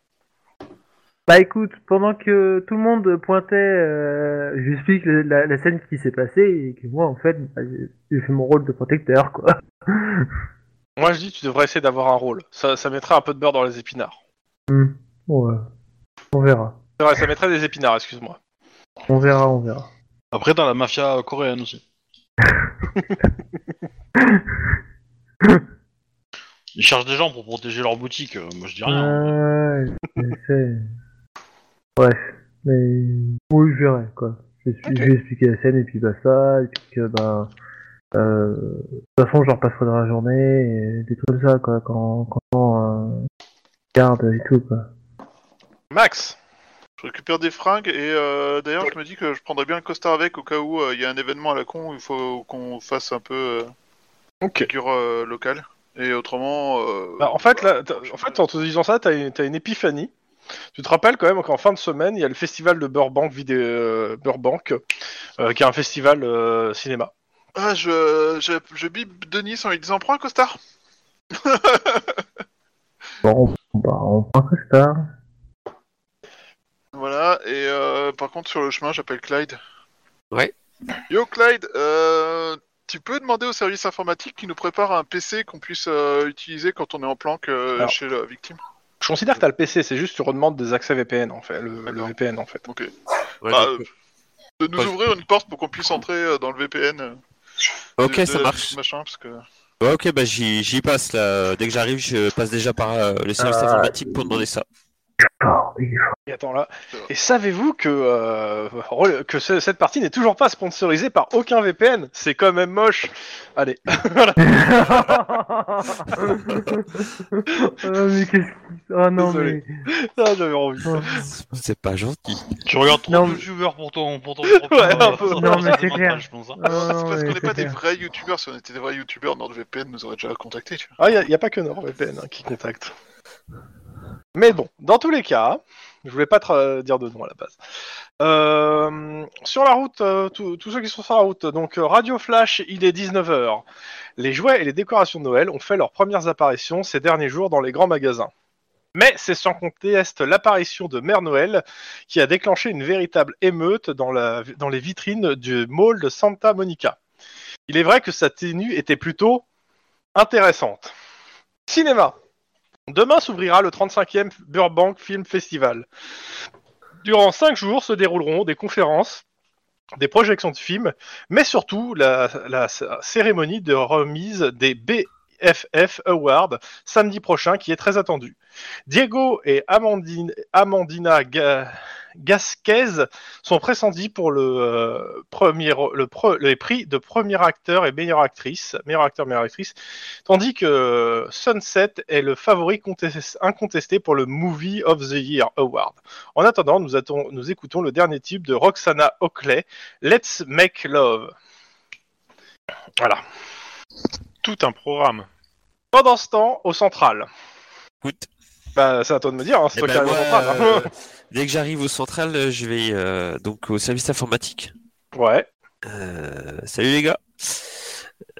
Speaker 5: bah, écoute, pendant que tout le monde pointait, euh, j'explique le- la, la scène qui s'est passée et que moi en fait bah, j'ai- j'ai fait mon rôle de protecteur quoi.
Speaker 2: Moi, je dis, tu devrais essayer d'avoir un rôle. Ça, ça mettrait un peu de beurre dans les épinards.
Speaker 5: Hmm. Bon, euh, on verra,
Speaker 2: C'est vrai, ça mettrait des épinards, excuse-moi.
Speaker 5: on verra, on verra.
Speaker 1: Après, t'as la mafia coréenne aussi. Ils cherchent des gens pour protéger leur boutique. euh, Moi, je dis rien.
Speaker 5: Ouais, je sais. Bref, mais oui, je verrai quoi. Je suis-
Speaker 4: Ok.
Speaker 5: je vais expliquer la scène et puis bah ça, et puis que bah euh, de toute façon je leur passerai dans la journée et des trucs comme ça quoi quand quand euh, garde et tout quoi.
Speaker 2: Max,
Speaker 4: Je récupère des fringues et euh, d'ailleurs, je me dis que je prendrais bien le costard avec au cas où euh, il y a un événement à la con où il faut qu'on fasse un peu euh,
Speaker 2: ok.
Speaker 4: figure euh, locale. Et autrement. euh,
Speaker 2: Bah, en fait, là, t'as-
Speaker 4: je-
Speaker 2: en fait, en te disant ça, t'as une, t'as une épiphanie. Tu te rappelles quand même qu'en fin de semaine, il y a le festival de Burbank, vidéo, euh, Burbank, euh, qui est un festival euh, cinéma.
Speaker 4: Ah, je, je, je bip Denis en lui disant Prends un costard
Speaker 5: Bon, on, bah, on prend un costard.
Speaker 4: Voilà, et euh, par contre, sur le chemin, j'appelle Clyde.
Speaker 3: Ouais.
Speaker 4: Yo, Clyde, euh, tu peux demander au service informatique qui nous prépare un PC qu'on puisse euh, utiliser quand on est en planque euh,
Speaker 2: Alors.
Speaker 4: chez la victime
Speaker 2: Je considère que t'as le PC, c'est juste que tu redemandes des accès VPN en fait, le, le
Speaker 4: D'accord.
Speaker 2: VPN en fait.
Speaker 4: Ok.
Speaker 3: Ouais,
Speaker 4: Bah,
Speaker 3: donc, euh,
Speaker 4: De nous
Speaker 3: Ouais.
Speaker 4: ouvrir une porte pour qu'on puisse entrer euh, dans le VPN. euh,
Speaker 3: ok,
Speaker 4: de- de-
Speaker 3: ça marche.
Speaker 4: Machin, parce que.
Speaker 3: Ouais, ok, bah j'y j'y passe là. Dès que j'arrive, je passe déjà par euh, le service
Speaker 5: Ah.
Speaker 3: informatique pour demander ça.
Speaker 5: Oh, il est
Speaker 2: Et attends là.
Speaker 4: C'est vrai.
Speaker 2: Et savez-vous que, euh, re- que ce- cette partie n'est toujours pas sponsorisée par aucun VPN C'est quand même moche. Allez,
Speaker 5: oh mais qu'est-ce qui... Oh non
Speaker 2: Désolé.
Speaker 5: mais...
Speaker 2: Ah, j'avais envie.
Speaker 5: Oh.
Speaker 3: C'est pas gentil.
Speaker 1: Tu regardes trop
Speaker 5: Non,
Speaker 1: de
Speaker 5: mais-
Speaker 1: youtubeurs pour ton. Pour ton propre,
Speaker 2: Ouais, un
Speaker 1: euh,
Speaker 2: peu.
Speaker 1: pour ton
Speaker 5: Non, mais
Speaker 1: propre
Speaker 5: c'est clair.
Speaker 1: je pense, hein.
Speaker 5: Oh,
Speaker 4: Ah, c'est parce
Speaker 5: ouais,
Speaker 4: qu'on n'est
Speaker 5: c'est
Speaker 4: pas des
Speaker 5: clair.
Speaker 4: vrais youtubeurs. Si on était des vrais youtubeurs, NordVPN nous aurait déjà contactés. Tu vois.
Speaker 2: Ah, il n'y a, pas que NordVPN hein, qui contacte. Mais bon, dans tous les cas, je voulais pas te euh, dire de nom à la base. Euh, sur la route, euh, tous tous ceux qui sont sur la route, donc euh, Radio Flash, il est 19h. Les jouets et les décorations de Noël ont fait leurs premières apparitions ces derniers jours dans les grands magasins. Mais c'est sans conteste l'apparition de Mère Noël qui a déclenché une véritable émeute dans, la- dans les vitrines du mall de Santa Monica. Il est vrai que sa tenue était plutôt intéressante. Cinéma. Demain s'ouvrira le 35e Burbank Film Festival. Durant 5 jours se dérouleront des conférences, des projections de films, mais surtout la, la c- cérémonie de remise des BFF Awards samedi prochain qui est très attendue. Diego et Amandine- Amandina Ga- Gasquez sont pressentis pour le, euh, premier, le pre- les prix de premier acteur et meilleure actrice, meilleur acteur, meilleure actrice, tandis que Sunset est le favori contest- incontesté pour le Movie of the Year Award. En attendant, nous, attend- nous écoutons le dernier type de Roxana Oakley, Let's Make Love. Voilà.
Speaker 6: Tout un programme.
Speaker 2: Pendant ce temps, au central.
Speaker 3: Écoute.
Speaker 2: Bah, c'est à toi de me dire, hein, c'est toi
Speaker 3: Eh ben,
Speaker 2: qui arrives au
Speaker 3: moi,
Speaker 2: central. hein.
Speaker 3: euh, dès que j'arrive au central, euh, je vais euh, donc au service informatique.
Speaker 2: Ouais.
Speaker 3: Euh, salut les gars.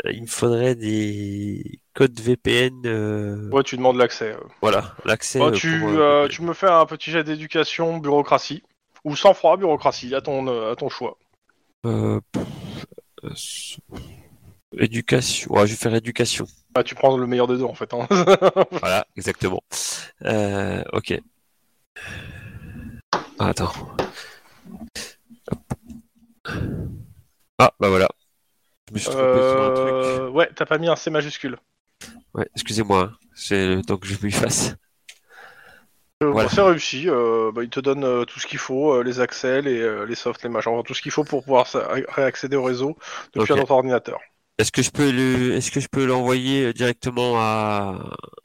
Speaker 3: Euh, Il me faudrait des codes VPN. euh,
Speaker 2: Ouais, tu demandes l'accès. euh.
Speaker 3: Voilà, l'accès.
Speaker 2: Bah,
Speaker 3: euh,
Speaker 2: tu,
Speaker 3: pour,
Speaker 2: euh,
Speaker 3: euh,
Speaker 2: tu me fais un petit jet d'éducation, bureaucratie. Ou sans froid, bureaucratie, à ton, euh, à ton choix.
Speaker 3: euh, pff, euh, s- éducation. Ouais, je vais faire éducation.
Speaker 2: Bah, tu prends le meilleur des deux, en fait. hein.
Speaker 3: voilà, exactement. Euh, ok. Ah, attends. Hop. Ah, bah voilà. Je me suis trompé sur un truc.
Speaker 2: Euh, ouais, t'as pas mis un C majuscule.
Speaker 3: Ouais, excusez-moi, hein. c'est le temps que je lui fasse.
Speaker 2: Euh,
Speaker 3: Voilà.
Speaker 2: bah, c'est réussi. euh, bah, il te donne euh, tout ce qu'il faut, euh, les accès, les, euh, les softs, les machins, enfin, tout ce qu'il faut pour pouvoir sa- ré- réaccéder au réseau depuis
Speaker 3: Ok.
Speaker 2: un autre ordinateur.
Speaker 3: Est-ce que je peux le, est-ce que je peux l'envoyer euh, directement à,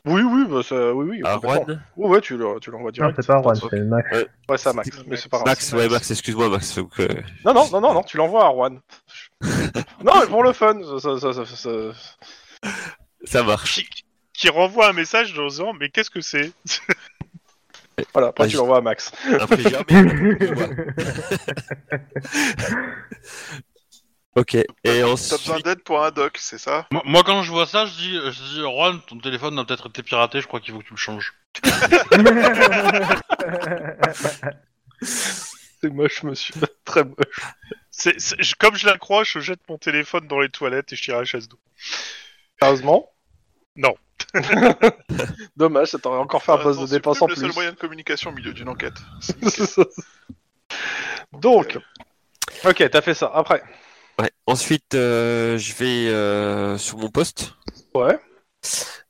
Speaker 2: Oui, oui, bah, ça- oui, oui.
Speaker 3: à
Speaker 2: complètement.
Speaker 3: Ah, Juan
Speaker 2: Ouais, ouais, tu le- tu l'envoies
Speaker 5: Non,
Speaker 2: direct.
Speaker 5: c'est pas Juan,
Speaker 3: Ok.
Speaker 5: c'est Max.
Speaker 2: Ouais, c'est à Max, mais c'est pas grave.
Speaker 3: Max, ouais bah. Max, excuse-moi Max, euh, faut que
Speaker 2: Non, non, non, non, non, tu l'envoies à Juan. non, mais pour le fun. ça- ça- ça- ça- ça-
Speaker 3: ça marche.
Speaker 6: Qui renvoie un message en disant Mais qu'est-ce que c'est
Speaker 2: Voilà, après
Speaker 3: Ouais,
Speaker 2: tu
Speaker 3: je-
Speaker 2: l'envoies à Max.
Speaker 3: Après, j'ai jamais- excuse-moi. ok. Et
Speaker 4: T'as besoin
Speaker 3: ensuite,
Speaker 4: d'aide pour un doc, c'est ça
Speaker 1: Moi, moi, quand je vois ça, je dis, je dis Juan, ton téléphone a peut-être été piraté, je crois qu'il faut que tu le changes.
Speaker 5: Ah
Speaker 2: C'est moche, monsieur. Très moche.
Speaker 6: C'est- c'est- je- Comme je l'accroche, je jette mon téléphone dans les toilettes et je tire la chasse d'eau.
Speaker 2: Sérieusement
Speaker 6: Non.
Speaker 2: Dommage, ça t'aurait encore fait un poste
Speaker 4: Ah, non,
Speaker 2: de
Speaker 4: c'est
Speaker 2: dépense en
Speaker 4: le seul
Speaker 2: plus.
Speaker 4: moyen de communication au milieu d'une enquête.
Speaker 2: Donc, ok, t'as fait ça. Après,
Speaker 3: ouais, ensuite, euh, je vais euh, sur mon poste.
Speaker 2: ouais.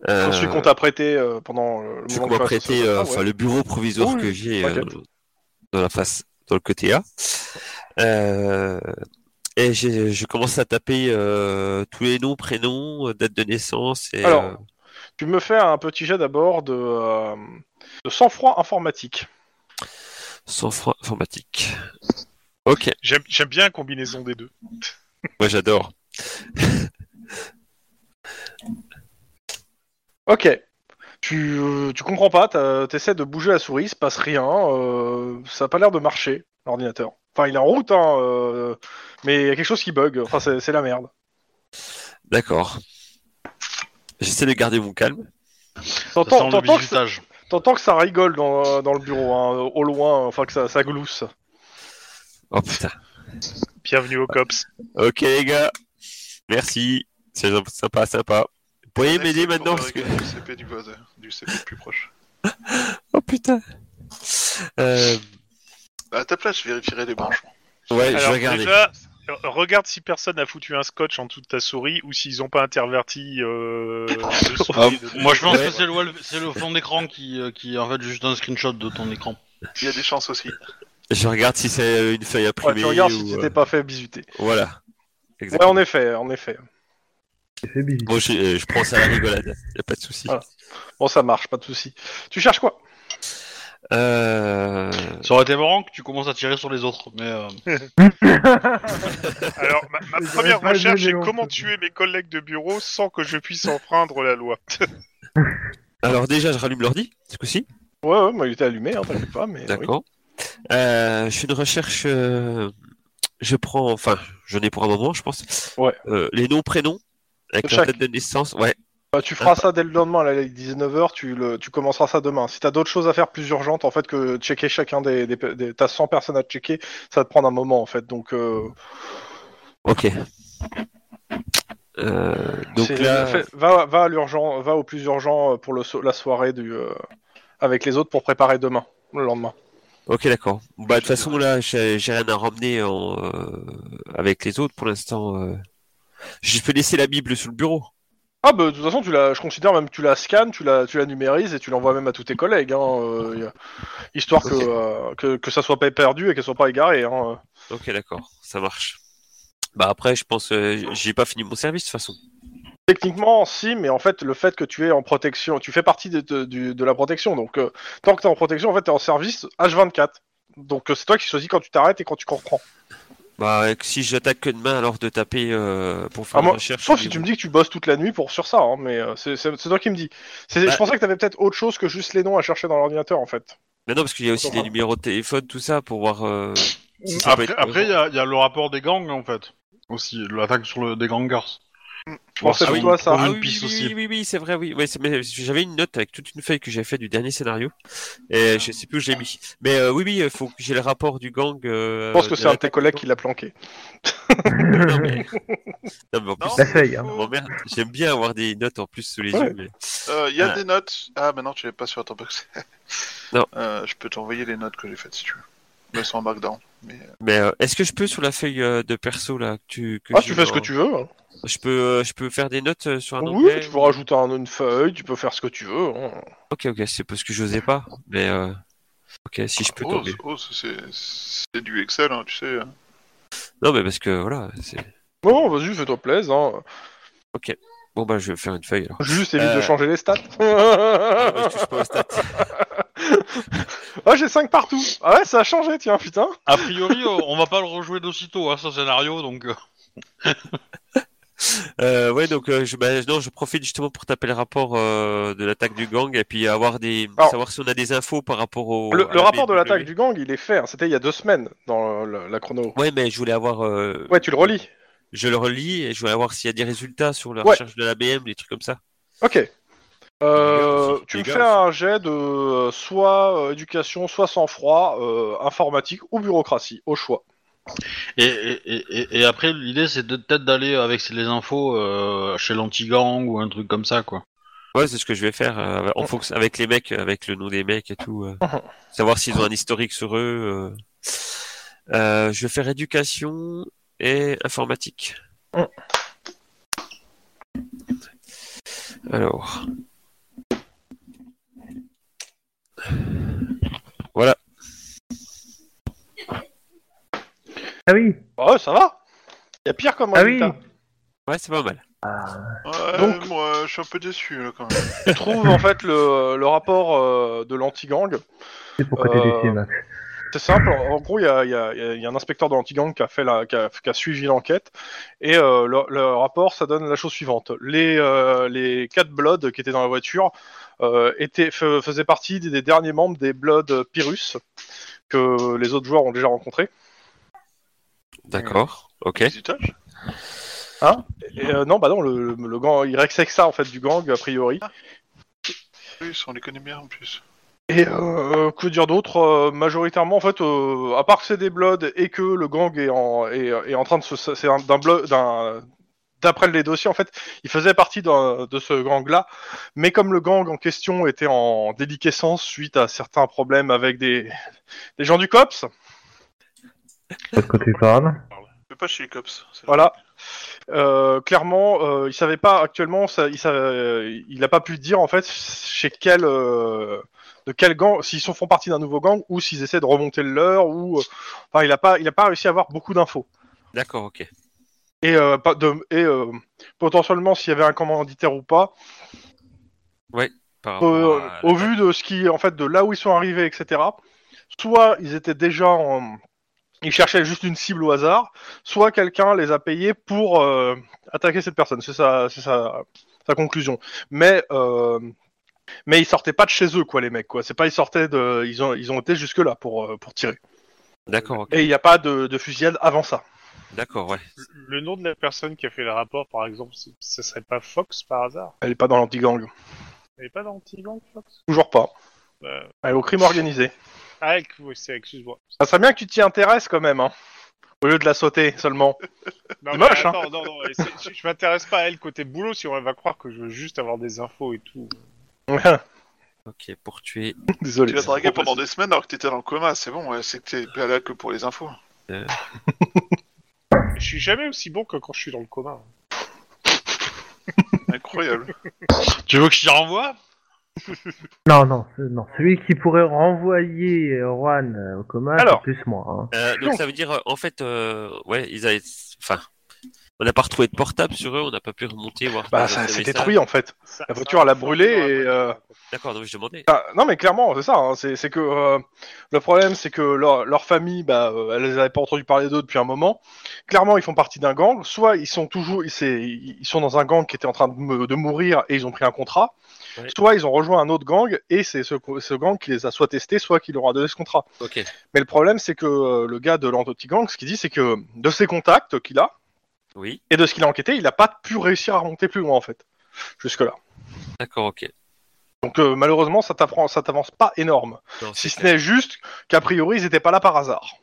Speaker 3: Euh,
Speaker 2: Celui qu'on t'a prêté euh, pendant euh, le
Speaker 3: celui
Speaker 2: moment
Speaker 3: qu'on m'a
Speaker 2: que tu as-
Speaker 3: prêté,
Speaker 2: Ah,
Speaker 3: euh,
Speaker 2: ouais. Oh
Speaker 3: enfin le bureau provisoire
Speaker 2: Oui,
Speaker 3: que j'ai euh,
Speaker 2: t'inquiète.
Speaker 3: dans la face, dans le côté A. Euh, et j'ai- je commence à taper euh, tous les noms, prénoms, euh, date de naissance et
Speaker 2: Alors,
Speaker 3: euh,
Speaker 2: Tu me fais un petit jet d'abord de, euh, de sang-froid informatique.
Speaker 3: sans froid informatique. Ok,
Speaker 6: J'aime j'aime bien la combinaison des deux.
Speaker 3: moi j'adore.
Speaker 2: Ok. Tu, euh, tu comprends pas, t'as- t'essaies de bouger la souris, il se passe rien, euh, ça a pas l'air de marcher, l'ordinateur. Enfin, il est en route, hein, euh, mais il y a quelque chose qui bug, enfin, c'est c'est la merde.
Speaker 3: D'accord. J'essaie de garder mon calme.
Speaker 1: Ça sent
Speaker 2: T'entends
Speaker 1: le
Speaker 2: t'entends que, ça-
Speaker 1: bizutage.
Speaker 2: t'entends que ça rigole dans, dans le bureau, hein, au loin, enfin, que ça, ça glousse.
Speaker 3: Oh putain.
Speaker 6: Bienvenue au COPS.
Speaker 3: Ok les gars, merci. C'est sympa, sympa. Vous pourriez
Speaker 4: Alex,
Speaker 3: m'aider
Speaker 4: pour
Speaker 3: Eh, maintenant parce que...
Speaker 4: régler Du CP du voisin, du CP le plus proche.
Speaker 3: Oh putain. Euh,
Speaker 4: Bah, à ta place, je vérifierai les branchements.
Speaker 3: ouais, je
Speaker 6: Alors,
Speaker 3: vais regarder.
Speaker 6: déjà, euh, regarde si personne n'a foutu un scotch en dessous de ta souris ou s'ils n'ont pas interverti. euh, le souris de-
Speaker 1: Moi, je pense
Speaker 3: Ouais.
Speaker 1: que c'est le, wall- c'est le fond d'écran qui, euh, qui est en fait juste un screenshot de ton écran.
Speaker 4: Il y a des chances aussi.
Speaker 3: Je regarde si c'est euh, une feuille
Speaker 2: Ouais,
Speaker 3: imprimée
Speaker 2: tu regardes
Speaker 3: ou...
Speaker 2: si tu
Speaker 3: euh,
Speaker 2: t'es pas fait bisuter.
Speaker 3: Voilà.
Speaker 2: Ouais,
Speaker 3: Exactement.
Speaker 2: en effet, en effet.
Speaker 5: J'ai fait bisous.
Speaker 3: Bon, je, euh, je prends ça à la rigolade, y a pas de souci.
Speaker 2: Voilà. Bon, ça marche, pas de souci. Tu cherches quoi
Speaker 3: Euh...
Speaker 1: Ça aurait été marrant que tu commences à tirer sur les autres, mais euh,
Speaker 6: Alors, ma, ma
Speaker 5: Ils
Speaker 6: première
Speaker 5: auraient pas
Speaker 6: recherche
Speaker 5: aimé
Speaker 6: est
Speaker 5: les
Speaker 6: comment
Speaker 5: gens.
Speaker 6: tuer mes collègues de bureau sans que je puisse enfreindre la loi.
Speaker 3: Alors déjà, je rallume l'ordi, ce coup-ci.
Speaker 2: Ouais, ouais, moi, il était allumé, hein, t'inquiète pas, mais. oui.
Speaker 3: D'accord. Euh, je fais une recherche. euh, Je prends, enfin, j'en ai pour un moment, je pense.
Speaker 2: Ouais.
Speaker 3: Euh, les noms, prénoms, avec
Speaker 2: De
Speaker 3: la
Speaker 2: chaque.
Speaker 3: date de naissance. Ouais.
Speaker 2: Bah, tu feras ça dès le lendemain, là, les 19h, tu, le, tu commenceras ça demain. Si t'as d'autres choses à faire plus urgentes, en fait, que checker chacun des. des, des- t'as 100 personnes à checker, ça va te prendre un moment, en fait. Donc, euh,
Speaker 3: Ok. Euh, donc
Speaker 2: c'est-
Speaker 3: là,
Speaker 2: fais- va, va, à l'urgent, va au plus urgent euh, pour le, so- la soirée du, euh, avec les autres pour préparer demain, le lendemain.
Speaker 3: ok, d'accord. Bah de toute façon là, j'ai j'ai rien à ramener en, euh, avec les autres pour l'instant. euh. Je peux laisser la Bible sur le bureau.
Speaker 2: Ah bah de toute façon tu la, je considère même que tu la scannes, tu la, tu la numérises et tu l'envoies même à tous tes collègues, hein, euh, y a- histoire que,
Speaker 3: Ok.
Speaker 2: euh, que que ça soit pas perdu et qu'elle soit pas égarée. Hein.
Speaker 3: Ok, d'accord, ça marche. Bah après, je pense, euh, j'ai pas fini mon service de toute façon.
Speaker 2: Techniquement si, mais en fait le fait que tu es en protection, tu fais partie de, de, du- de la protection, donc euh, tant que t'es en protection en fait t'es en service H24. Donc euh, c'est toi qui choisis quand tu t'arrêtes et quand tu reprends.
Speaker 3: Bah euh, si j'attaque que demain, alors de taper euh, pour faire
Speaker 2: Ah,
Speaker 3: une
Speaker 2: moi,
Speaker 3: recherche.
Speaker 2: sauf si tu me dis que tu bosses toute la nuit pour sur ça, hein, mais euh, c'est c'est- c'est toi qui me dis. C'est-
Speaker 3: Bah-
Speaker 2: Je pensais que t'avais peut-être autre chose que juste les noms à chercher dans l'ordinateur en fait.
Speaker 3: Mais non, parce qu'il y a aussi des numéros de téléphone, tout ça, pour voir. euh, si ça peut
Speaker 1: Après,
Speaker 3: être- Ah
Speaker 1: après, il y, a- il y a le rapport des gangs en fait. Aussi, l'attaque sur le, des gangers.
Speaker 2: Je pensais
Speaker 3: Ah
Speaker 2: que
Speaker 3: oui,
Speaker 2: toi ça.
Speaker 1: pour
Speaker 3: Ah
Speaker 1: une
Speaker 3: oui,
Speaker 1: piste
Speaker 3: oui,
Speaker 1: aussi.
Speaker 3: oui, oui, oui, c'est vrai, oui. Ouais, c'est- mais j'avais une note avec toute une feuille que j'ai fait du dernier scénario.
Speaker 2: Ah.
Speaker 3: Et je sais plus où je l'ai mis. Mais euh, oui, oui, il faut que j'ai le rapport du gang. euh,
Speaker 2: Je pense que
Speaker 3: de
Speaker 2: c'est un de tes
Speaker 3: l'attaque.
Speaker 2: collègues qui l'a planqué.
Speaker 3: Non, mais... non, mais en plus,
Speaker 4: Non,
Speaker 5: La feuille, hein.
Speaker 4: faut-
Speaker 3: bon, merde, j'aime bien avoir des notes en plus sous les
Speaker 2: Ouais.
Speaker 3: yeux. mais-
Speaker 4: Euh, Il y a
Speaker 3: Ah.
Speaker 4: des notes. Ah, bah non, tu l'as pas sur Dropbox.
Speaker 3: Non.
Speaker 4: Euh, je peux t'envoyer les notes que j'ai faites si tu veux. Mais sans markdown. Mais euh,
Speaker 3: Mais euh, est-ce que je peux sur la feuille euh, de perso là que tu que
Speaker 2: Ah,
Speaker 3: j'ai
Speaker 2: tu fais ce
Speaker 3: en-
Speaker 2: que tu veux. hein.
Speaker 3: Je peux euh, je peux faire des notes euh, sur un
Speaker 2: Oui,
Speaker 3: onglet
Speaker 2: tu peux rajouter un- une feuille, tu peux faire ce que tu veux. hein.
Speaker 3: Ok ok c'est parce que j'osais pas mais euh, ok si je peux
Speaker 4: oh,
Speaker 3: tomber.
Speaker 4: oh, c'est c'est du Excel, hein, tu sais. hein.
Speaker 3: Non mais parce que voilà c'est
Speaker 2: Bon, vas-y, fais-toi plaisir. hein.
Speaker 3: bon bah je vais faire une feuille alors.
Speaker 2: Juste évite
Speaker 3: Euh.
Speaker 2: de changer les stats.
Speaker 3: Ah ouais, je touche pas aux stats.
Speaker 2: ah, j'ai 5 partout. Ah ouais, ça a changé, tiens, putain.
Speaker 1: A priori, euh, on on va pas le rejouer d'aussitôt, hein, ce scénario, donc. euh,
Speaker 3: Euh, ouais donc euh, je bah, non je profite justement pour taper le rapport euh, de l'attaque du gang et puis avoir des
Speaker 2: Alors-
Speaker 3: savoir si on a des infos par rapport au
Speaker 2: Le,
Speaker 3: à
Speaker 2: le
Speaker 3: la
Speaker 2: rapport de
Speaker 3: BW.
Speaker 2: l'attaque du gang, il est fait. hein. C'était il y a deux semaines dans le- la chrono.
Speaker 3: Ouais mais je voulais avoir euh,
Speaker 2: Ouais, tu le relis.
Speaker 3: je le relis et je voulais voir s'il y a des résultats sur la
Speaker 2: Ouais.
Speaker 3: recherche de la BM des trucs comme ça.
Speaker 2: Ok. Euh,
Speaker 3: Les gars,
Speaker 2: tu me
Speaker 3: les
Speaker 2: fais
Speaker 3: gars,
Speaker 2: un jet de euh, soit euh, éducation, soit sang-froid, euh, informatique ou bureaucratie, au choix.
Speaker 1: Et, et, et- et- et après, l'idée, c'est de- peut-être d'aller avec les infos euh, chez l'anti-gang ou un truc comme ça, quoi.
Speaker 3: Ouais, c'est ce que je vais faire euh,
Speaker 2: Mm.
Speaker 3: en fonction avec les mecs, avec le nom des mecs et tout, euh,
Speaker 2: Mhm.
Speaker 3: savoir s'ils ont un historique sur eux. euh. Euh, je vais faire éducation et informatique.
Speaker 2: Mhm.
Speaker 3: Alors,
Speaker 5: Ah oui,
Speaker 2: Ah ouais, ça va. Il y a pire comme
Speaker 5: ah oui.
Speaker 2: résultat.
Speaker 3: ouais, c'est pas mal.
Speaker 4: Ouais,
Speaker 2: Donc-
Speaker 4: moi, je suis un peu déçu là quand même.
Speaker 2: Tu trouves en fait le, le rapport euh, de l'anti-gang.
Speaker 5: C'est pourquoi t'es
Speaker 2: Euh,
Speaker 5: déçu, Max.
Speaker 2: C'est simple, en gros, il y a, il y a- il y a- il y a un inspecteur de l'anti-gang qui, a fait la- qui, a, qui a suivi l'enquête. Et euh, le, le rapport, ça donne la chose suivante. Les, euh, les quatre Bloods qui étaient dans la voiture euh, étaient, fa- faisaient partie des, des derniers membres des Bloods Pyrrhus que les autres joueurs ont déjà rencontrés.
Speaker 3: D'accord, ok.
Speaker 4: Visitage
Speaker 2: Et, euh, non, bah non, le, le, le gang, il reste que ça en fait du gang, a priori.
Speaker 4: Oui, on les connaît bien en plus.
Speaker 2: Et euh, que dire d'autre Euh, Majoritairement, en fait, euh, à part que c'est des Bloods et que le gang est en, est, est en train de se. C'est un- d'un Blood. d'un- D'après les dossiers, en fait, il faisait partie d'un- de ce gang-là, mais comme le gang en question était en déliquescence suite à certains problèmes avec des, des gens du COPS,
Speaker 5: Pas de hein. quoi tu parles.
Speaker 4: Mais pas chez les cops. c'est vrai.
Speaker 2: Voilà. Euh, clairement, euh, il savait pas actuellement, ça, il savait- euh, il a pas pu dire en fait chez quel, euh, de quel gang, s'ils sont font partie d'un nouveau gang ou s'ils essaient de remonter le leur ou, euh, enfin, il a pas, il a pas réussi à avoir beaucoup d'infos.
Speaker 3: D'accord, ok.
Speaker 2: Et, euh, pas de, et euh, potentiellement s'il y avait un commanditaire ou pas.
Speaker 3: Par
Speaker 2: Euh,
Speaker 3: rapport à
Speaker 2: au vu de ce qui, en fait, de là où ils sont arrivés, etc. Soit ils étaient déjà en, ils cherchaient juste une cible au hasard, soit quelqu'un les a payés pour euh, attaquer cette personne. C'est sa, c'est sa, sa conclusion. Mais euh, mais ils sortaient pas de chez eux, quoi, les mecs, quoi. C'est pas ils sortaient de, ils ont, ils ont été jusque là pour euh, pour tirer.
Speaker 3: D'accord, ok.
Speaker 2: Et il n'y a pas de, de fusillade avant ça.
Speaker 3: D'accord, ouais.
Speaker 6: Le nom de la personne qui a fait le rapport, par exemple, c'est- ce serait pas Fox par hasard
Speaker 2: Elle est pas dans l'anti-gang.
Speaker 6: Elle est pas dans Anti-Gang, Fox
Speaker 2: Toujours pas.
Speaker 6: Euh,
Speaker 2: Elle est au crime organisé.
Speaker 6: Ah, ec- oui, c'est- excuse-moi.
Speaker 2: Ça serait bien que tu t'y intéresses quand même, hein. Au lieu de la sauter seulement.
Speaker 6: Non,
Speaker 2: C'est
Speaker 6: mais
Speaker 2: moche, hein.
Speaker 6: attends, non, non, et c'est- je, je m'intéresse pas à elle côté boulot si on va croire que je veux juste avoir des infos et tout.
Speaker 3: Ok, pour tuer.
Speaker 2: Désolé.
Speaker 4: Tu l'as dragué pendant des semaines alors que t'étais dans le coma, c'est bon, ouais, c'est que t'es pas là que pour les infos.
Speaker 6: Je suis jamais aussi bon que quand je suis dans le commun.
Speaker 4: Incroyable.
Speaker 1: Tu veux que je t'y renvoie
Speaker 5: Non, non, ce- non. Celui qui pourrait renvoyer euh, Juan euh, au coma,
Speaker 2: Alors.
Speaker 5: c'est plus moi. hein.
Speaker 3: Euh, donc ça veut dire, euh, en fait, euh, ouais, ils avaient, enfin, on n'a pas retrouvé de portable sur eux, on n'a pas pu remonter voir.
Speaker 2: Bah,
Speaker 3: dans
Speaker 2: ça
Speaker 3: le
Speaker 2: s'est
Speaker 3: message.
Speaker 2: détruit en fait.
Speaker 6: Ça-
Speaker 2: La
Speaker 6: ça-
Speaker 2: voiture, elle a
Speaker 6: ça-
Speaker 2: brûlé
Speaker 6: ça-
Speaker 2: et, euh,
Speaker 3: D'accord, donc je demandais.
Speaker 2: Ah, non, mais clairement, c'est ça. hein, C'est c'est que euh, le problème, c'est que leur, leur famille, bah, euh, elles n'avaient pas entendu parler d'eux depuis un moment. Clairement, ils font partie d'un gang. Soit ils sont toujours, ils, c'est- ils sont dans un gang qui était en train de, me- de mourir et ils ont pris un contrat.
Speaker 3: Ouais.
Speaker 2: Soit ils ont rejoint un autre gang et c'est ce, ce gang qui les a soit testés, soit qui leur a donné ce contrat.
Speaker 3: Ok.
Speaker 2: Mais le problème, c'est que euh, le gars de l'anti-gang, ce qu'il dit, c'est que de ses contacts qu'il a
Speaker 3: Oui.
Speaker 2: et de ce qu'il a enquêté, il n'a pas pu réussir à remonter plus loin en fait, jusque là.
Speaker 3: D'accord, ok.
Speaker 2: Donc euh, malheureusement, ça t'apprend- ça t'avance pas énorme.
Speaker 3: Non,
Speaker 2: Si
Speaker 3: c'est
Speaker 2: ce
Speaker 3: clair.
Speaker 2: n'est juste qu'a priori ils étaient pas là par hasard.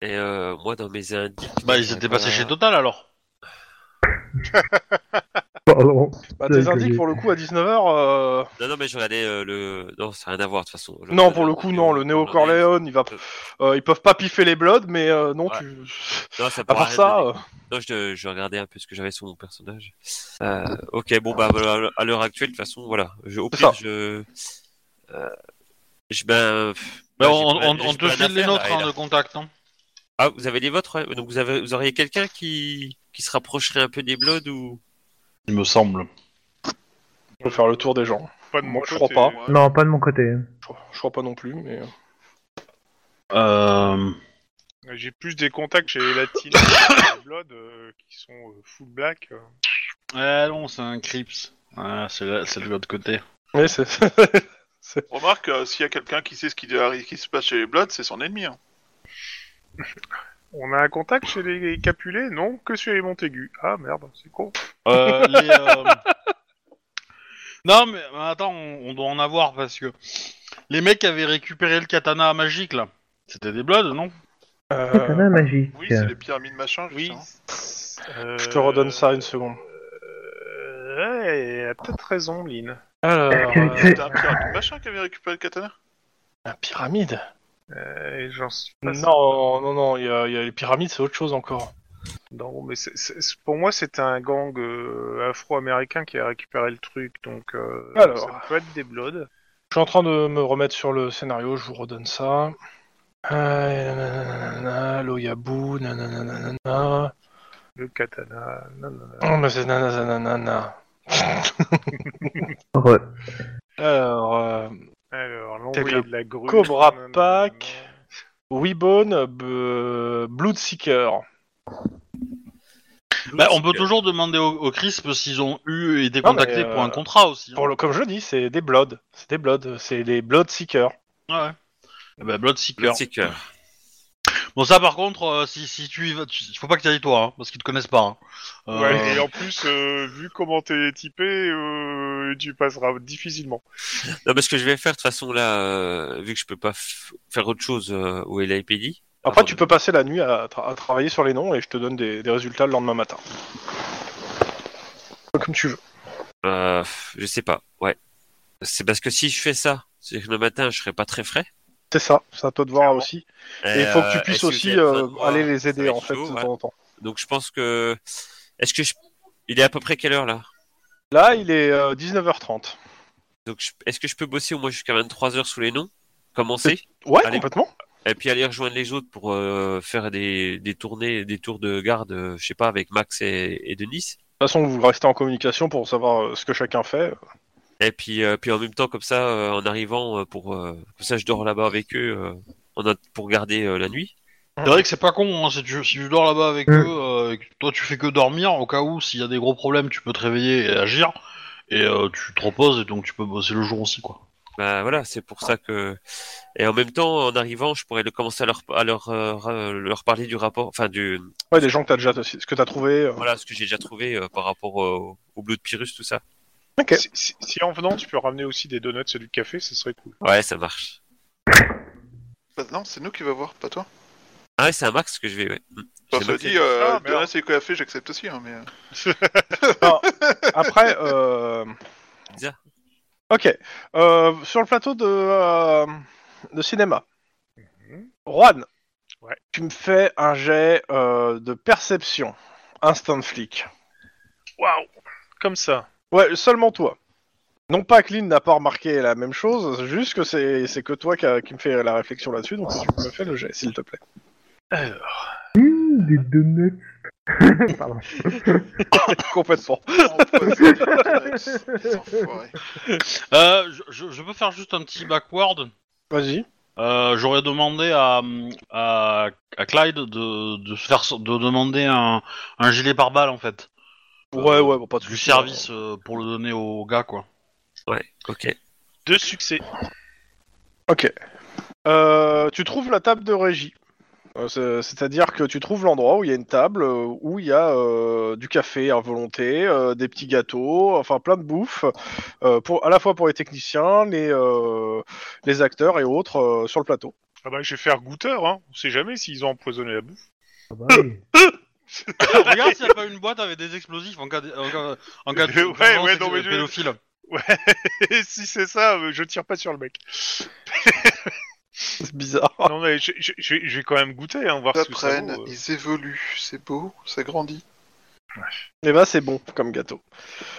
Speaker 3: Et euh, moi, dans mes indices.
Speaker 1: Bah, ils étaient passés
Speaker 3: euh,
Speaker 1: chez Total alors.
Speaker 5: Pardon.
Speaker 2: Bah,
Speaker 5: Ouais,
Speaker 2: tes
Speaker 5: que
Speaker 2: indices
Speaker 5: j'ai-
Speaker 2: pour le coup à 19h.
Speaker 3: Non, non, mais je regardais euh, le. Non, ça n'a rien à voir de toute façon. Je
Speaker 2: Non,
Speaker 3: regardais
Speaker 2: pour le coup, non, le Néo Corleone, il va...
Speaker 3: Euh.
Speaker 2: euh, ils peuvent pas piffer les Bloods, mais euh, non,
Speaker 3: Ouais.
Speaker 2: tu.
Speaker 3: Non, ça
Speaker 2: À
Speaker 3: pourra
Speaker 2: part
Speaker 3: rien
Speaker 2: ça,
Speaker 3: donner.
Speaker 2: euh,
Speaker 3: Non, je, je regardais un peu ce que j'avais sur mon personnage. Euh, ok, bon, bah, voilà, à l'heure actuelle, de toute façon, voilà. Je, au
Speaker 2: C'est
Speaker 3: pire,
Speaker 2: ça.
Speaker 3: je. euh, je ben, pff,
Speaker 1: Bah,
Speaker 3: j'ai
Speaker 1: on,
Speaker 3: plus rien-
Speaker 1: on- on
Speaker 3: j'ai
Speaker 1: te
Speaker 3: plus rien à
Speaker 1: file les
Speaker 3: faire, là,
Speaker 1: nôtres
Speaker 3: et
Speaker 1: hein,
Speaker 3: là.
Speaker 1: de contact. Hein.
Speaker 3: Ah, vous avez les vôtres, ouais. Donc, vous, avez, vous auriez quelqu'un qui, qui se rapprocherait un peu des Bloods ou.
Speaker 1: Il me semble.
Speaker 2: on peut faire le tour des gens.
Speaker 6: Pas de
Speaker 2: euh,
Speaker 6: mon
Speaker 2: Moi, je crois
Speaker 6: côté.
Speaker 2: pas.
Speaker 4: Ouais.
Speaker 5: Non, pas de mon côté.
Speaker 2: Je crois- Je crois pas non plus, mais.
Speaker 1: Euh...
Speaker 6: J'ai plus des contacts chez les Latinos et les Bloods euh, qui sont euh, full black. euh.
Speaker 1: Ah non, c'est un Crips. Ah, c'est là- c'est de l'autre côté.
Speaker 2: Oui, c'est. euh,
Speaker 4: Remarque, euh, s'il y a quelqu'un qui sait ce qui, arrive- qui se passe chez les Bloods, c'est son ennemi. hein.
Speaker 6: On a un contact chez les Capulets Non, que chez les Montaigu. Ah merde, c'est con.
Speaker 1: Euh, les, euh, Non, mais mais attends, on, on doit en avoir parce que les mecs avaient récupéré le katana magique là. C'était des bloods, non
Speaker 2: Euh,
Speaker 5: Katana magique.
Speaker 4: Oui, c'est les pyramides machin,
Speaker 6: Oui.
Speaker 4: justement.
Speaker 2: Je te redonne ça une seconde.
Speaker 6: Euh, ouais, elle a peut-être raison, Lynn.
Speaker 2: Alors,
Speaker 5: euh,
Speaker 2: euh,
Speaker 4: C'était un pyramide machin qui avait récupéré le katana
Speaker 2: la pyramide.
Speaker 6: Euh, j'en suis pas
Speaker 2: Non, non, non, il y, a il y a les pyramides, c'est autre chose encore.
Speaker 6: Non, mais c'est- c'est- c'est- pour moi, c'était un gang euh, afro-américain qui a récupéré le truc, donc euh,
Speaker 2: Alors.
Speaker 6: ça peut être des Bloods.
Speaker 2: Je suis en train de me remettre sur le scénario, je vous redonne ça. Euh, nananana, Loyabu, nananana.
Speaker 6: Le katana, nanana.
Speaker 2: Oh, mais c'est nananana.
Speaker 5: Re.
Speaker 2: Alors, euh,
Speaker 6: Alors,
Speaker 2: Peut-être
Speaker 6: l'envoyé
Speaker 2: le
Speaker 6: de la grue.
Speaker 2: Cobra
Speaker 6: nanana.
Speaker 2: Pack. Weebone, B- Bloodseeker.
Speaker 1: Bah, On
Speaker 3: euh,
Speaker 1: peut toujours demander aux au Crisp s'ils ont eu été
Speaker 2: Non, mais,
Speaker 1: contactés pour
Speaker 2: euh,
Speaker 1: un contrat aussi. hein.
Speaker 2: Pour le, comme je dis, c'est des Bloods. C'est des Bloods. C'est les Bloodseekers.
Speaker 1: Ouais, ouais. Eh ben, Bloodseeker.
Speaker 3: Bloodseeker.
Speaker 1: Bon, ça par contre, euh, si, si tu y vas, tu- il faut pas que tu ailles toi, hein, parce qu'ils te connaissent pas. hein. Euh,
Speaker 6: Ouais, et en plus, euh, vu comment t'es typé, euh, tu passeras difficilement.
Speaker 3: Non, mais ce que je vais faire, de toute façon, là, euh, vu que je peux pas f- faire autre chose euh, au LAPD,
Speaker 2: Après,
Speaker 3: Ah,
Speaker 2: tu
Speaker 3: bon.
Speaker 2: peux passer la nuit à, tra- à travailler sur les noms et je te donne des, des résultats le lendemain matin. Comme tu veux.
Speaker 3: Euh, je sais pas, ouais. C'est parce que si je fais ça, c'est que le matin, je serai pas très frais.
Speaker 2: C'est ça. C'est à toi de voir aussi. Et il faut que tu
Speaker 3: euh,
Speaker 2: puisses
Speaker 3: est-ce
Speaker 2: aussi
Speaker 3: vous avez
Speaker 2: euh,
Speaker 3: besoin de moi
Speaker 2: aller les
Speaker 3: Ça va
Speaker 2: aider
Speaker 3: être
Speaker 2: en fait
Speaker 3: chaud,
Speaker 2: de
Speaker 3: ouais.
Speaker 2: temps en temps.
Speaker 3: Donc je pense que. Est-ce que je. Il est à peu près quelle heure là
Speaker 2: Là, il est euh, 19h30.
Speaker 3: Donc je- est-ce que je peux bosser au moins jusqu'à 23h sous les noms Commencer
Speaker 2: Ouais,
Speaker 3: Allez.
Speaker 2: complètement.
Speaker 3: Et puis aller rejoindre les autres pour euh, faire des, des tournées, des tours de garde, euh, je sais pas, avec Max et, et Denis.
Speaker 2: De toute façon, vous restez en communication pour savoir euh, ce que chacun fait.
Speaker 3: Et puis, euh, puis en même temps, comme ça, euh, en arrivant, euh, pour euh, comme ça, je dors là-bas avec eux euh, en a- pour garder euh, la nuit.
Speaker 1: C'est vrai que c'est pas con, hein, si, tu, si tu dors là-bas avec
Speaker 5: Mm.
Speaker 1: eux, euh, et que toi tu fais que dormir, au cas où s'il y a des gros problèmes, tu peux te réveiller et agir, et euh, tu te reposes, et donc tu peux bosser le jour aussi, quoi.
Speaker 3: Bah voilà, c'est pour ça que. Et en même temps, en arrivant, je pourrais le- commencer à leur à leur euh, ra- leur parler du rapport, enfin du
Speaker 2: Ouais, des gens que t'as déjà ce que t'as trouvé. euh.
Speaker 3: voilà ce que j'ai déjà trouvé euh, par rapport euh, au bleu de Pyrrhus, tout ça.
Speaker 2: Ok.
Speaker 6: Si, si- si en venant, tu peux ramener aussi des donuts et du café, ce serait cool.
Speaker 3: Ouais, ça marche.
Speaker 4: Bah, Non, c'est nous qui va voir, pas toi.
Speaker 3: Ah ouais, c'est un Max que je vais. Ouais. Mm.
Speaker 4: Enfin,
Speaker 3: C'est
Speaker 4: ça
Speaker 3: Max.
Speaker 4: dit, euh,
Speaker 6: Ah, merde.
Speaker 4: Jonas et Coiffé, j'accepte aussi, hein, mais... euh,
Speaker 2: Après, euh...
Speaker 3: Bizarre.
Speaker 2: ok. Euh, sur le plateau de, euh, de cinéma, Juan,
Speaker 6: Ouais.
Speaker 2: tu me fais un jet euh, de perception, instant flic.
Speaker 6: Waouh comme ça.
Speaker 2: Ouais, seulement toi. Non pas que Lynn n'a pas remarqué la même chose, c'est juste que c'est c'est que toi qui, a- qui me fais la réflexion là-dessus, donc tu me fais le jet, s'il te plaît.
Speaker 6: Alors,
Speaker 5: Hum, des donuts. Pardon.
Speaker 2: Complètement.
Speaker 1: Euh, je- je, je peux faire juste un petit backward.
Speaker 2: Vas-y.
Speaker 1: Euh, J'aurais demandé à, à, à Clyde de, de, se faire, de demander un, un gilet pare-balles en fait.
Speaker 2: Ouais, ouais, bon, pas de
Speaker 1: Du
Speaker 2: soucis. hein.
Speaker 1: service euh, pour le donner au gars quoi.
Speaker 3: Ok.
Speaker 6: deux succès.
Speaker 2: Euh, tu trouves la table de régie. Euh, c'est- C'est-à-dire que tu trouves l'endroit où il y a une table, euh, où il y a euh, du café à volonté, euh, des petits gâteaux, enfin plein de bouffe, euh, pour, à la fois pour les techniciens, les, euh, les acteurs et autres euh, sur le plateau.
Speaker 6: Ah bah, je vais faire goûteur, hein. On sait jamais s'ils ont empoisonné la bouffe.
Speaker 5: Ah bah oui.
Speaker 1: Regarde s'il n'y a pas une boîte avec des explosifs en cas de, en cas, en cas de
Speaker 6: Ouais,
Speaker 1: d'urgence
Speaker 6: ouais, non, mais je-
Speaker 1: pédophile.
Speaker 6: Ouais, si c'est ça, euh, je tire pas sur le mec.
Speaker 2: C'est bizarre.
Speaker 6: Non, mais je, je- je vais- je vais quand même goûter, hein, voir
Speaker 4: Ils
Speaker 6: ce que ça
Speaker 4: apprennent,
Speaker 6: vaut. euh.
Speaker 4: ils évoluent, c'est beau, ça grandit.
Speaker 2: Et bah c'est bon comme gâteau.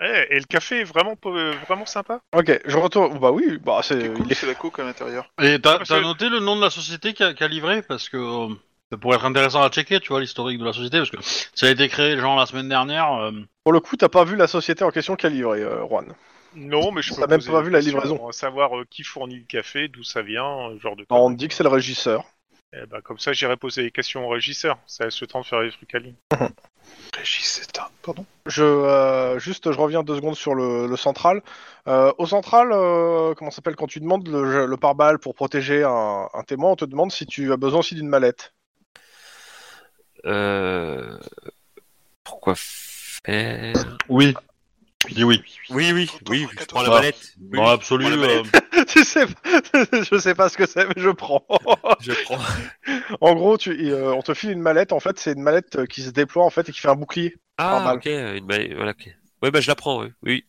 Speaker 6: Eh, et le café est vraiment, pas- euh, vraiment sympa.
Speaker 2: Ok, je retourne. Bah oui, bah c'est.
Speaker 4: C'est cool, c'est la coke à l'intérieur.
Speaker 1: Et t'as
Speaker 6: Parce
Speaker 1: t'as
Speaker 6: que-
Speaker 1: noté le nom de la société qui a, qui a livré Parce que euh, ça pourrait être intéressant à checker, tu vois, l'historique de la société. Parce que ça a été créé genre la semaine dernière. euh,
Speaker 2: Pour le coup, t'as pas vu la société en question qui a livré, euh, Juan.
Speaker 6: Non, mais je peux
Speaker 2: T'as même
Speaker 6: poser
Speaker 2: pas
Speaker 6: des
Speaker 2: vu la
Speaker 6: questions,
Speaker 2: livraison.
Speaker 6: hein, savoir euh, qui fournit le café, d'où ça vient, euh, genre de.
Speaker 2: Non, on dit que c'est le régisseur.
Speaker 6: Eh ben, comme ça, j'irai poser des questions au régisseur. Ça a ce temps de faire des trucs à ligne.
Speaker 4: Régis, c'est un. Pardon
Speaker 2: Je euh, juste, je reviens deux secondes sur le, le central. Euh, au central, euh, comment ça s'appelle quand tu demandes le, le pare-balles pour protéger un, un témoin, on te demande si tu as besoin aussi d'une mallette.
Speaker 3: Euh... Pourquoi faire
Speaker 1: Oui. Je dis oui.
Speaker 3: Oui, oui, oui, Ah. je prends la
Speaker 1: Bah,
Speaker 3: mallette. Oui,
Speaker 1: Dans
Speaker 3: oui,
Speaker 1: l'absolu,
Speaker 3: je prends la
Speaker 1: euh,
Speaker 3: mallette.
Speaker 2: tu sais, pas- je sais pas ce que c'est, mais je prends.
Speaker 3: Je prends.
Speaker 2: en gros, tu, euh, on te file une mallette. En fait, c'est une mallette euh, qui se déploie en fait et qui fait un bouclier.
Speaker 3: Ah,
Speaker 2: Normal.
Speaker 3: ok, une mallette, voilà, ok. Ouais, bah je la prends, oui. oui.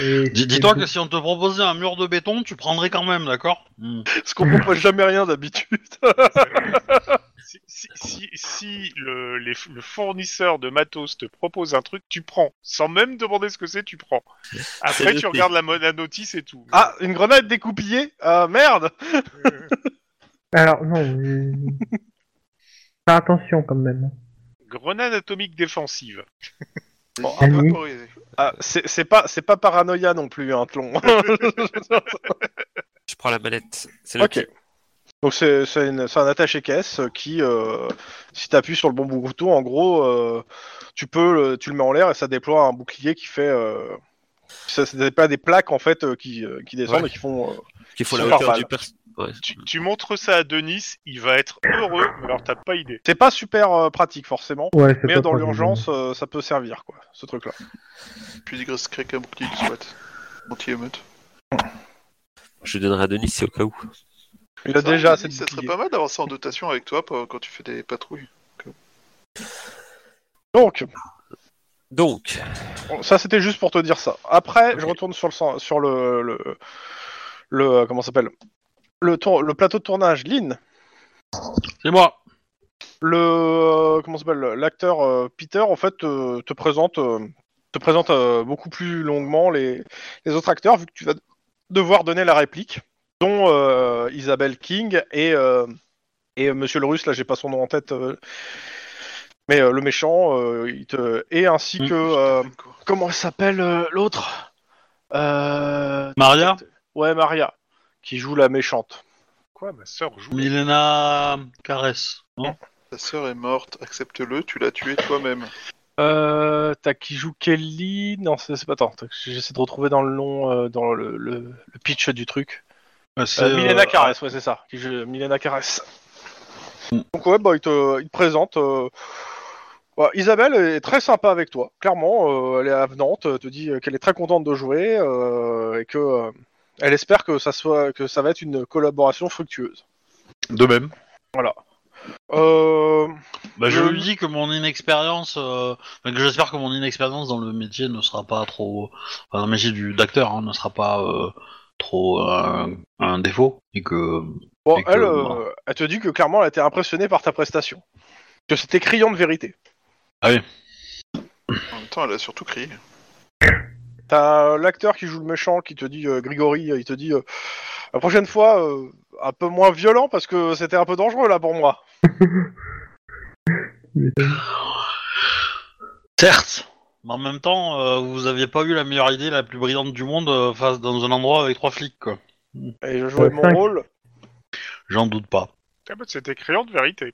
Speaker 5: Et
Speaker 1: dis- Dis-toi que si on te proposait un mur de béton, tu prendrais quand même, d'accord Hmm.
Speaker 2: Parce qu'on propose jamais rien d'habitude.
Speaker 6: Si, si, si, si le, les- le fournisseur de matos te propose un truc, tu prends. Sans même demander ce que c'est, tu prends. Après,
Speaker 3: noté.
Speaker 6: tu regardes la, mo- la notice et tout.
Speaker 2: ah, une grenade découpillée. Ah merde.
Speaker 5: Alors, non, mais... Faire attention quand même.
Speaker 6: Grenade atomique défensive.
Speaker 2: Bon,
Speaker 4: un peu
Speaker 5: Annie.
Speaker 4: vaporisé.
Speaker 2: Ah, c'est c'est pas c'est pas paranoïa non plus, un Tlon.
Speaker 3: Je prends la mallette. C'est
Speaker 2: Ok.
Speaker 3: ok.
Speaker 2: Donc c'est c'est une- c'est un attaché caisse qui, euh, si tu appuies sur le bon bouton, en gros, euh, tu peux le- tu le mets en l'air et ça déploie un bouclier qui fait. euh, ça, ça déploie des plaques en fait euh, qui, euh, qui descendent
Speaker 3: Ouais.
Speaker 2: et qui font. euh,
Speaker 3: Qu'il faut la
Speaker 2: Super
Speaker 3: hauteur
Speaker 2: balle.
Speaker 3: du pers. Ouais.
Speaker 6: Tu, tu montres ça à Denis, il va être heureux, mais alors t'as pas idée.
Speaker 2: C'est pas super euh, pratique forcément,
Speaker 5: Ouais, c'est
Speaker 2: mais
Speaker 5: pas
Speaker 2: dans
Speaker 5: pour les-
Speaker 2: l'urgence, euh, ça peut servir quoi, ce truc-là.
Speaker 4: Puis des grosses crèques à bouclier qui soit. Anti-émeute.
Speaker 3: Je donnerai à Denis, c'est au cas où.
Speaker 2: Il a
Speaker 4: Ça,
Speaker 2: Bah, déjà
Speaker 4: Denis,
Speaker 2: assez de
Speaker 4: Ça serait
Speaker 2: boucliers.
Speaker 4: pas mal d'avoir ça en dotation avec toi pour- quand tu fais des patrouilles.
Speaker 2: Donc
Speaker 3: Donc,
Speaker 2: Bon, Ça, c'était juste pour te dire ça. Après, je
Speaker 3: Ok.
Speaker 2: retourne sur le cen- sur le le, le- euh, comment ça s'appelle le tour- le plateau de tournage. Lynn,
Speaker 1: C'est moi.
Speaker 2: le euh, comment ça s'appelle l'acteur euh, Peter en fait euh, te présente euh, te présente euh, beaucoup plus longuement les les autres acteurs vu que tu vas devoir donner la réplique, dont euh, Isabelle King et euh, et euh, Monsieur le Russe. Là, j'ai pas son nom en tête. euh, mais euh, le méchant, euh, il te... et ainsi
Speaker 1: Mm.
Speaker 2: que euh, comment elle s'appelle euh, l'autre Euh,
Speaker 1: Maria
Speaker 2: Ouais, Maria, qui joue la méchante.
Speaker 6: Quoi, ma sœur joue
Speaker 1: Milena Caresse. non
Speaker 4: Ta sœur est morte, accepte-le, tu l'as tuée toi-même.
Speaker 2: Euh, t'as qui joue Kelly Non, c'est c'est pas tant. t'as- J'essaie de retrouver dans le nom, euh, dans le, le, le pitch du truc.
Speaker 1: Bah, c'est,
Speaker 2: Euh, Milena
Speaker 1: euh,
Speaker 2: Carès, ouais, c'est ça. Qui joue Milena Carès. Donc ouais, bah, il, te, il te présente. euh, ouais, Isabelle est très sympa avec toi. Clairement, euh, elle est avenante, euh, te dit euh, qu'elle est très contente de jouer euh, et que euh, elle espère que ça soit que ça va être une collaboration fructueuse.
Speaker 1: De même.
Speaker 2: Euh,
Speaker 1: Bah, je
Speaker 2: Le-
Speaker 1: lui dis que mon inexpérience, euh, enfin, que j'espère que mon inexpérience dans le métier ne sera pas trop, enfin, dans le métier du d'acteur, hein, ne sera pas euh, trop euh, un défaut et que
Speaker 2: Bon,
Speaker 1: Et que,
Speaker 2: elle, euh,
Speaker 1: voilà.
Speaker 2: elle te dit que clairement, elle a été impressionnée par ta prestation. Que c'était criant de vérité.
Speaker 4: En même temps, elle a surtout crié.
Speaker 2: T'as euh, l'acteur qui joue le méchant qui te dit, euh, Grégory, euh, il te dit, euh, la prochaine fois, euh, un peu moins violent parce que c'était un peu dangereux là pour moi.
Speaker 1: Certes, mais en même temps, euh, vous aviez pas eu la meilleure idée, la plus brillante du monde, euh, face dans un endroit avec trois flics, quoi.
Speaker 2: Et je jouais
Speaker 5: Euh,
Speaker 2: mon
Speaker 5: cinq.
Speaker 2: rôle.
Speaker 1: J'en doute pas.
Speaker 6: Ah bah, C'était criant de vérité.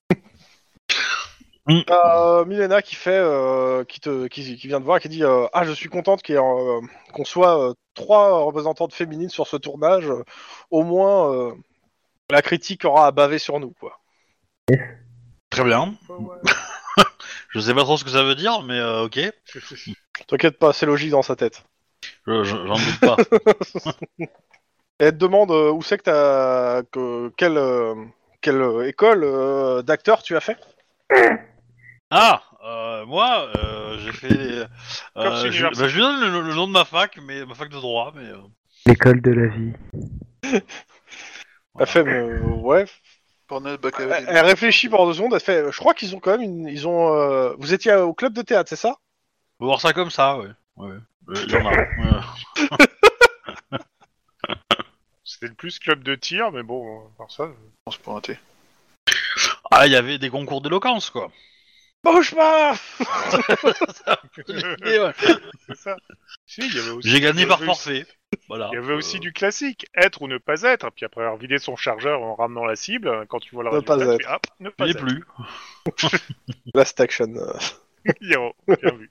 Speaker 2: T'as euh, Milena qui fait, euh, qui te, qui, qui vient te voir, et qui dit, euh, ah, je suis contente qu'il y ait, euh, qu'on soit euh, trois représentantes féminines sur ce tournage. Euh, Au moins, euh, la critique aura à baver sur nous, quoi.
Speaker 1: Très bien. Je sais pas trop ce que ça veut dire, mais euh, ok.
Speaker 2: T'inquiète pas, c'est logique dans sa tête.
Speaker 1: Je- je- J'en doute pas.
Speaker 2: Et elle te demande euh, où c'est que t'as. que- quelle, euh, quelle euh, école euh, d'acteur tu as fait
Speaker 1: Ah, euh, moi, euh, j'ai fait.
Speaker 6: Corps
Speaker 1: Euh, je,
Speaker 6: universitaire.
Speaker 1: bah, je lui donne le, le nom de ma fac, mais ma fac de droit, mais. euh,
Speaker 5: L'école de la vie.
Speaker 2: Elle fait, mais, euh, ouais.
Speaker 4: Cornell
Speaker 2: Elle,
Speaker 4: Baccalauréat.
Speaker 2: elle réfléchit pendant deux secondes, elle fait, je crois qu'ils ont quand même une. Ils ont, euh, vous étiez au club de théâtre, c'est ça
Speaker 1: on va voir ça comme ça, ouais. Ouais. Euh, y en a, ouais.
Speaker 6: C'était le plus club de tir, mais bon, euh, par ça.
Speaker 4: On se pointait.
Speaker 1: Ah, il y avait des concours d'éloquence, quoi.
Speaker 2: Bouge pas
Speaker 1: Et ouais.
Speaker 6: C'est ça. Si, il y avait aussi-
Speaker 1: J'ai gagné
Speaker 6: il y
Speaker 1: par
Speaker 6: avait
Speaker 1: forfait. Voilà. Euh,
Speaker 6: Il y avait aussi du classique, être ou ne pas être, puis après avoir vidé son chargeur en ramenant la cible, quand tu vois le
Speaker 2: Ne
Speaker 6: résultat,
Speaker 2: pas
Speaker 6: tu
Speaker 2: être.
Speaker 6: fais, hop, ne
Speaker 1: Je
Speaker 6: pas
Speaker 1: l'ai
Speaker 6: être.
Speaker 1: plus.
Speaker 2: Last action.
Speaker 6: Yo, bien vu.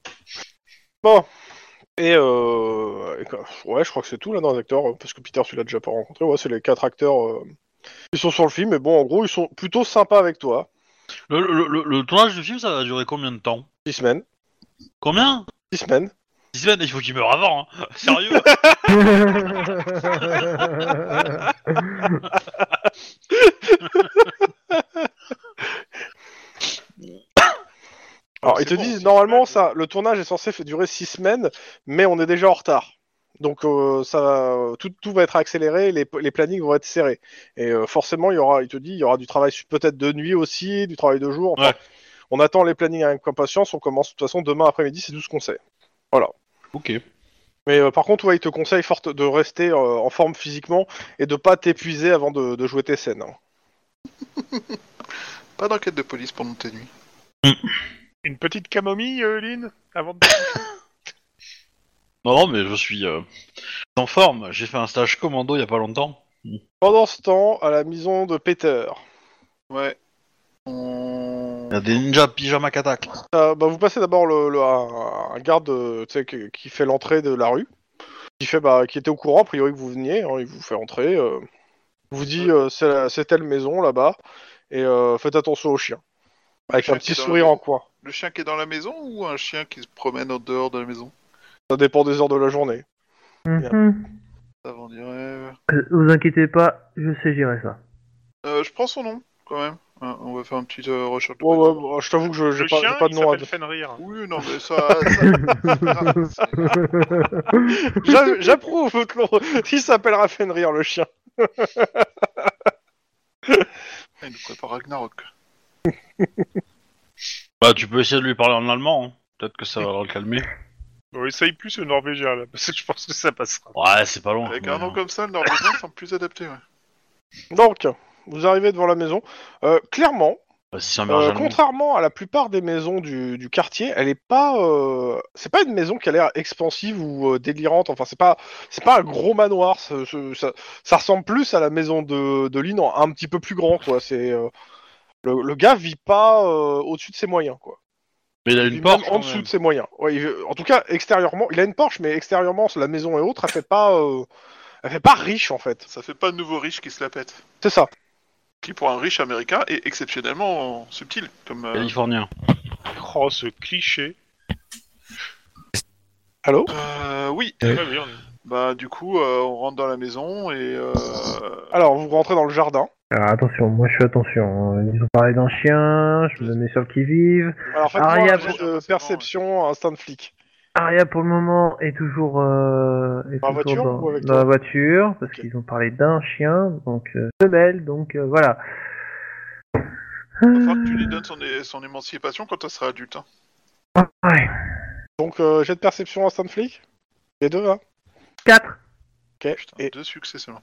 Speaker 2: Et, euh, et quoi, ouais, je crois que c'est tout là dans les acteurs, euh, parce que Peter, tu l'as déjà pas rencontré. Ouais, c'est les quatre acteurs. euh, ils sont sur le film, mais bon, en gros, ils sont plutôt sympas avec toi.
Speaker 1: Le, le- le- le tournage du film, ça va durer combien de temps
Speaker 2: Six semaines.
Speaker 1: Combien
Speaker 2: Six semaines.
Speaker 1: 10 semaines, il faut qu'il meure avant, hein. Sérieux
Speaker 2: Alors,
Speaker 6: C'est
Speaker 2: ils te
Speaker 6: bon,
Speaker 2: disent
Speaker 6: c'est
Speaker 2: normalement
Speaker 6: pas-
Speaker 2: ça, le tournage est censé f- durer six semaines, mais on est déjà en retard. Donc euh, ça, tout, tout va être accéléré, les, les plannings vont être serrés. Et euh, forcément, il y aura, il te dit, il y aura du travail su- peut-être de nuit aussi, du travail de jour. Enfin,
Speaker 1: Ouais.
Speaker 2: On attend les plannings avec impatience. On commence de toute façon demain après-midi, c'est tout ce qu'on sait.
Speaker 1: Ok.
Speaker 2: Mais euh, par contre, ouais, il te conseille fort de rester euh, en forme physiquement et de pas t'épuiser avant de, de jouer tes scènes. hein.
Speaker 4: Pas d'enquête de police pendant tes nuits.
Speaker 6: Une petite camomille, euh, Lynn Avant de...
Speaker 1: Non, non, mais je suis euh, en forme. J'ai fait un stage commando il y a pas longtemps.
Speaker 2: Pendant ce temps, à la maison de Peter.
Speaker 4: Ouais. On...
Speaker 1: Il y a des ninjas pyjama attack.
Speaker 2: Euh, bah, vous passez d'abord le, le- un, un garde euh, tu sais, qui, qui fait l'entrée de la rue, qui fait bah, qui était au courant a priori que vous veniez, hein, il vous fait entrer, euh, il vous dit euh, c'est la- c'est telle maison là-bas et euh, faites attention aux chiens. Avec
Speaker 4: chien
Speaker 2: un
Speaker 4: qui
Speaker 2: petit
Speaker 4: est dans la
Speaker 2: sourire
Speaker 4: rue.
Speaker 2: en coin.
Speaker 4: Le chien qui est dans la maison ou un chien qui se promène en dehors de la maison
Speaker 2: Ça dépend des heures de la journée.
Speaker 5: Mhm.
Speaker 4: Avant du rêve.
Speaker 5: Euh, Vous inquiétez pas, je sais gérer ça.
Speaker 4: Euh, je prends son nom, quand même. Hein, on va faire une petite euh, recherche. de-
Speaker 2: Ouais, ouais, bah, je t'avoue que je j'ai
Speaker 6: Le
Speaker 2: pas, j'ai
Speaker 6: chien,
Speaker 2: pas de
Speaker 6: il
Speaker 2: nom à
Speaker 6: s'appelle Fenrir.
Speaker 4: Oui, non, mais ça... ça-
Speaker 2: J'a- J'approuve, Claude. Il s'appellera Fenrir le chien.
Speaker 4: Ah, Il nous prépare Ragnarok.
Speaker 1: Bah, tu peux essayer de lui parler en allemand. hein. Peut-être que ça va le calmer.
Speaker 6: Bon, essaye plus le norvégien, là, parce que je pense que ça passera.
Speaker 1: Ouais, c'est
Speaker 2: Ah,
Speaker 1: pas loin.
Speaker 4: Avec
Speaker 1: mais,
Speaker 4: un nom
Speaker 1: euh,
Speaker 4: comme ça, le Norvégien semble plus adapté, ouais.
Speaker 2: Donc, vous arrivez devant la maison. Euh, clairement,
Speaker 1: bah, si c'est un
Speaker 2: Euh,
Speaker 1: berger allemand.
Speaker 2: contrairement à la plupart des maisons du, du quartier, elle est pas, euh, c'est pas une maison qui a l'air expansive ou euh, délirante. Enfin, c'est pas, c'est pas un gros manoir. ce- ce- ça, ça ressemble plus à la maison de, de Lynn, en- un petit peu plus grand, quoi. C'est euh, le, le gars vit pas euh, au-dessus de ses moyens, quoi.
Speaker 1: Mais il a
Speaker 2: Il
Speaker 1: une
Speaker 2: vit
Speaker 1: porte.
Speaker 2: même en dessous de ses moyens. Ouais, il- en tout cas, extérieurement, il a une Porsche, mais extérieurement, la maison et autres, elle fait pas, euh, elle fait pas riche, en fait.
Speaker 4: Ça fait pas de nouveau riche qui se la pète.
Speaker 2: C'est ça.
Speaker 4: Qui, pour un riche américain, est exceptionnellement subtil, comme... euh,
Speaker 1: Californien.
Speaker 6: Oh, ce cliché.
Speaker 2: Allô.
Speaker 4: euh, oui.
Speaker 6: Très bien.
Speaker 4: Bah, du coup, euh, on rentre dans la maison et... euh,
Speaker 2: Alors, vous rentrez dans le jardin.
Speaker 5: Alors attention, moi je fais attention. hein. Ils ont parlé d'un chien, je me mets sur le qui-vive.
Speaker 2: Alors,
Speaker 6: Ah,
Speaker 2: faites-moi
Speaker 5: Aria,
Speaker 2: un jet de perception, instinct de flic.
Speaker 5: Aria pour le moment est toujours, euh, est
Speaker 2: Dans la
Speaker 5: toujours
Speaker 2: voiture ou avec
Speaker 5: dans
Speaker 2: toi
Speaker 5: la voiture parce
Speaker 2: Ok.
Speaker 5: qu'ils ont parlé d'un chien, donc euh, femelle, donc euh, voilà.
Speaker 4: Il va falloir que tu lui donnes son, é- son émancipation quand elle sera adulte. Hein.
Speaker 5: Ah, Ouais.
Speaker 2: Donc, euh, jet de perception instant flic Les deux, hein
Speaker 5: 4.
Speaker 2: Ok.
Speaker 4: Putain,
Speaker 2: Et
Speaker 4: deux succès seulement.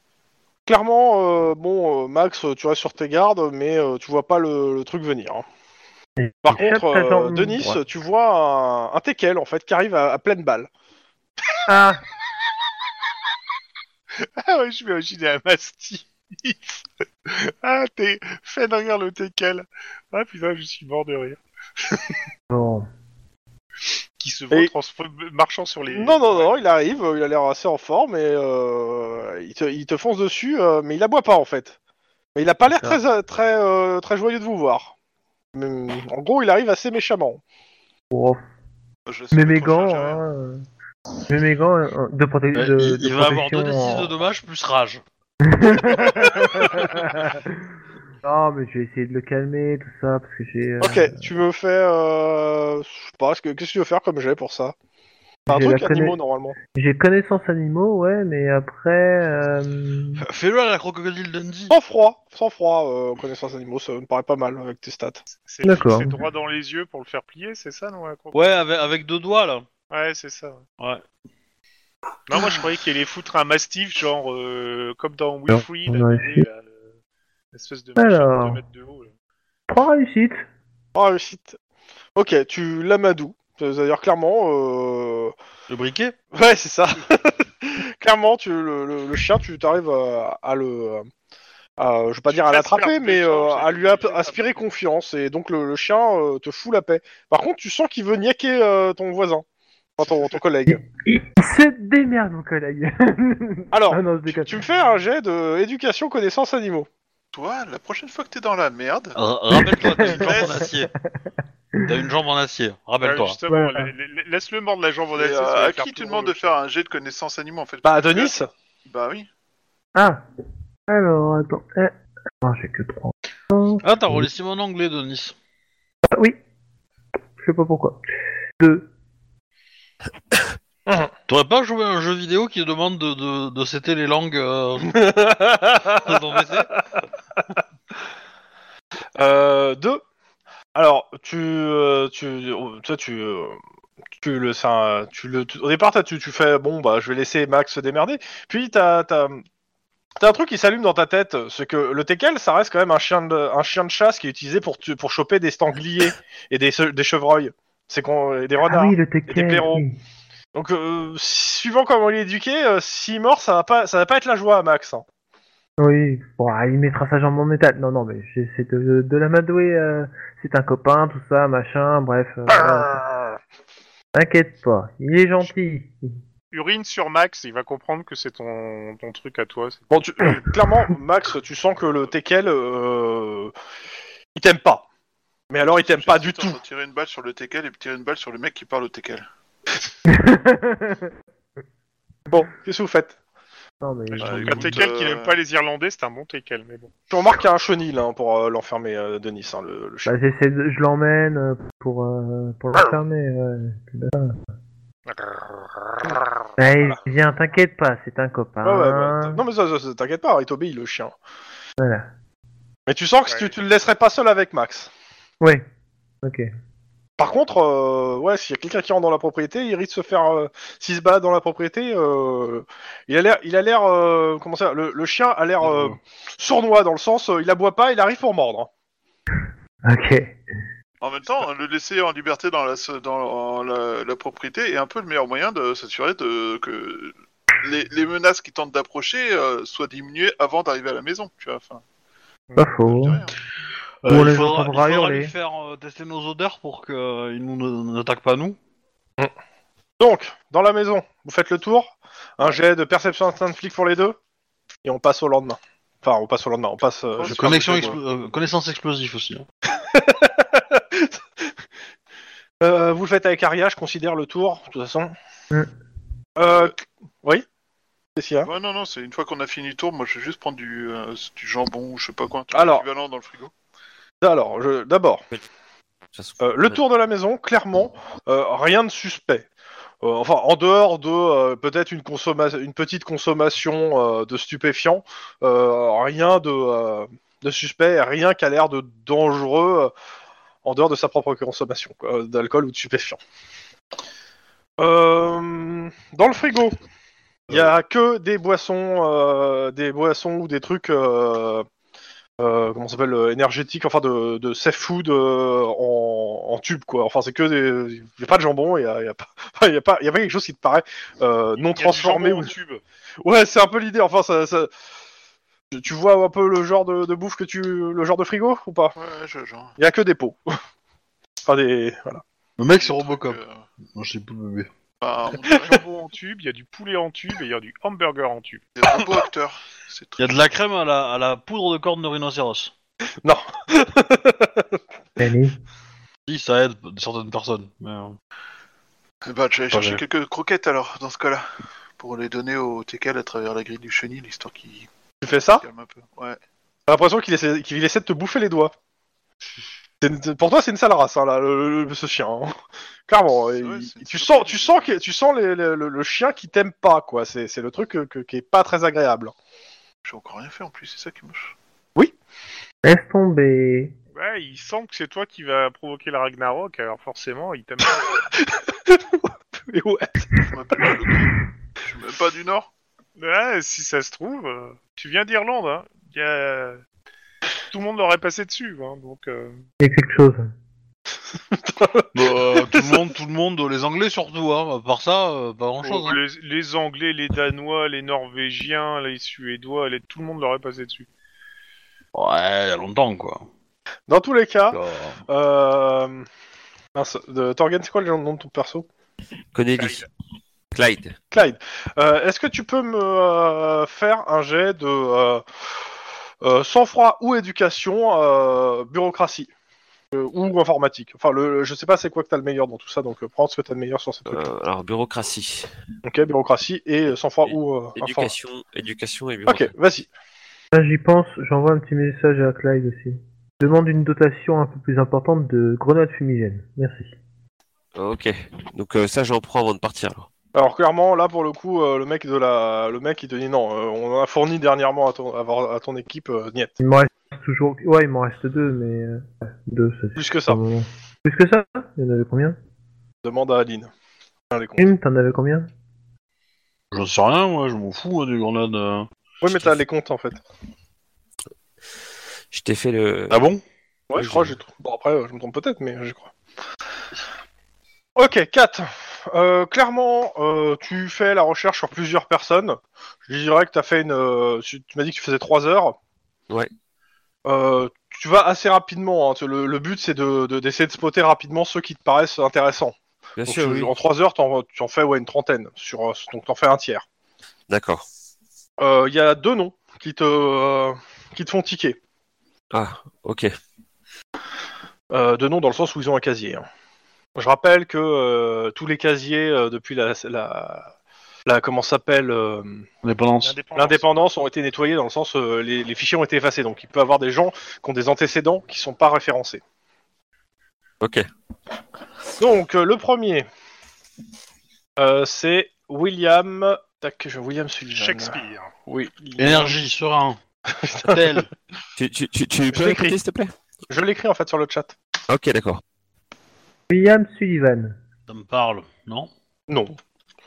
Speaker 2: clairement, euh, bon, euh, Max, euh, tu restes sur tes gardes, mais euh, tu vois pas le, le truc venir. hein. Par contre, euh, Denis, tu vois un, un teckel, en fait, qui arrive à, à pleine balle.
Speaker 5: Ah,
Speaker 6: Ah ouais, je m'imaginais un mastif. ah, t'es fait derrière le teckel. Ah putain, je suis mort de rire.
Speaker 5: bon.
Speaker 6: Qui se
Speaker 2: Et-
Speaker 6: voit transform- marchant sur les.
Speaker 2: Non, non, non, il arrive, euh, il a l'air assez en forme, et euh, il, te, il te fonce dessus, euh, mais il aboie pas, en fait. Mais il a pas l'air
Speaker 5: D'accord.
Speaker 2: très, euh, très, euh, très joyeux de vous voir. Mais, En gros, il arrive assez méchamment.
Speaker 5: Bon,
Speaker 4: Je laisse
Speaker 5: mais
Speaker 4: le
Speaker 5: mes
Speaker 4: prochain
Speaker 5: gants,
Speaker 4: gérer.
Speaker 5: hein, euh, mais mes gants euh, de, proté-
Speaker 1: Euh,
Speaker 5: de,
Speaker 1: il
Speaker 5: de
Speaker 1: il va avoir
Speaker 5: protection euh,
Speaker 1: 2 d
Speaker 5: en-
Speaker 1: de dommages plus rage.
Speaker 5: non, mais je vais essayer de le calmer, tout ça, parce que j'ai. euh,
Speaker 2: Ok, tu me fais. Euh, je sais pas, ce que- qu'est-ce que tu veux faire comme jet pour ça C'est un
Speaker 5: J'ai la
Speaker 2: truc animaux,
Speaker 5: conna-
Speaker 2: normalement.
Speaker 5: J'ai connaissance animaux, ouais, mais après. euh,
Speaker 1: Fais-le à la crocodile Dundee.
Speaker 2: Sans froid, sans froid, euh, connaissance animaux, ça me paraît pas mal avec tes stats.
Speaker 6: C'est
Speaker 5: D'accord.
Speaker 6: c'est droit dans les yeux pour le faire plier, c'est ça, non la croque-
Speaker 1: Ouais, avec, avec deux doigts là.
Speaker 6: Ouais, c'est ça.
Speaker 1: Ouais.
Speaker 6: Non, moi je croyais qu'il allait foutre un mastif, genre euh, comme dans
Speaker 5: Alors,
Speaker 6: Wilfrey,
Speaker 5: on
Speaker 6: là,
Speaker 5: vérifie.
Speaker 6: là, le- l'espèce euh, de machin
Speaker 5: Alors.
Speaker 6: de deux mètres de haut. là.
Speaker 5: Trois réussites
Speaker 2: Ah, réussite. Ok, tu l'amadou. C'est-à-dire, clairement. Euh...
Speaker 1: Le briquet
Speaker 2: Ouais, c'est ça. clairement, tu, le, le- le chien, tu t'arrives à, à le. à- je vais pas
Speaker 6: Tu
Speaker 2: dire à
Speaker 6: passes
Speaker 2: l'attraper,
Speaker 6: perte de
Speaker 2: mais euh,
Speaker 6: change,
Speaker 2: à lui ap-
Speaker 6: c'est
Speaker 2: aspirer confiance. Et donc, le, le chien euh, te fout la paix. Par contre, tu sens qu'il veut niaquer euh, ton voisin. Enfin, ton, ton collègue.
Speaker 5: Il il se démerde, mon collègue
Speaker 2: Alors,
Speaker 5: Ah non, je
Speaker 2: tu,
Speaker 5: déconne.
Speaker 2: tu me fais un jet de éducation connaissance animaux.
Speaker 4: Toi, la prochaine fois que t'es dans la merde,
Speaker 2: Ah,
Speaker 1: R- Rappelle-toi, t'as une jambe en acier. T'as une jambe en acier,
Speaker 6: Ouais,
Speaker 1: rappelle-toi.
Speaker 6: justement,
Speaker 5: Voilà.
Speaker 6: la- la- laisse-le mordre la jambe en
Speaker 4: et,
Speaker 6: acier,
Speaker 4: euh,
Speaker 6: ça va
Speaker 4: à
Speaker 6: faire
Speaker 4: qui
Speaker 6: tout
Speaker 4: tu demandes
Speaker 6: drôle.
Speaker 4: de faire un jet de connaissance animaux en fait
Speaker 2: Bah, Denis
Speaker 4: Bah oui.
Speaker 5: Ah Alors, attends. euh, Non, j'ai que trois.
Speaker 1: Ah, t'as roulé Simon anglais, Denis.
Speaker 5: Ah, oui Je sais pas pourquoi. Deux.
Speaker 1: T'aurais pas joué à un jeu vidéo qui demande de, de, de citer les langues euh, de ton PC
Speaker 2: Euh, deux. Alors, tu, euh, tu, euh, toi, tu, euh, tu le, ça, tu le, tu- au départ, t'as- tu, tu fais, bon, bah, je vais laisser Max se démerder. Puis, t'as, t'as, t'as un truc qui s'allume dans ta tête, c'est que le teckel, ça reste quand même un chien de, un chien de chasse qui est utilisé pour, tu- pour choper des sangliers et des, se- des chevreuils. C'est qu'on, et des renards.
Speaker 5: Ah oui, le teckel.
Speaker 2: blaireaux.
Speaker 5: oui.
Speaker 2: Donc, euh, suivant comment il est éduqué, euh, s'il mord, ça va pas, ça va pas être la joie à Max. hein.
Speaker 5: Oui, bon, ah, il mettra sa jambe en métal. Non, non, mais j'essaie de, de l'amadouer. euh, C'est un copain, tout ça, machin, bref. euh, voilà. T'inquiète pas, il est gentil.
Speaker 6: Urine sur Max, il va comprendre que c'est ton, ton truc à toi. c'est-
Speaker 2: Bon, tu- euh, clairement, Max, tu sens que le Tekel, euh, il t'aime pas. Mais alors, il t'aime pas du tout.
Speaker 4: Tirer une balle sur le TKL et tirer une balle sur le mec qui parle au TKL.
Speaker 2: Bon, qu'est-ce que vous faites
Speaker 5: non, mais...
Speaker 6: Je
Speaker 4: Bah,
Speaker 6: trouve
Speaker 4: écoute,
Speaker 6: qu'un teckel qui
Speaker 4: euh,
Speaker 6: n'aime pas les Irlandais, c'est un bon teckel, mais bon.
Speaker 2: Tu remarques qu'il y a un chenil hein, pour euh, l'enfermer, euh, Denis, hein, le, le chien.
Speaker 5: Bah, j'essaie de... Je l'emmène euh, pour, euh, pour l'enfermer. Ouais. Ouais, Viens, t'inquiète pas, c'est un copain.
Speaker 2: Ouais, ouais, bah, t- non, mais ça, ça- ça- t'inquiète pas, il t'obéit, le chien.
Speaker 5: Voilà.
Speaker 2: Mais tu sens que
Speaker 6: Ouais.
Speaker 2: tu, tu le laisserais pas seul avec Max.
Speaker 5: Ouais. Ok.
Speaker 2: Par contre, euh, ouais, s'il y a quelqu'un qui rentre dans la propriété, il risque de se faire, euh, s'il se balade dans la propriété, euh, il a l'air, il a l'air, euh, comment ça, le, le chien a l'air euh, sournois dans le sens, euh, il aboie pas, il arrive pour mordre.
Speaker 5: Ok.
Speaker 4: En même temps, le laisser en liberté dans la, dans la, la propriété est un peu le meilleur moyen de s'assurer de, que les, les menaces qui tentent d'approcher euh, soient diminuées avant d'arriver à la maison. Tu vois, enfin,
Speaker 5: Pas
Speaker 4: je
Speaker 5: faux.
Speaker 4: dirais, hein.
Speaker 5: Ou on
Speaker 1: il faudra,
Speaker 5: les
Speaker 1: il
Speaker 5: entendra
Speaker 1: faudra
Speaker 5: hurler.
Speaker 1: lui faire euh, tester nos odeurs pour qu'il nous n'attaque pas nous.
Speaker 2: Donc, dans la maison, vous faites le tour. Un jet de perception instinct de flic pour les deux. Et on passe au lendemain. Enfin, on passe au lendemain. On passe. euh, je-
Speaker 4: Super
Speaker 1: Connexion
Speaker 4: Nintendo.
Speaker 1: explo- euh, connaissance explosive aussi. hein.
Speaker 2: Euh, vous le faites avec Aria, je considère le tour, de toute façon.
Speaker 5: Mm.
Speaker 2: Euh, oui hein. Qu'est-ce qu'il y a
Speaker 4: Ouais, non, non, c'est une fois qu'on a fini le tour, moi je vais juste prendre du, euh, du jambon, je sais pas quoi, un truc
Speaker 2: Alors.
Speaker 4: équivalent dans le frigo.
Speaker 2: Alors, je- d'abord,
Speaker 3: De toute façon,
Speaker 2: euh, le tour de la maison, clairement, euh, rien de suspect. Euh, enfin, en dehors de euh, peut-être une, consomma- une petite consommation euh, de stupéfiants, euh, rien de, euh, de suspect, rien qui a l'air de dangereux euh, en dehors de sa propre consommation quoi, euh, d'alcool ou de stupéfiants. Euh, Dans le frigo, il y a que des boissons, euh, des boissons ou des trucs, euh, euh, comment ça s'appelle, euh, énergétiques, enfin de, de safe food euh, en, en tube quoi. Enfin c'est que des, il y a pas de jambon, il y a, il y a pas, il y a pas, il y a pas quelque chose qui te paraît euh, non transformé ou
Speaker 6: au tube.
Speaker 2: Ouais, c'est un peu l'idée. Enfin, ça, ça- tu- tu vois un peu le genre de, de bouffe que tu, le genre de frigo ou pas
Speaker 4: Ouais, ouais, je, genre.
Speaker 2: Il y a que des pots. enfin des, voilà.
Speaker 1: Le mec, c'est Robocop.
Speaker 4: Donc, euh,
Speaker 1: Non, je sais plus le bébé.
Speaker 4: bah, on
Speaker 6: Il y
Speaker 4: dirait
Speaker 6: a du jambon en tube, il y a du poulet en tube et il y a du hamburger en tube.
Speaker 4: des robots acteurs. C'est
Speaker 1: Il y
Speaker 4: très...
Speaker 1: a de la crème à la, à la poudre de corne de rhinocéros.
Speaker 5: Allez.
Speaker 1: Si, ça aide certaines personnes. mais, euh,
Speaker 4: Eh ben, j'allais chercher
Speaker 1: Pas
Speaker 4: quelques croquettes alors, dans ce cas-là. Pour les donner au TKL à travers la grille du chenil, histoire qu'il
Speaker 2: Tu fais ça
Speaker 4: calme un peu. Ouais.
Speaker 2: T'as l'impression qu'il essaie, qu'il essaie de te bouffer les doigts. C'est une- pour toi, c'est une sale race, hein, là, le- le- ce chien. hein. Clairement,
Speaker 4: C'est
Speaker 2: il-
Speaker 4: vrai, c'est une
Speaker 2: tu sens, tu
Speaker 4: saloperie.
Speaker 2: sens que, tu sens les- les- le, le chien qui t'aime pas, quoi. C'est c'est le truc que- que- qui est pas très agréable.
Speaker 4: J'ai encore rien fait en plus, c'est ça qui me choque.
Speaker 5: Laisse tomber.
Speaker 6: Ouais, il sent que c'est toi qui va provoquer la Ragnarok, alors forcément, il t'aime.
Speaker 2: Et ouais.
Speaker 4: Je m'appelle pas Loki. Je suis même pas du Nord.
Speaker 6: ouais, si ça se trouve, euh, tu viens d'Irlande, hein. Il y a- Tout le monde l'aurait passé dessus, hein, donc... euh,
Speaker 5: Il y a quelque chose.
Speaker 1: Bah, euh, tout le monde, tout le monde, les Anglais surtout, hein. À part ça, euh, pas grand chose.
Speaker 6: Oh, les, les Anglais, les Danois, les Norvégiens, les Suédois, les- tout le monde leur est passé dessus.
Speaker 1: Ouais, il y a longtemps, quoi.
Speaker 2: Dans tous les cas,
Speaker 1: Bah,
Speaker 2: euh... mince, de- Torgen, c'est quoi le nom de ton perso
Speaker 3: Connelly. Clyde.
Speaker 2: Clyde, euh, est-ce que tu peux me euh, faire un jet de euh, euh, sang-froid ou éducation, euh, bureaucratie euh, ou informatique Enfin, le, le- je sais pas c'est quoi que t'as le meilleur dans tout ça, donc euh, prends ce que t'as le meilleur sur cette trucs.
Speaker 3: Euh, alors, bureaucratie.
Speaker 2: Ok, bureaucratie et euh, sang-froid ou euh, informatique.
Speaker 3: Éducation, éducation et
Speaker 2: Ok,
Speaker 3: bureaucratie.
Speaker 2: vas-y.
Speaker 5: Là, j'y pense, j'envoie un petit message à Clyde aussi. Demande une dotation un peu plus importante de grenades fumigènes. Merci.
Speaker 3: Ok. Donc, euh, ça, j'en prends avant de partir. alors.
Speaker 2: Alors clairement, là pour le coup, euh, le mec de la, le mec il te dit non, euh, on en a fourni dernièrement à ton, à, à ton équipe, euh, niet.
Speaker 5: Il m'en reste toujours. Ouais, il m'en reste deux, mais. euh, ouais, Deux, ça suffit.
Speaker 2: Plus que ça.
Speaker 5: pour le moment. Plus que ça Il y en avait combien
Speaker 2: Demande à Aline. Tiens, les cons.
Speaker 5: Kim, t'en avais combien
Speaker 1: J'en sais rien, moi, je m'en fous, hein, des grenades. euh.
Speaker 2: Oui, mais t'as les comptes en fait.
Speaker 3: Je t'ai fait le.
Speaker 1: Ah bon
Speaker 2: Ouais, je crois, j'ai trouvé. Bon, après, euh, je me trompe peut-être, mais je crois. Ok, 4. clairement, euh, tu fais la recherche sur plusieurs personnes. Je dirais que t'as fait une. euh, tu tu m'as dit que tu faisais 3 heures.
Speaker 3: Ouais.
Speaker 2: Euh, tu vas assez rapidement. hein. Tu- Le, le but, c'est de- de- d'essayer de, spotter rapidement ceux qui te paraissent intéressants.
Speaker 3: Bien
Speaker 2: Donc,
Speaker 3: sûr,
Speaker 2: tu-
Speaker 3: oui.
Speaker 2: En 3 heures, t'en tu en fais ouais, une trentaine. Sur, euh, donc, t'en fais un tiers.
Speaker 3: D'accord.
Speaker 2: Euh, Il y a deux noms qui te, euh, qui te font tiquer.
Speaker 3: Ah, ok.
Speaker 2: Euh, de nom dans le sens où ils ont un casier. hein. Je rappelle que euh, tous les casiers euh, depuis la, la, la- comment ça s'appelle euh,
Speaker 1: Indépendance.
Speaker 2: l'indépendance ont été nettoyés dans le sens euh, les, les fichiers ont été effacés. Donc il peut y avoir des gens qui ont des antécédents qui sont pas référencés.
Speaker 3: Ok.
Speaker 2: Donc euh, le premier, euh, c'est William. Tac, je- William Sullivan.
Speaker 6: Shakespeare.
Speaker 2: Oui.
Speaker 1: Énergie, serein. Tel.
Speaker 3: Tu, tu, tu, tu peux
Speaker 2: l'ai écrit.
Speaker 3: répéter, s'il te plaît
Speaker 2: Je l'écris en fait sur le chat.
Speaker 3: Ok, d'accord.
Speaker 5: William Sullivan.
Speaker 1: Ça me parle, non
Speaker 2: Non.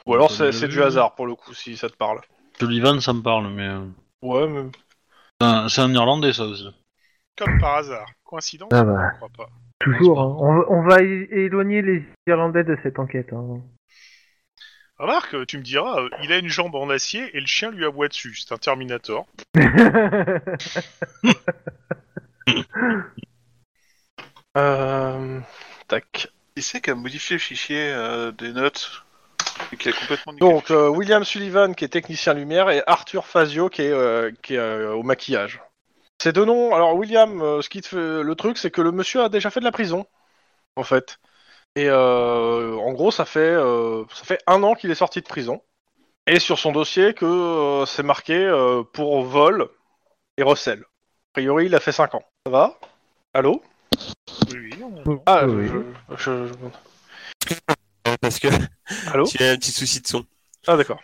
Speaker 2: Ou alors c'est c'est du hasard pour le coup si ça te parle.
Speaker 1: Sullivan, ça me parle, mais. euh,
Speaker 2: Ouais, mais
Speaker 1: c'est un- C'est un Irlandais, ça aussi.
Speaker 6: Comme par hasard. Coïncidence
Speaker 5: Ah bah.
Speaker 6: Je crois pas.
Speaker 5: Toujours, hein. on, va- on va é- éloigner les Irlandais de cette enquête. hein.
Speaker 6: Remarque, tu me diras, euh, il a une jambe en acier et le chien lui aboie dessus. C'est un Terminator.
Speaker 2: Euh... Tac.
Speaker 4: Qui c'est qui a modifié le fichier euh, des notes et qui a complètement niqué
Speaker 2: Donc euh, William Sullivan qui est technicien lumière et Arthur Fazio qui est, euh, qui est, euh, au maquillage. Ces deux noms. Alors William, euh, ce qui te fait- le truc, c'est que le monsieur a déjà fait de la prison, en fait. Et euh, en gros, ça fait euh, ça fait un an qu'il est sorti de prison. Et sur son dossier que euh, c'est marqué euh, pour vol et recel. A priori, il a fait 5 ans. Ça va Allô
Speaker 6: Oui, oui, on-
Speaker 2: Ah,
Speaker 5: Oui.
Speaker 2: je- je- je-
Speaker 3: Euh, Parce que
Speaker 2: Allô
Speaker 3: tu as un petit souci de son.
Speaker 2: Ah d'accord.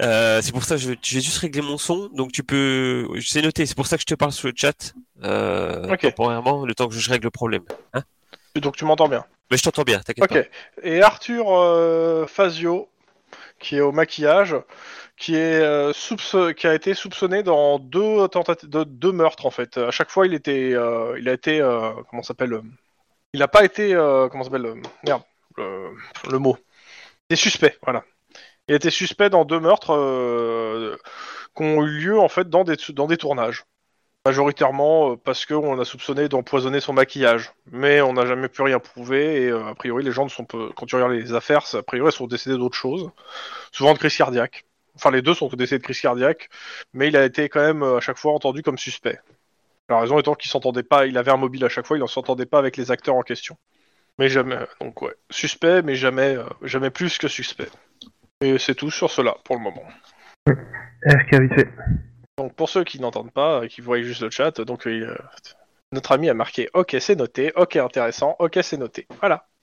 Speaker 3: Euh, c'est pour ça que je- j'ai juste réglé mon son, donc tu peux. Je sais noter, c'est pour ça que je te parle sur le chat euh,
Speaker 2: Ok.
Speaker 3: temporairement, le temps que je règle le problème.
Speaker 2: Donc tu m'entends bien.
Speaker 3: Mais je t'entends bien, t'inquiète
Speaker 2: Ok. Et Arthur euh, Fazio, qui est au maquillage, qui, est, euh, soupçon- qui a été soupçonné dans deux, tentatives, de, deux meurtres en fait. À chaque fois, il était, euh, il a été, euh, comment ça s'appelle euh, Il n'a pas été, euh, comment ça s'appelle euh, Merde, euh, le mot. Des suspects, voilà. Il a été suspect dans deux meurtres euh, qui ont eu lieu en fait dans des, dans des tournages. Majoritairement euh, parce qu'on a soupçonné d'empoisonner son maquillage. Mais on n'a jamais pu rien prouver et euh, a priori les gens ne sont peu- quand tu regardes les affaires, ça- a priori ils sont décédés d'autres choses. Souvent de crise cardiaque. Enfin les deux sont décédés de crise cardiaque, mais il a été quand même euh, à chaque fois entendu comme suspect. La raison étant qu'il s'entendait pas, il avait un mobile à chaque fois, il ne s'entendait pas avec les acteurs en question. Mais jamais, donc ouais, suspect, mais jamais, euh, jamais plus que suspect. Et c'est tout sur cela pour le moment.
Speaker 5: FK vite fait.
Speaker 2: Donc pour ceux qui n'entendent pas, euh, qui voient juste le chat, donc euh, notre ami a marqué OK c'est noté, OK intéressant, OK c'est noté. Voilà.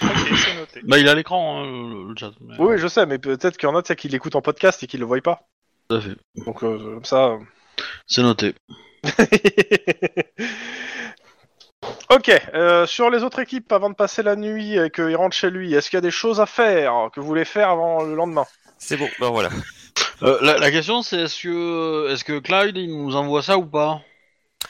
Speaker 6: Ok, c'est noté.
Speaker 1: Bah, il a l'écran, hein, le, le chat. mais-
Speaker 2: Oui je sais, mais peut-être qu'il y en a tu sais, qui l'écoutent en podcast et qui le voient pas.
Speaker 1: Tout à fait.
Speaker 2: Donc euh, comme ça. euh.
Speaker 1: C'est noté.
Speaker 2: ok, euh, sur les autres équipes, avant de passer la nuit et qu'il rentre chez lui, est-ce qu'il y a des choses à faire que vous voulez faire avant le lendemain
Speaker 3: C'est bon, ben voilà.
Speaker 1: Euh, la, la question, c'est est-ce que, est-ce que Clyde il nous envoie ça ou pas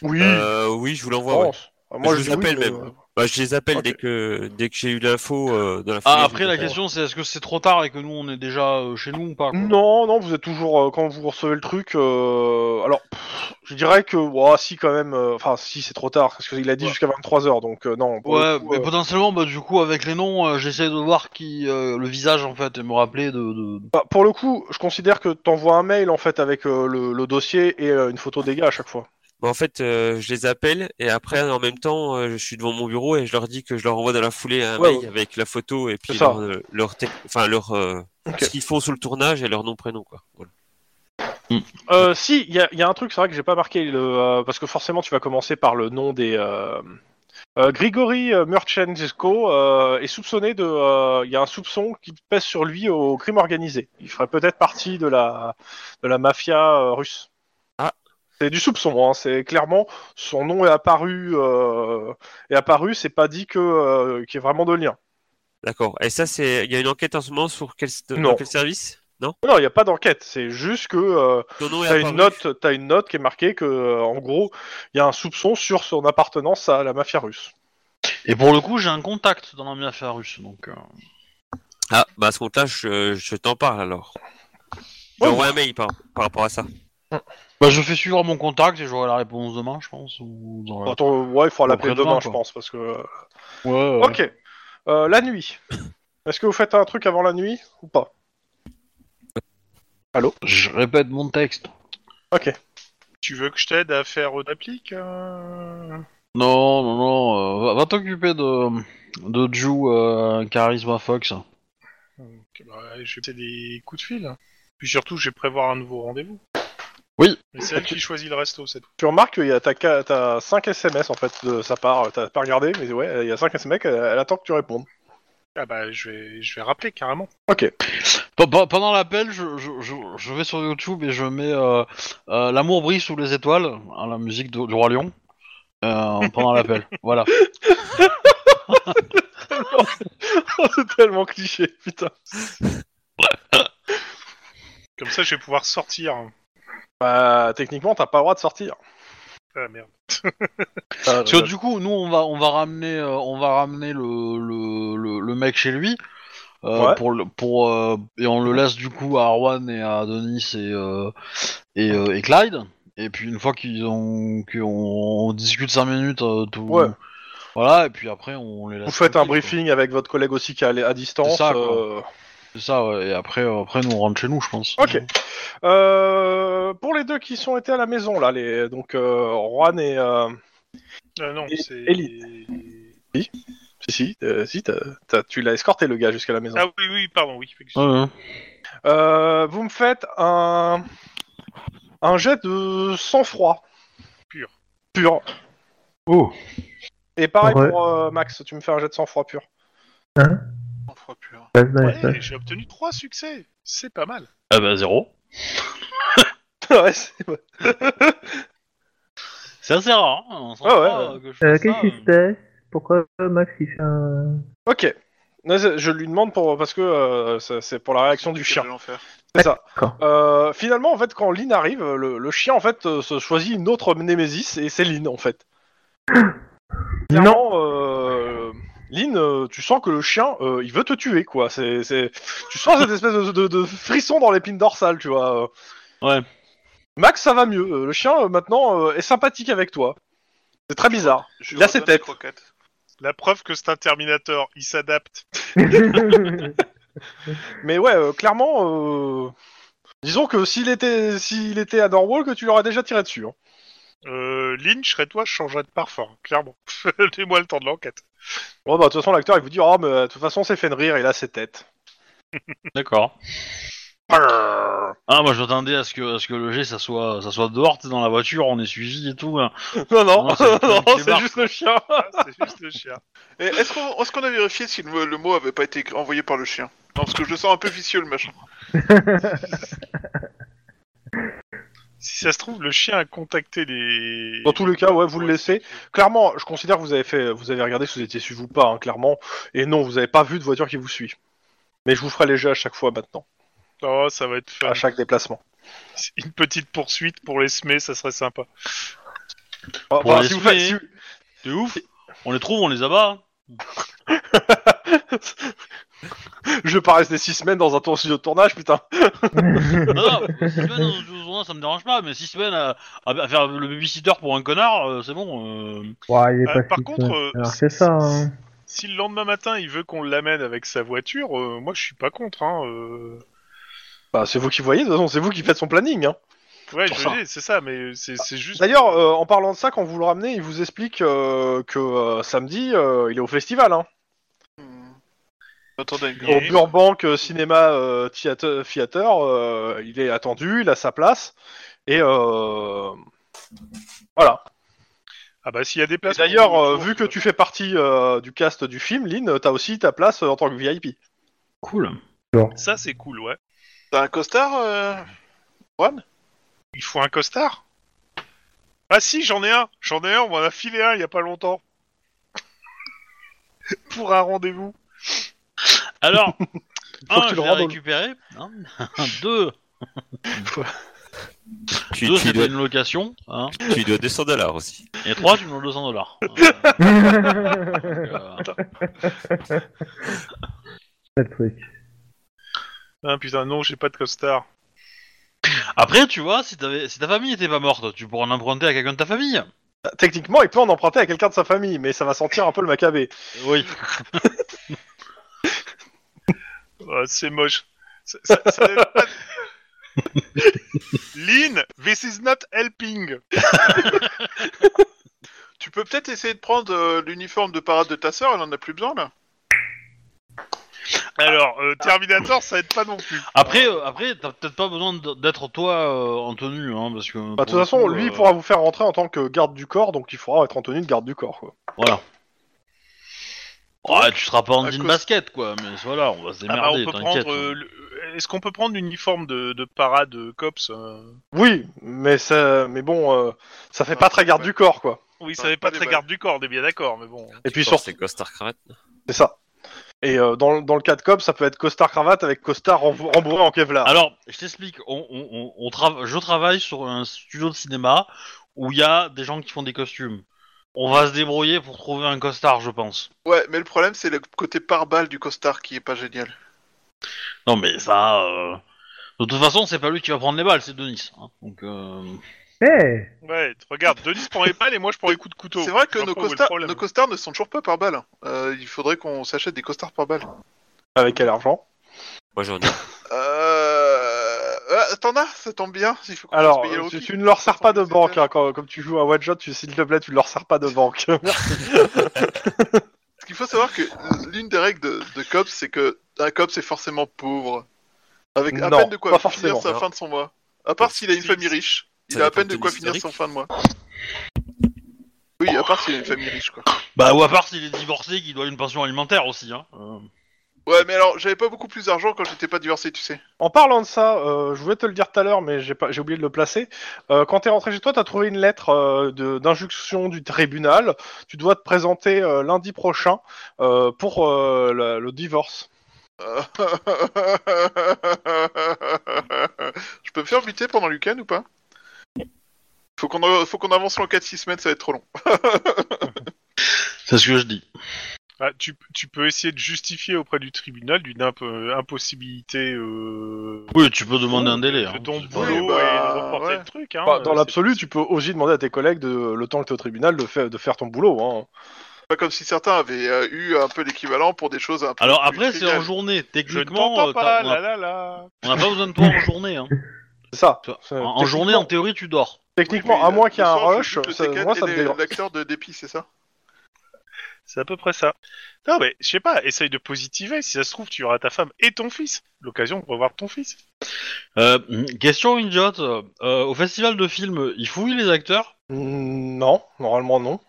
Speaker 2: Oui,
Speaker 3: Euh, oui, je vous l'envoie. ouais.
Speaker 2: Moi
Speaker 3: Je
Speaker 2: dis
Speaker 3: vous
Speaker 2: oui,
Speaker 3: appelle
Speaker 2: mais,
Speaker 3: même.
Speaker 2: euh,
Speaker 3: Bah, je les appelle
Speaker 2: Ok.
Speaker 3: dès que dès que j'ai eu l'info euh, dans la foulée,
Speaker 1: Ah,
Speaker 3: je
Speaker 1: après,
Speaker 3: vous
Speaker 1: la
Speaker 3: appelle.
Speaker 1: question, c'est est-ce que c'est trop tard et que nous, on est déjà euh, chez nous ou pas quoi
Speaker 2: Non, non, vous êtes toujours euh, quand vous recevez le truc. euh, alors, pff, je dirais que ouah, si quand même. euh, Enfin, si c'est trop tard parce qu'il a dit
Speaker 1: Ouais.
Speaker 2: jusqu'à 23 h donc euh, non. pour
Speaker 1: Ouais,
Speaker 2: le coup,
Speaker 1: mais
Speaker 2: euh,
Speaker 1: potentiellement, bah, du coup, avec les noms, euh, j'essaie de voir qui, euh, le visage en fait, et me rappeler de. de-
Speaker 2: bah, pour le coup, je considère que t'envoies un mail en fait avec euh, le, le dossier et euh, une photo des gars à chaque fois.
Speaker 3: Bah, en fait, euh, je les appelle et après, en même temps, euh, je suis devant mon bureau et je leur dis que je leur envoie dans la foulée un
Speaker 2: Ouais,
Speaker 3: mail avec la photo et puis
Speaker 2: C'est ça.
Speaker 3: leur, euh, leur tec- enfin leur euh,
Speaker 2: Ok.
Speaker 3: ce qu'ils font sous le tournage et leur nom prénom quoi. Voilà.
Speaker 2: Euh, si, il y a, il y a un truc, c'est vrai que j'ai pas marqué le euh, parce que forcément tu vas commencer par le nom des. Euh... euh, Grigory euh, Murchenko euh, est soupçonné de. euh, Il y a un soupçon qui pèse sur lui au crime organisé. Il ferait peut-être partie de la de la mafia euh, russe.
Speaker 3: Ah.
Speaker 2: C'est du soupçon. Hein, c'est clairement son nom est apparu euh, est apparu. C'est pas dit que euh, qu'il y ait vraiment de lien.
Speaker 3: D'accord. Et ça, c'est il y a une enquête en ce moment sur quel st-
Speaker 2: Non.
Speaker 3: dans quel service? Non?
Speaker 2: Non, il n'y a pas d'enquête. C'est juste que euh,
Speaker 3: Ton nom est
Speaker 2: T'as
Speaker 3: apparu.
Speaker 2: une note, t'as une note qui est marquée que, euh, en gros, il y a un soupçon sur son appartenance à la mafia russe.
Speaker 1: Et pour le coup, j'ai un contact dans la mafia russe, donc. euh,
Speaker 3: Ah, bah à ce compte-là, je, je t'en parle alors. Je
Speaker 2: Ouais,
Speaker 3: leur envoie un mail par, par rapport à ça.
Speaker 1: Bah, je fais suivre mon contact et j'aurai la réponse demain, je pense. Ou dans la-
Speaker 2: Attends, ouais, il faudra l'appeler demain,
Speaker 1: Après-demain, quoi.
Speaker 2: je pense, parce que. euh,
Speaker 1: Ouais, ouais.
Speaker 2: Ok. Euh, la nuit. Est-ce que vous faites un truc avant la nuit ou pas
Speaker 1: Je répète mon texte.
Speaker 6: Tu veux que je t'aide à faire autre applique euh
Speaker 1: Non, non, non. euh, va, va t'occuper de, de Ju, euh, Charisma Fox.
Speaker 6: Ok, bah, Je vais passer des coups de fil. Puis surtout, je vais prévoir un nouveau rendez-vous.
Speaker 1: Oui.
Speaker 6: Mais c'est elle qui choisit le resto, cette
Speaker 2: Tu remarques qu'il y a ta ca- t'as 5 SMS en fait de sa part. T'as pas regardé, mais ouais, il y a 5 SMS. Elle, elle attend que tu répondes.
Speaker 6: Ah bah je vais, je vais rappeler carrément.
Speaker 1: Pe- pe- Pendant l'appel, je, je, je, je vais sur YouTube et je mets euh, euh, L'amour brille sous les étoiles, à la musique de- du Roi Lion, euh, pendant l'appel. Voilà.
Speaker 2: C'est tellement cliché, putain.
Speaker 6: Comme ça je vais pouvoir sortir.
Speaker 2: Bah, techniquement, t'as pas le droit de sortir.
Speaker 6: Ah merde.
Speaker 1: Parce
Speaker 2: Euh,
Speaker 1: que du coup, nous, on va, on va ramener, euh, on va ramener le, le, le, le mec chez lui. euh,
Speaker 2: Ouais.
Speaker 1: pour le, pour euh, et on le laisse du coup à Arwan et à Denis et euh, et, euh, et Clyde et puis une fois qu'ils ont qu'on on discute 5 minutes euh, tout
Speaker 2: Ouais.
Speaker 1: voilà et puis après on les laisse
Speaker 2: Vous faites un
Speaker 1: tranquilles, quoi.
Speaker 2: briefing avec votre collègue aussi qui est à à distance.
Speaker 1: C'est ça, quoi.
Speaker 2: euh,
Speaker 1: C'est ça ouais. et après euh, après nous on rentre chez nous je pense
Speaker 2: Ok. Euh, pour les deux qui sont été à la maison là, les donc euh, Juan et euh...
Speaker 6: Ah non,
Speaker 2: Et-
Speaker 6: c'est.
Speaker 2: si si, euh, si t'as- t'as- tu l'as escorté le gars jusqu'à la maison.
Speaker 6: Ah oui oui pardon oui.
Speaker 1: Ouais,
Speaker 6: effectivement.
Speaker 1: ouais.
Speaker 2: Euh, vous me faites un un jet de sang froid
Speaker 6: Pur.
Speaker 2: pur.
Speaker 1: Oh.
Speaker 2: Et pareil
Speaker 5: Ouais.
Speaker 2: pour euh, Max, tu me fais un jet de sang froid pur.
Speaker 4: Cent fois hein. pur.
Speaker 5: Passe dans
Speaker 6: Ouais,
Speaker 5: l'espace.
Speaker 6: j'ai obtenu trois succès. C'est pas mal.
Speaker 1: ah bah zéro
Speaker 2: ouais, c'est vrai.
Speaker 1: c'est assez rare hein, on s'en
Speaker 2: Ah ouais,
Speaker 1: croit,
Speaker 2: ouais.
Speaker 1: euh, que je fasse
Speaker 5: Euh,
Speaker 1: ça,
Speaker 5: Qu'est-ce qui se
Speaker 1: euh.
Speaker 5: passe Pourquoi euh, Max il fait un.
Speaker 2: Ok. Non, c'est- je lui demande pour parce que euh, ça- c'est pour la réaction du chien.
Speaker 4: Quel enfer.
Speaker 2: C'est ça.
Speaker 5: D'accord.
Speaker 2: Euh, finalement, en fait, quand Lynn arrive, le, le chien en fait euh, se choisit une autre némésis et c'est Lynn en fait. Clairement, euh, Lynn, euh, tu sens que le chien, euh, il veut te tuer quoi. C'est, c'est- tu sens cette espèce de, de- de frisson dans l'épine dorsale, tu vois. euh.
Speaker 1: Ouais.
Speaker 2: Max, ça va mieux. Euh, Le chien euh, maintenant euh, est sympathique avec toi. C'est très bizarre.
Speaker 4: Je
Speaker 2: Là, c'est
Speaker 4: redonne les
Speaker 2: tête.
Speaker 4: croquettes.
Speaker 6: La preuve que c'est un Terminator, il s'adapte.
Speaker 2: Mais ouais, euh, clairement, euh, disons que s'il était, s'il était à Norwalk, tu l'aurais déjà tiré dessus. hein.
Speaker 6: Euh, Lynn, je serais toi, je changerais de parfum, hein, clairement. Donnez-moi le temps de l'enquête.
Speaker 2: Ouais, bah, de toute façon, l'acteur, il vous dit, oh, mais euh, de toute façon, c'est Fenrir, il a ses têtes.
Speaker 1: D'accord.
Speaker 2: Brrr.
Speaker 1: Ah, moi, je m'attendais à ce que, à ce que le G, ça soit, ça soit dehors, t'es dans la voiture, on est suivi et tout. hein.
Speaker 2: Non, non,
Speaker 1: Non, c'est-
Speaker 2: non,
Speaker 1: c'est
Speaker 2: c'est
Speaker 1: Marc,
Speaker 2: juste le chien.
Speaker 6: Ah, c'est juste le chien.
Speaker 4: Et Est-ce qu'on est-ce qu'on a vérifié si le, le mot avait pas été envoyé par le chien Non, parce que je le sens un peu vicieux le machin.
Speaker 6: Si ça se trouve, le chien a contacté les.
Speaker 2: Dans tous les cas, ouais, vous le laissez. Clairement, je considère que vous avez fait, vous avez regardé si vous étiez suivi ou pas, hein, clairement. Et non, vous avez pas vu de voiture qui vous suit. Mais je vous ferai les jeux à chaque fois maintenant,
Speaker 6: Oh, ça va être fun.
Speaker 2: à chaque déplacement.
Speaker 6: Une petite poursuite pour les semer, ça serait sympa.
Speaker 2: Ah,
Speaker 1: Pour
Speaker 2: bah,
Speaker 1: les
Speaker 2: si vous faites-
Speaker 1: semer.
Speaker 2: si-
Speaker 1: C'est ouf. On les trouve, on les abat. hein.
Speaker 2: je pars rester six semaines dans un tour studio de tournage, putain.
Speaker 1: Non, non, six semaines dans une journée, ça me dérange pas, mais six semaines à, à faire le babysitter pour un connard, euh, c'est bon. euh.
Speaker 5: Ouais, il est
Speaker 6: Euh,
Speaker 5: pas
Speaker 6: par
Speaker 5: si-
Speaker 6: contre, euh,
Speaker 5: Alors, c'est ça. hein.
Speaker 6: Si le lendemain matin, il veut qu'on l'amène avec sa voiture, euh, moi, je suis pas contre. Hein, euh.
Speaker 2: Bah, c'est vous qui voyez, de toute façon, c'est vous qui faites son planning, hein.
Speaker 6: Ouais,
Speaker 2: Pour
Speaker 6: je
Speaker 2: ça.
Speaker 6: l'ai, c'est ça, mais c'est c'est juste.
Speaker 2: D'ailleurs, euh, en parlant de ça, quand vous le ramenez, il vous explique euh, que euh, samedi, euh, il est au festival. Hein,
Speaker 4: Hmm. Attendez,
Speaker 2: Au
Speaker 6: Yeah.
Speaker 2: Burbank euh, Cinema euh, Theater, Theater, euh, il est attendu, il a sa place. Et euh, voilà.
Speaker 6: Ah bah, s'il y a des
Speaker 2: Et
Speaker 6: places.
Speaker 2: D'ailleurs,
Speaker 6: pour-
Speaker 2: euh,
Speaker 6: pour-
Speaker 2: vu que tu fais partie euh, du cast du film, Lynn, t'as aussi ta place euh, en tant que VIP.
Speaker 1: Cool.
Speaker 6: Ça, c'est cool, ouais.
Speaker 4: t'as un costard euh, Juan
Speaker 6: Il faut un costard Ah si, j'en ai un J'en ai un, on m'en a filé un il y a pas longtemps. Pour un rendez-vous.
Speaker 1: Alors,
Speaker 2: Faut
Speaker 1: un,
Speaker 2: que tu
Speaker 1: je
Speaker 2: le
Speaker 1: l'ai
Speaker 2: rendes au-
Speaker 1: récupéré. hein. Deux,
Speaker 3: Tu,
Speaker 1: deux
Speaker 3: tu
Speaker 1: c'était
Speaker 3: dois,
Speaker 1: une location. hein.
Speaker 3: tu lui dois 200 dollars aussi.
Speaker 1: Et trois, tu me donnes 200 dollars. Euh,
Speaker 5: Pas de truc.
Speaker 6: Ah putain, non, j'ai pas de costard.
Speaker 1: Après, tu vois, si, t'avais- si ta famille était pas morte, tu pourrais en emprunter à quelqu'un de ta famille.
Speaker 2: Euh, Techniquement, il peut en emprunter à quelqu'un de sa famille, mais ça va sentir un peu le macabé.
Speaker 1: Oui.
Speaker 6: Ah, c'est moche. Ça- ça- ça n'est pas- Lynn, this is not helping.
Speaker 4: Tu peux peut-être essayer de prendre euh, l'uniforme de parade de ta sœur, elle en a plus besoin là
Speaker 6: Alors, euh, Terminator, ça aide pas non plus.
Speaker 1: Après, euh, après, t'as peut-être pas besoin d- d'être toi euh, en tenue, hein, parce que.
Speaker 2: Bah, de toute façon,
Speaker 1: euh,
Speaker 6: euh,
Speaker 2: lui, il pourra vous faire rentrer en tant que garde du corps, donc il faudra être en tenue de garde du corps. Quoi.
Speaker 1: Voilà. Ouais, tu seras pas en
Speaker 4: à
Speaker 1: jean
Speaker 4: cause-
Speaker 1: basket, quoi, mais voilà, on va se
Speaker 6: Ah bah,
Speaker 1: démerder,
Speaker 6: on peut
Speaker 1: t'inquiète.
Speaker 6: prendre. euh, le- Est-ce qu'on peut prendre l'uniforme de, de parade euh, cops euh
Speaker 2: Oui, mais, ça... mais bon, euh, ça
Speaker 6: Ah,
Speaker 2: fait pas très garde du corps, quoi.
Speaker 6: Oui, ça
Speaker 4: Ouais,
Speaker 6: fait
Speaker 4: pas
Speaker 6: pas
Speaker 4: des
Speaker 6: très
Speaker 4: balles.
Speaker 6: garde du corps, on est bien d'accord, mais bon.
Speaker 2: Et puis
Speaker 3: Je pense
Speaker 2: surtout.
Speaker 3: que c'est costard cravate.
Speaker 2: C'est ça. Et euh, dans, le- dans le cas de COP, ça peut être costard cravate avec costard remb- rembourré en Kevlar.
Speaker 1: Alors, je t'explique, on, on- on- on trava- je travaille sur un studio de cinéma où il y a des gens qui font des costumes. On va se débrouiller pour trouver un costard, je pense.
Speaker 4: Ouais, mais le problème c'est le côté pare-balles du costard qui est pas génial.
Speaker 1: Non, mais ça. euh, De toute façon, c'est pas lui qui va prendre les balles, c'est Denis. hein. Donc, euh,
Speaker 5: Eh,
Speaker 6: Ouais, regarde, Denis prend les balles et moi je prends les coups de couteau.
Speaker 4: C'est vrai que
Speaker 6: Je
Speaker 4: nos
Speaker 6: vois pas où est le
Speaker 4: costards,
Speaker 6: problème.
Speaker 4: nos costards ne sont toujours pas par balle. Euh, il faudrait qu'on s'achète des costards par balle.
Speaker 1: Ah,
Speaker 2: Avec quel argent
Speaker 3: Moi j'en ai.
Speaker 4: Euh... ah, T'en as Ça tombe bien. Il faut qu'on puisse
Speaker 2: Alors,
Speaker 4: payer le
Speaker 2: tu,
Speaker 4: hockey.
Speaker 2: tu ne leur sers pas de
Speaker 4: C'est
Speaker 2: banque.
Speaker 4: clair.
Speaker 2: hein, quand- comme tu joues à One Shot, tu- s'il te plaît, tu ne leur sers pas de banque.
Speaker 4: Parce qu'il faut savoir que l'une des règles de, de COPS, c'est que un COPS est forcément pauvre. Avec à
Speaker 2: Non,
Speaker 4: peine de quoi
Speaker 2: pas
Speaker 4: finir
Speaker 2: forcément,
Speaker 4: sa
Speaker 2: non.
Speaker 4: fin de son mois. À part s'il a une
Speaker 3: Si,
Speaker 4: famille riche, il
Speaker 3: ça
Speaker 4: a à
Speaker 3: dépend
Speaker 4: peine de
Speaker 3: de
Speaker 4: quoi finir son
Speaker 3: l'historique.
Speaker 4: fin de mois. Oui, à part s'il a une famille riche, quoi.
Speaker 1: Bah, ou à part s'il est divorcé, qu'il doit une pension alimentaire aussi. Hein.
Speaker 4: Ouais, mais alors, j'avais pas beaucoup plus d'argent quand j'étais pas divorcé, tu sais.
Speaker 2: En parlant de ça, euh, je voulais te le dire tout à l'heure, mais j'ai pas- j'ai oublié de le placer. Euh, quand t'es rentré chez toi, t'as trouvé une lettre euh, de- d'injonction du tribunal. Tu dois te présenter euh, lundi prochain euh, pour euh, la- le divorce.
Speaker 4: Je peux me faire buter pendant le week-end ou pas faut qu'on, a- faut qu'on avance en 4-6 semaines, ça va être trop long.
Speaker 1: C'est ce que je dis.
Speaker 6: Bah, tu, tu peux essayer de justifier auprès du tribunal d'une imp- euh, impossibilité euh,
Speaker 1: Oui, tu peux demander un délai.
Speaker 6: de
Speaker 1: hein.
Speaker 6: ton
Speaker 1: C'est pas-
Speaker 6: boulot
Speaker 4: Oui, bah,
Speaker 6: et de reporter
Speaker 4: ouais.
Speaker 6: le truc.
Speaker 1: Ah,
Speaker 6: Hein,
Speaker 2: Bah, dans
Speaker 6: euh,
Speaker 2: l'absolu, tu peux aussi demander à tes collègues de, le temps que t'es au tribunal de, fa- de faire ton boulot. Hein.
Speaker 4: Pas comme si certains avaient euh, eu un peu l'équivalent pour des choses un peu.
Speaker 1: Alors
Speaker 4: plus
Speaker 1: après, c'est en
Speaker 4: triviales.
Speaker 1: journée.
Speaker 6: c'est- Je ne
Speaker 1: Techniquement,
Speaker 6: t'entends
Speaker 1: euh,
Speaker 6: pas, ah
Speaker 1: t'as-
Speaker 6: là, là, là.
Speaker 1: on n'a pas besoin de toi en journée. hein.
Speaker 2: C'est ça.
Speaker 1: Toi,
Speaker 2: C'est-
Speaker 6: Euh,
Speaker 1: En- En,
Speaker 2: techniquement-
Speaker 1: journée, en théorie, tu dors.
Speaker 2: Techniquement,
Speaker 4: Oui,
Speaker 2: à
Speaker 4: mais,
Speaker 2: moins
Speaker 4: euh,
Speaker 2: qu'il y ait
Speaker 4: ce
Speaker 2: un
Speaker 4: soir, je
Speaker 2: rush,
Speaker 4: joue le
Speaker 2: ça-
Speaker 4: T4
Speaker 2: moi ça
Speaker 4: et
Speaker 2: me
Speaker 4: les-
Speaker 2: dérange.
Speaker 4: L'acteur de Dépit, c'est ça
Speaker 6: C'est à peu près ça. Non, mais je sais pas, essaye de positiver. Si ça se trouve, tu auras ta femme et ton fils. L'occasion pour voir ton fils.
Speaker 1: Euh, question Winjot. euh, au festival de films, ils fouillent les acteurs
Speaker 2: Mm, Non, normalement non.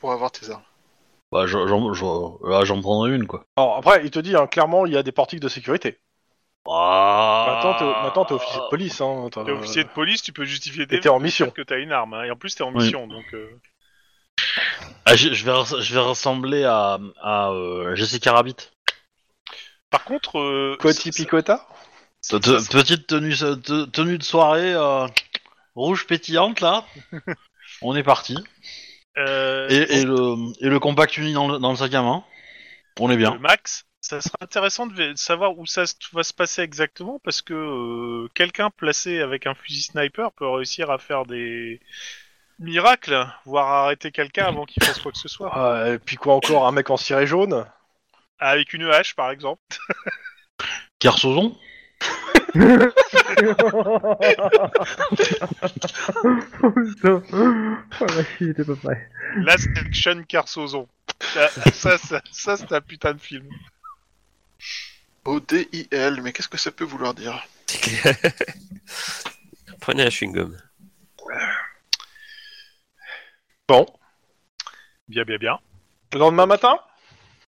Speaker 4: Pour avoir tes armes.
Speaker 1: Bah, j'en- j'en j'en- là, j'en prendrai une, quoi.
Speaker 2: Alors après, il te dit hein, clairement, il y a des portiques de sécurité.
Speaker 1: Ah.
Speaker 2: Maintenant, t'es- Maintenant, t'es officier de police. Hein, t'as-
Speaker 6: T'es officier de police, tu peux justifier
Speaker 2: Et
Speaker 6: tes
Speaker 2: t'es en mission.
Speaker 6: que t'as une arme. hein, Et en plus, t'es en
Speaker 1: Oui.
Speaker 6: mission, donc. euh,
Speaker 1: Ah, je, je vais, res- je vais ressembler à, à euh, Jessica Rabbit.
Speaker 6: Par contre, euh,
Speaker 2: Coti
Speaker 6: ça-
Speaker 2: Picota
Speaker 6: ça-
Speaker 1: Te-
Speaker 6: ça-
Speaker 1: te- Petite tenue, se- te- tenue de soirée euh, rouge pétillante, là. On est parti.
Speaker 6: euh,
Speaker 1: Et, et le, et le compact uni dans le, dans le sac à main. On est bien.
Speaker 6: le Max, ça serait intéressant de ve- de savoir où ça se- va se passer exactement parce que euh, quelqu'un placé avec un fusil sniper peut réussir à faire des miracles, voire arrêter quelqu'un avant qu'il fasse quoi que ce soit.
Speaker 2: Ouais, Euh, Et puis quoi encore, un mec en ciré jaune
Speaker 6: Avec une hache, par exemple. Euh,
Speaker 1: Carsozon
Speaker 5: Oh, putain. Oh, la chie, j'étais pas prêt.
Speaker 6: Last Action Carsozon. Ça, ça, ça, ça, c'est un putain de film.
Speaker 4: O-D-I-L, mais qu'est-ce que ça peut vouloir dire
Speaker 3: C'est clair. Prenez un chewing-gum.
Speaker 2: Bon.
Speaker 6: Bien, bien, bien.
Speaker 2: Le lendemain matin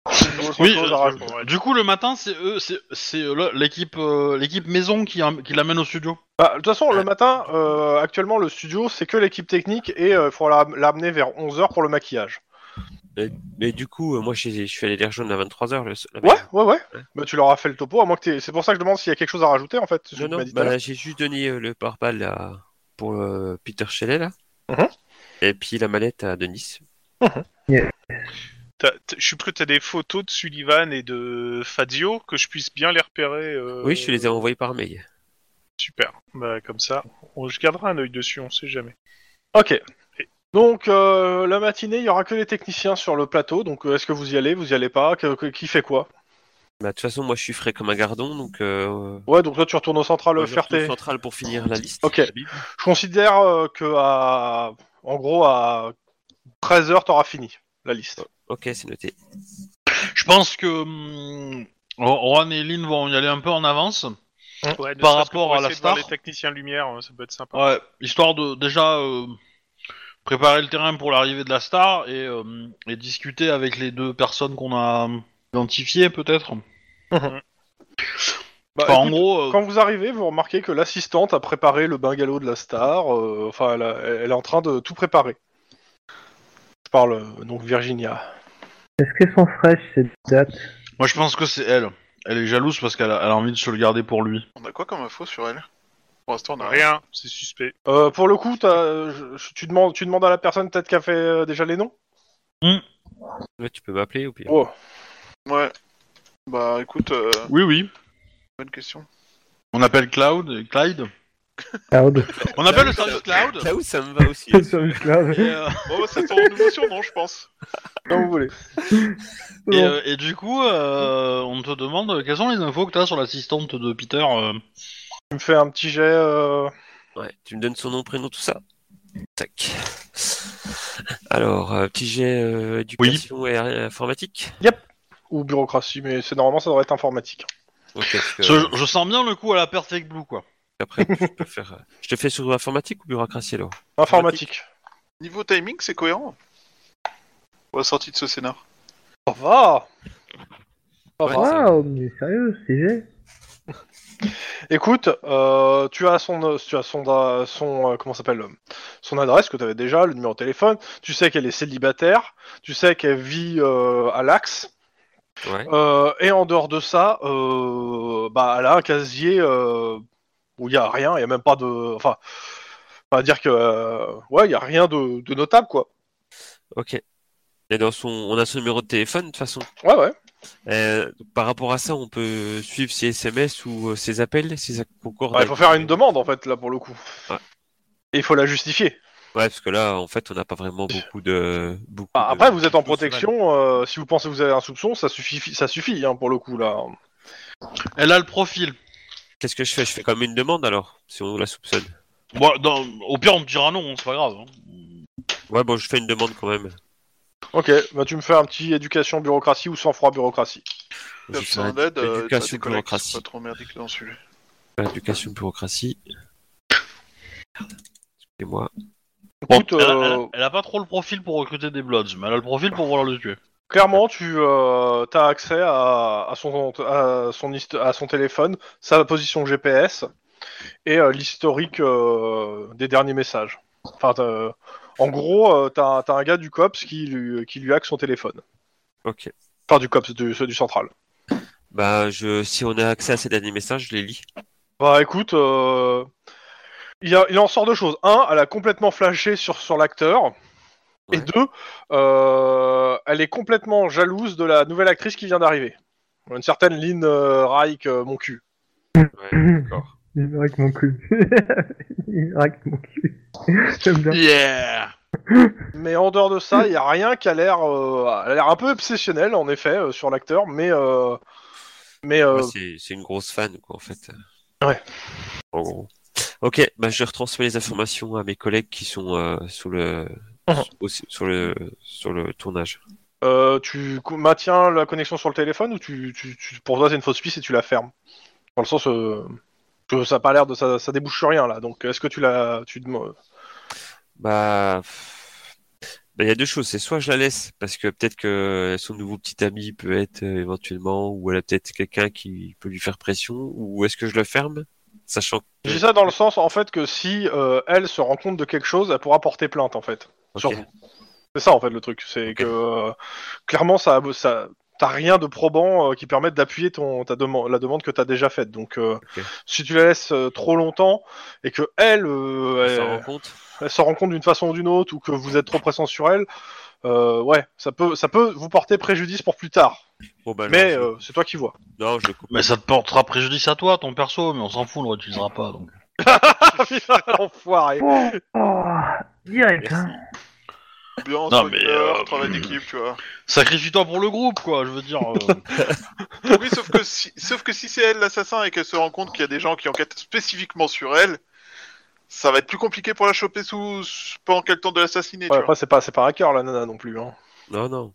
Speaker 1: Oui,
Speaker 2: Autre chose
Speaker 1: euh,
Speaker 2: à rajouter.
Speaker 1: Du coup, le matin, c'est eux, c'est c'est, euh, le- l'équipe euh, l'équipe maison qui, am- qui l'amène au studio.
Speaker 2: Bah, de toute façon, le matin, euh, actuellement, le studio, c'est que l'équipe technique et il faudra l'amener vers 11h pour le maquillage.
Speaker 3: Mais du coup, euh, moi, je je suis allé les rejoindre à 23h. Le, la
Speaker 2: Ouais,
Speaker 3: veille.
Speaker 2: ouais, Ah ouais. Bah, tu leur as fait le topo, à moins que t'aies- C'est pour ça que je demande s'il y a quelque chose à rajouter, en fait. c'est ce que
Speaker 3: Non,
Speaker 2: tu m'as
Speaker 3: non,
Speaker 2: dit tout à
Speaker 3: bah,
Speaker 2: l'heure.
Speaker 3: j'ai juste donné euh, le pare-balles à- pour euh, Peter Shelley, là.
Speaker 2: Mhm.
Speaker 3: Et puis la mallette à Denis.
Speaker 6: T'as- t'as- Je suis prêt, t'as des photos de Sullivan et de Fazio que je puisse bien les repérer. euh,
Speaker 3: Oui, je te les ai envoyés par mail.
Speaker 6: Super. Bah, comme ça, on- je garderai un œil dessus, on sait jamais.
Speaker 2: Ok. Donc, euh, la matinée, il y aura que les techniciens sur le plateau. Donc, euh, est-ce que vous y allez Vous y allez pas Que- que- Qui fait quoi
Speaker 3: Bah, de toute façon, moi, je suis frais comme un gardon, donc... Euh,
Speaker 2: Ouais, donc toi, tu retournes au central
Speaker 3: moi,
Speaker 2: euh,
Speaker 3: je
Speaker 2: faire
Speaker 3: retourne
Speaker 2: tes...
Speaker 3: centrale pour finir la liste.
Speaker 2: Ok.
Speaker 3: La Bible.
Speaker 2: Je considère euh, que à... en gros à 13h t'auras fini la liste.
Speaker 3: Ok, c'est noté.
Speaker 1: Je pense que hum, Juan et Lynn vont y aller un peu en avance.
Speaker 6: Ouais, ne
Speaker 1: Par
Speaker 6: serait-ce que
Speaker 1: rapport
Speaker 6: pour
Speaker 1: à la
Speaker 6: essayer de voir
Speaker 1: star.
Speaker 6: Les techniciens lumière, hein, ça peut être sympa.
Speaker 1: Ouais, histoire de déjà euh, préparer le terrain pour l'arrivée de la star et, euh, et discuter avec les deux personnes qu'on a identifiées peut-être.
Speaker 2: Bah,
Speaker 1: Enfin, en
Speaker 2: écoute,
Speaker 1: gros, euh,
Speaker 2: Quand vous arrivez, vous remarquez que l'assistante a préparé le bungalow de la star. euh, enfin, elle, a- elle est en train de tout préparer. Je parle euh, donc Virginia.
Speaker 5: Est-ce qu'elles sont fraîches ces dates
Speaker 1: moi je pense que c'est elle. Elle est jalouse parce qu'elle a, elle a envie de se le garder pour lui.
Speaker 4: On a quoi comme info sur elle Pour l'instant, on a rien.
Speaker 6: Rien, c'est suspect.
Speaker 2: Euh, pour le coup, t'as- je- je- tu demandes, tu demandes à la personne peut-être qui a fait euh, déjà les noms.
Speaker 3: Ouais, tu peux m'appeler ou pire.
Speaker 2: Oh.
Speaker 4: Ouais. Bah écoute, euh,
Speaker 1: Oui, oui.
Speaker 4: bonne question.
Speaker 1: On appelle Cloud, Clyde.
Speaker 5: Cloud.
Speaker 1: On appelle le service Cloud.
Speaker 3: Là où ça me va aussi.
Speaker 5: Service Cloud.
Speaker 1: Et, euh,
Speaker 4: Bon, bah, c'est ton nouveau surnom, je pense.
Speaker 2: Comme vous voulez.
Speaker 1: et, euh, et du coup, euh, on te demande quelles sont les infos que t'as sur l'assistante de Peter. euh.
Speaker 2: Tu me fais un petit jet. euh,
Speaker 3: Ouais, tu me donnes son nom, prénom, tout ça. Tac. Alors, euh, petit jet euh, éducation et euh, informatique.
Speaker 2: ou bureaucratie, mais c'est normalement ça devrait être informatique.
Speaker 3: Ok, parce que,
Speaker 1: Ce- je sens bien le coup à la Perfect Blue quoi.
Speaker 3: après, je peux faire. euh, Je te fais sur informatique ou bureaucratie alors
Speaker 2: Informatique.
Speaker 4: Niveau timing, c'est cohérent. Pour la sortie de ce scénar.
Speaker 2: Ça va.
Speaker 3: Ouais,
Speaker 5: Waouh, mais sérieux, c'est j'ai.
Speaker 2: Écoute, euh, tu as son, tu as son, euh, son euh, comment s'appelle, euh, son adresse que tu avais déjà, le numéro de téléphone. Tu sais qu'elle est célibataire, tu sais qu'elle vit euh, à l'Axe.
Speaker 3: Ouais.
Speaker 2: Euh, et en dehors de ça, euh, bah, elle a un casier euh, où il y a rien, il y a même pas de, enfin, on va dire que, euh, ouais, il y a rien de, de notable quoi.
Speaker 3: Ok. Et dans son, on a son numéro de téléphone de toute façon.
Speaker 2: Ouais, ouais.
Speaker 3: Euh, par rapport à ça, on peut suivre ses SMS ou euh, ses appels, si ça concorde.
Speaker 2: Bah, Il faut
Speaker 3: avec-
Speaker 2: faire une demande en fait là pour le coup.
Speaker 3: Ouais.
Speaker 2: Et il faut la justifier.
Speaker 3: Ouais, parce que là, en fait, on n'a pas vraiment beaucoup de. Beaucoup
Speaker 2: Bah,
Speaker 3: de-
Speaker 2: après, vous êtes en
Speaker 6: plutôt
Speaker 2: protection. euh, si vous pensez que vous avez un soupçon, ça suffit, ça suffit hein, pour le coup là.
Speaker 1: Elle a le profil.
Speaker 3: Qu'est-ce que je fais Je fais comme une demande alors, si on la soupçonne.
Speaker 1: Bon, dans- au pire, on te dira non, c'est pas grave. hein.
Speaker 3: Ouais, bon, je fais une demande quand même.
Speaker 2: Ok, bah tu me fais un petit éducation bureaucratie ou sang froid bureaucratie.
Speaker 3: Je fais
Speaker 4: Personne
Speaker 3: un-
Speaker 4: d'aide, euh, t'as
Speaker 3: éducation
Speaker 4: des collègues qui
Speaker 3: bureaucratie.
Speaker 4: sont pas trop merdiques dans celui
Speaker 3: Éducation bureaucratie. Merde. Excusez-moi.
Speaker 2: Écoute,
Speaker 1: elle, a,
Speaker 2: euh,
Speaker 1: elle a- elle a pas trop le profil pour recruter des Bloods, mais elle a le profil pour vouloir le tuer.
Speaker 2: clairement, tu as accès à, à son à son hist- à son téléphone, sa position GPS et euh, l'historique euh, des derniers messages. Enfin, t'as- euh, en gros, euh, t'as as un gars du cops qui lui qui lui hack son téléphone.
Speaker 3: Ok.
Speaker 2: Enfin, du cops, du, du central.
Speaker 3: Bah, je, si on a accès à ces derniers messages, je les lis.
Speaker 2: Bah écoute, euh, il, y a- il en sort deux choses. Un, elle a complètement flashé sur, sur l'acteur. Et
Speaker 3: Ouais.
Speaker 2: deux, euh, elle est complètement jalouse de la nouvelle actrice qui vient d'arriver. Une certaine Lynn euh, Reich, euh, mon cul.
Speaker 4: Euh,
Speaker 3: Ouais, d'accord.
Speaker 5: Il me raque mon cul. Il me raque mon cul. J'aime bien.
Speaker 1: Yeah
Speaker 2: Mais en dehors de ça, il y a rien qui a l'air, euh, elle a l'air un peu obsessionnelle en effet euh, sur l'acteur, mais euh, mais euh,
Speaker 3: Ouais, c'est- c'est une grosse fan, quoi, en fait.
Speaker 2: Ouais.
Speaker 3: En gros. Ok, bah, je retransmets les informations à mes collègues qui sont euh, sur le
Speaker 2: Mhm.
Speaker 3: au- sur le sur le tournage.
Speaker 2: euh, tu co- maintiens la connexion sur le téléphone ou tu, tu- tu- pour toi c'est une fausse piste et tu la fermes. Dans le sens, euh, que ça a pas l'air de ça, ça débouche sur rien là. Donc est-ce que tu la, tu demandes-
Speaker 3: Bah, pff, bah, il y a deux choses. C'est soit je la laisse parce que peut-être que son nouveau petit ami peut être euh, éventuellement, ou elle a peut-être quelqu'un qui peut lui faire pression, ou est-ce que je le ferme, sachant que
Speaker 2: Je dis ça dans le sens en fait que si euh, elle se rend compte de quelque chose, elle pourra porter plainte en fait.
Speaker 3: Ok.
Speaker 2: sur vous. C'est ça en fait le truc, c'est que euh, clairement ça, ça t'as rien de probant euh, qui permette d'appuyer ton ta demande la demande que t'as déjà faite. Donc euh,
Speaker 3: Ok.
Speaker 2: si tu la laisses euh, trop longtemps et que elle euh,
Speaker 3: elle s'en rend
Speaker 2: elle,
Speaker 3: compte.
Speaker 2: elle s'en rend compte d'une façon ou d'une autre ou que vous êtes trop pressant sur elle, euh, ouais ça peut ça peut vous porter préjudice pour plus tard.
Speaker 3: Bon, bah,
Speaker 2: Mais
Speaker 3: non,
Speaker 2: euh, c'est toi qui vois.
Speaker 3: je- non, je le coupe.
Speaker 1: Mais ça te portera préjudice à toi, ton perso, mais on s'en fout, on le réutilisera pas. Donc.
Speaker 2: Ah, putain, l'enfoiré.
Speaker 5: Oh, oh, direct, hein.
Speaker 4: Ambiance,
Speaker 1: Non, mais,
Speaker 4: humeur,
Speaker 1: euh,
Speaker 4: travail d'équipe, tu vois.
Speaker 1: Sacrifie-toi pour le groupe, quoi, je veux dire. euh,
Speaker 4: Oui, sauf que si, sauf que si c'est elle l'assassin et qu'elle se rend compte qu'il y a des gens qui enquêtent spécifiquement sur elle, ça va être plus compliqué pour la choper sous pendant qu'elle tente de l'assassiner.
Speaker 2: Ouais,
Speaker 4: tu vois.
Speaker 2: après c'est pas c'est pas un cœur la nana non plus. Hein.
Speaker 3: Non, non.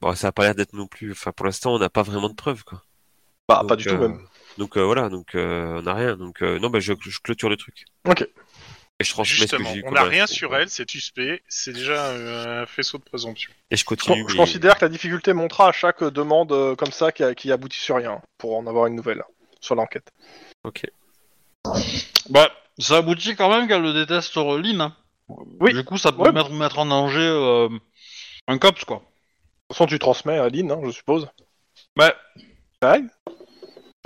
Speaker 3: Bon, ça a pas l'air d'être non plus. Enfin, pour l'instant, on n'a pas vraiment de preuves, quoi.
Speaker 2: Bah pas
Speaker 3: Donc,
Speaker 2: du
Speaker 3: euh,
Speaker 2: tout même.
Speaker 3: Donc euh, voilà, donc euh, on n'a rien. Donc euh, non, bah, je, je clôture le truc.
Speaker 2: Ok.
Speaker 3: Et je transmets ce que
Speaker 6: Justement,
Speaker 3: j'ai eu
Speaker 6: on
Speaker 3: comme
Speaker 6: n'a
Speaker 3: info.
Speaker 6: rien sur elle, c'est suspect, c'est déjà euh, un faisceau de présomption.
Speaker 3: Et je
Speaker 2: Je,
Speaker 3: continue.
Speaker 2: je
Speaker 3: mais-
Speaker 2: considère que la difficulté montera à chaque euh, demande euh, comme ça qui, a- qui aboutit sur rien, pour en avoir une nouvelle sur l'enquête.
Speaker 3: Ok.
Speaker 1: bah, ça aboutit quand même qu'elle le déteste sur euh, Lynn. hein.
Speaker 2: Oui.
Speaker 1: Du coup, ça peut
Speaker 2: Ouais.
Speaker 1: mettre, mettre en danger euh, un cops, quoi.
Speaker 2: De toute façon, tu transmets à Lynn, hein, je suppose.
Speaker 1: Ouais.
Speaker 2: Ouais.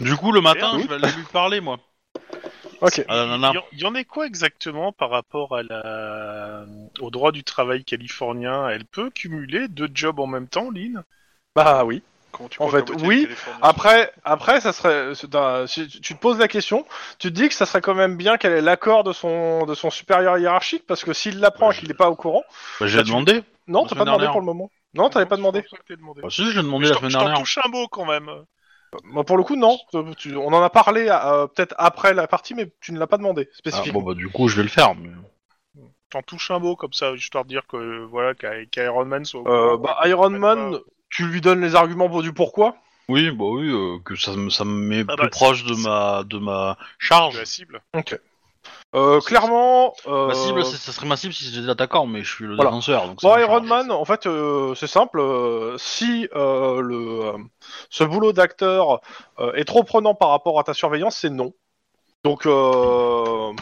Speaker 1: Du coup, le matin,
Speaker 2: oui.
Speaker 1: je vais aller lui parler, moi.
Speaker 2: Ok.
Speaker 1: Ah, non,
Speaker 6: Il
Speaker 1: non.
Speaker 6: y en- il y, en est quoi exactement par rapport à la... euh, au droit du travail californien Elle peut cumuler deux jobs en même temps, Lynn
Speaker 2: Bah oui.
Speaker 4: Comment tu
Speaker 2: en
Speaker 4: crois
Speaker 2: fait,
Speaker 4: qu'un métier
Speaker 2: oui,
Speaker 4: de téléphone-
Speaker 2: Après, après, ça serait. c'est un- Si tu tu te poses la question, tu te dis que ça serait quand même bien qu'elle ait l'accord de son de son supérieur hiérarchique, parce que s'il l'apprend
Speaker 1: Ouais,
Speaker 2: et
Speaker 1: je-
Speaker 2: qu'il n'est pas au courant,
Speaker 1: Bah, j'ai
Speaker 2: Bah, tu-
Speaker 1: demandé.
Speaker 2: non, t'as
Speaker 1: La semaine
Speaker 2: pas demandé
Speaker 1: dernière.
Speaker 2: pour le moment. Non, t'avais pas
Speaker 6: Je
Speaker 2: demandé.
Speaker 6: crois que t'as demandé.
Speaker 1: Bah, si, je l'ai demandé
Speaker 6: Mais je
Speaker 1: la
Speaker 6: t'en-
Speaker 1: semaine
Speaker 6: je t'en
Speaker 1: dernière.
Speaker 6: touche un mot quand même.
Speaker 2: Moi, pour le coup, non. Tu- tu- On en a parlé euh, peut-être après la partie, mais tu ne l'as pas demandé
Speaker 1: Ah,
Speaker 2: spécifiquement.
Speaker 1: bon, bah, du coup, je vais le faire. mais-
Speaker 6: T'en touches un mot comme ça, histoire de dire que euh, voilà qu'I- qu'Iron Man soit. au
Speaker 2: Euh,
Speaker 6: courant.
Speaker 2: bah, Iron Man, tu lui donnes les arguments pour- du pourquoi.
Speaker 1: Oui, bah oui, euh, que ça me, ça me met
Speaker 6: Ah
Speaker 1: plus
Speaker 6: bah,
Speaker 1: proche de
Speaker 6: c'est-
Speaker 1: ma, de ma
Speaker 6: de
Speaker 1: charge.
Speaker 6: la cible.
Speaker 2: Ok. Euh, clairement. Euh...
Speaker 1: Ma cible, c'est- ça serait ma cible si j'étais l'attaquant, mais je suis le
Speaker 2: Voilà.
Speaker 1: défenseur. Donc ça
Speaker 2: Bon,
Speaker 1: me
Speaker 2: Iron
Speaker 1: charge.
Speaker 2: Man, en fait, euh, c'est simple. euh, si euh, le, euh, ce boulot d'acteur euh, est trop prenant par rapport à ta surveillance, c'est non. Donc, euh,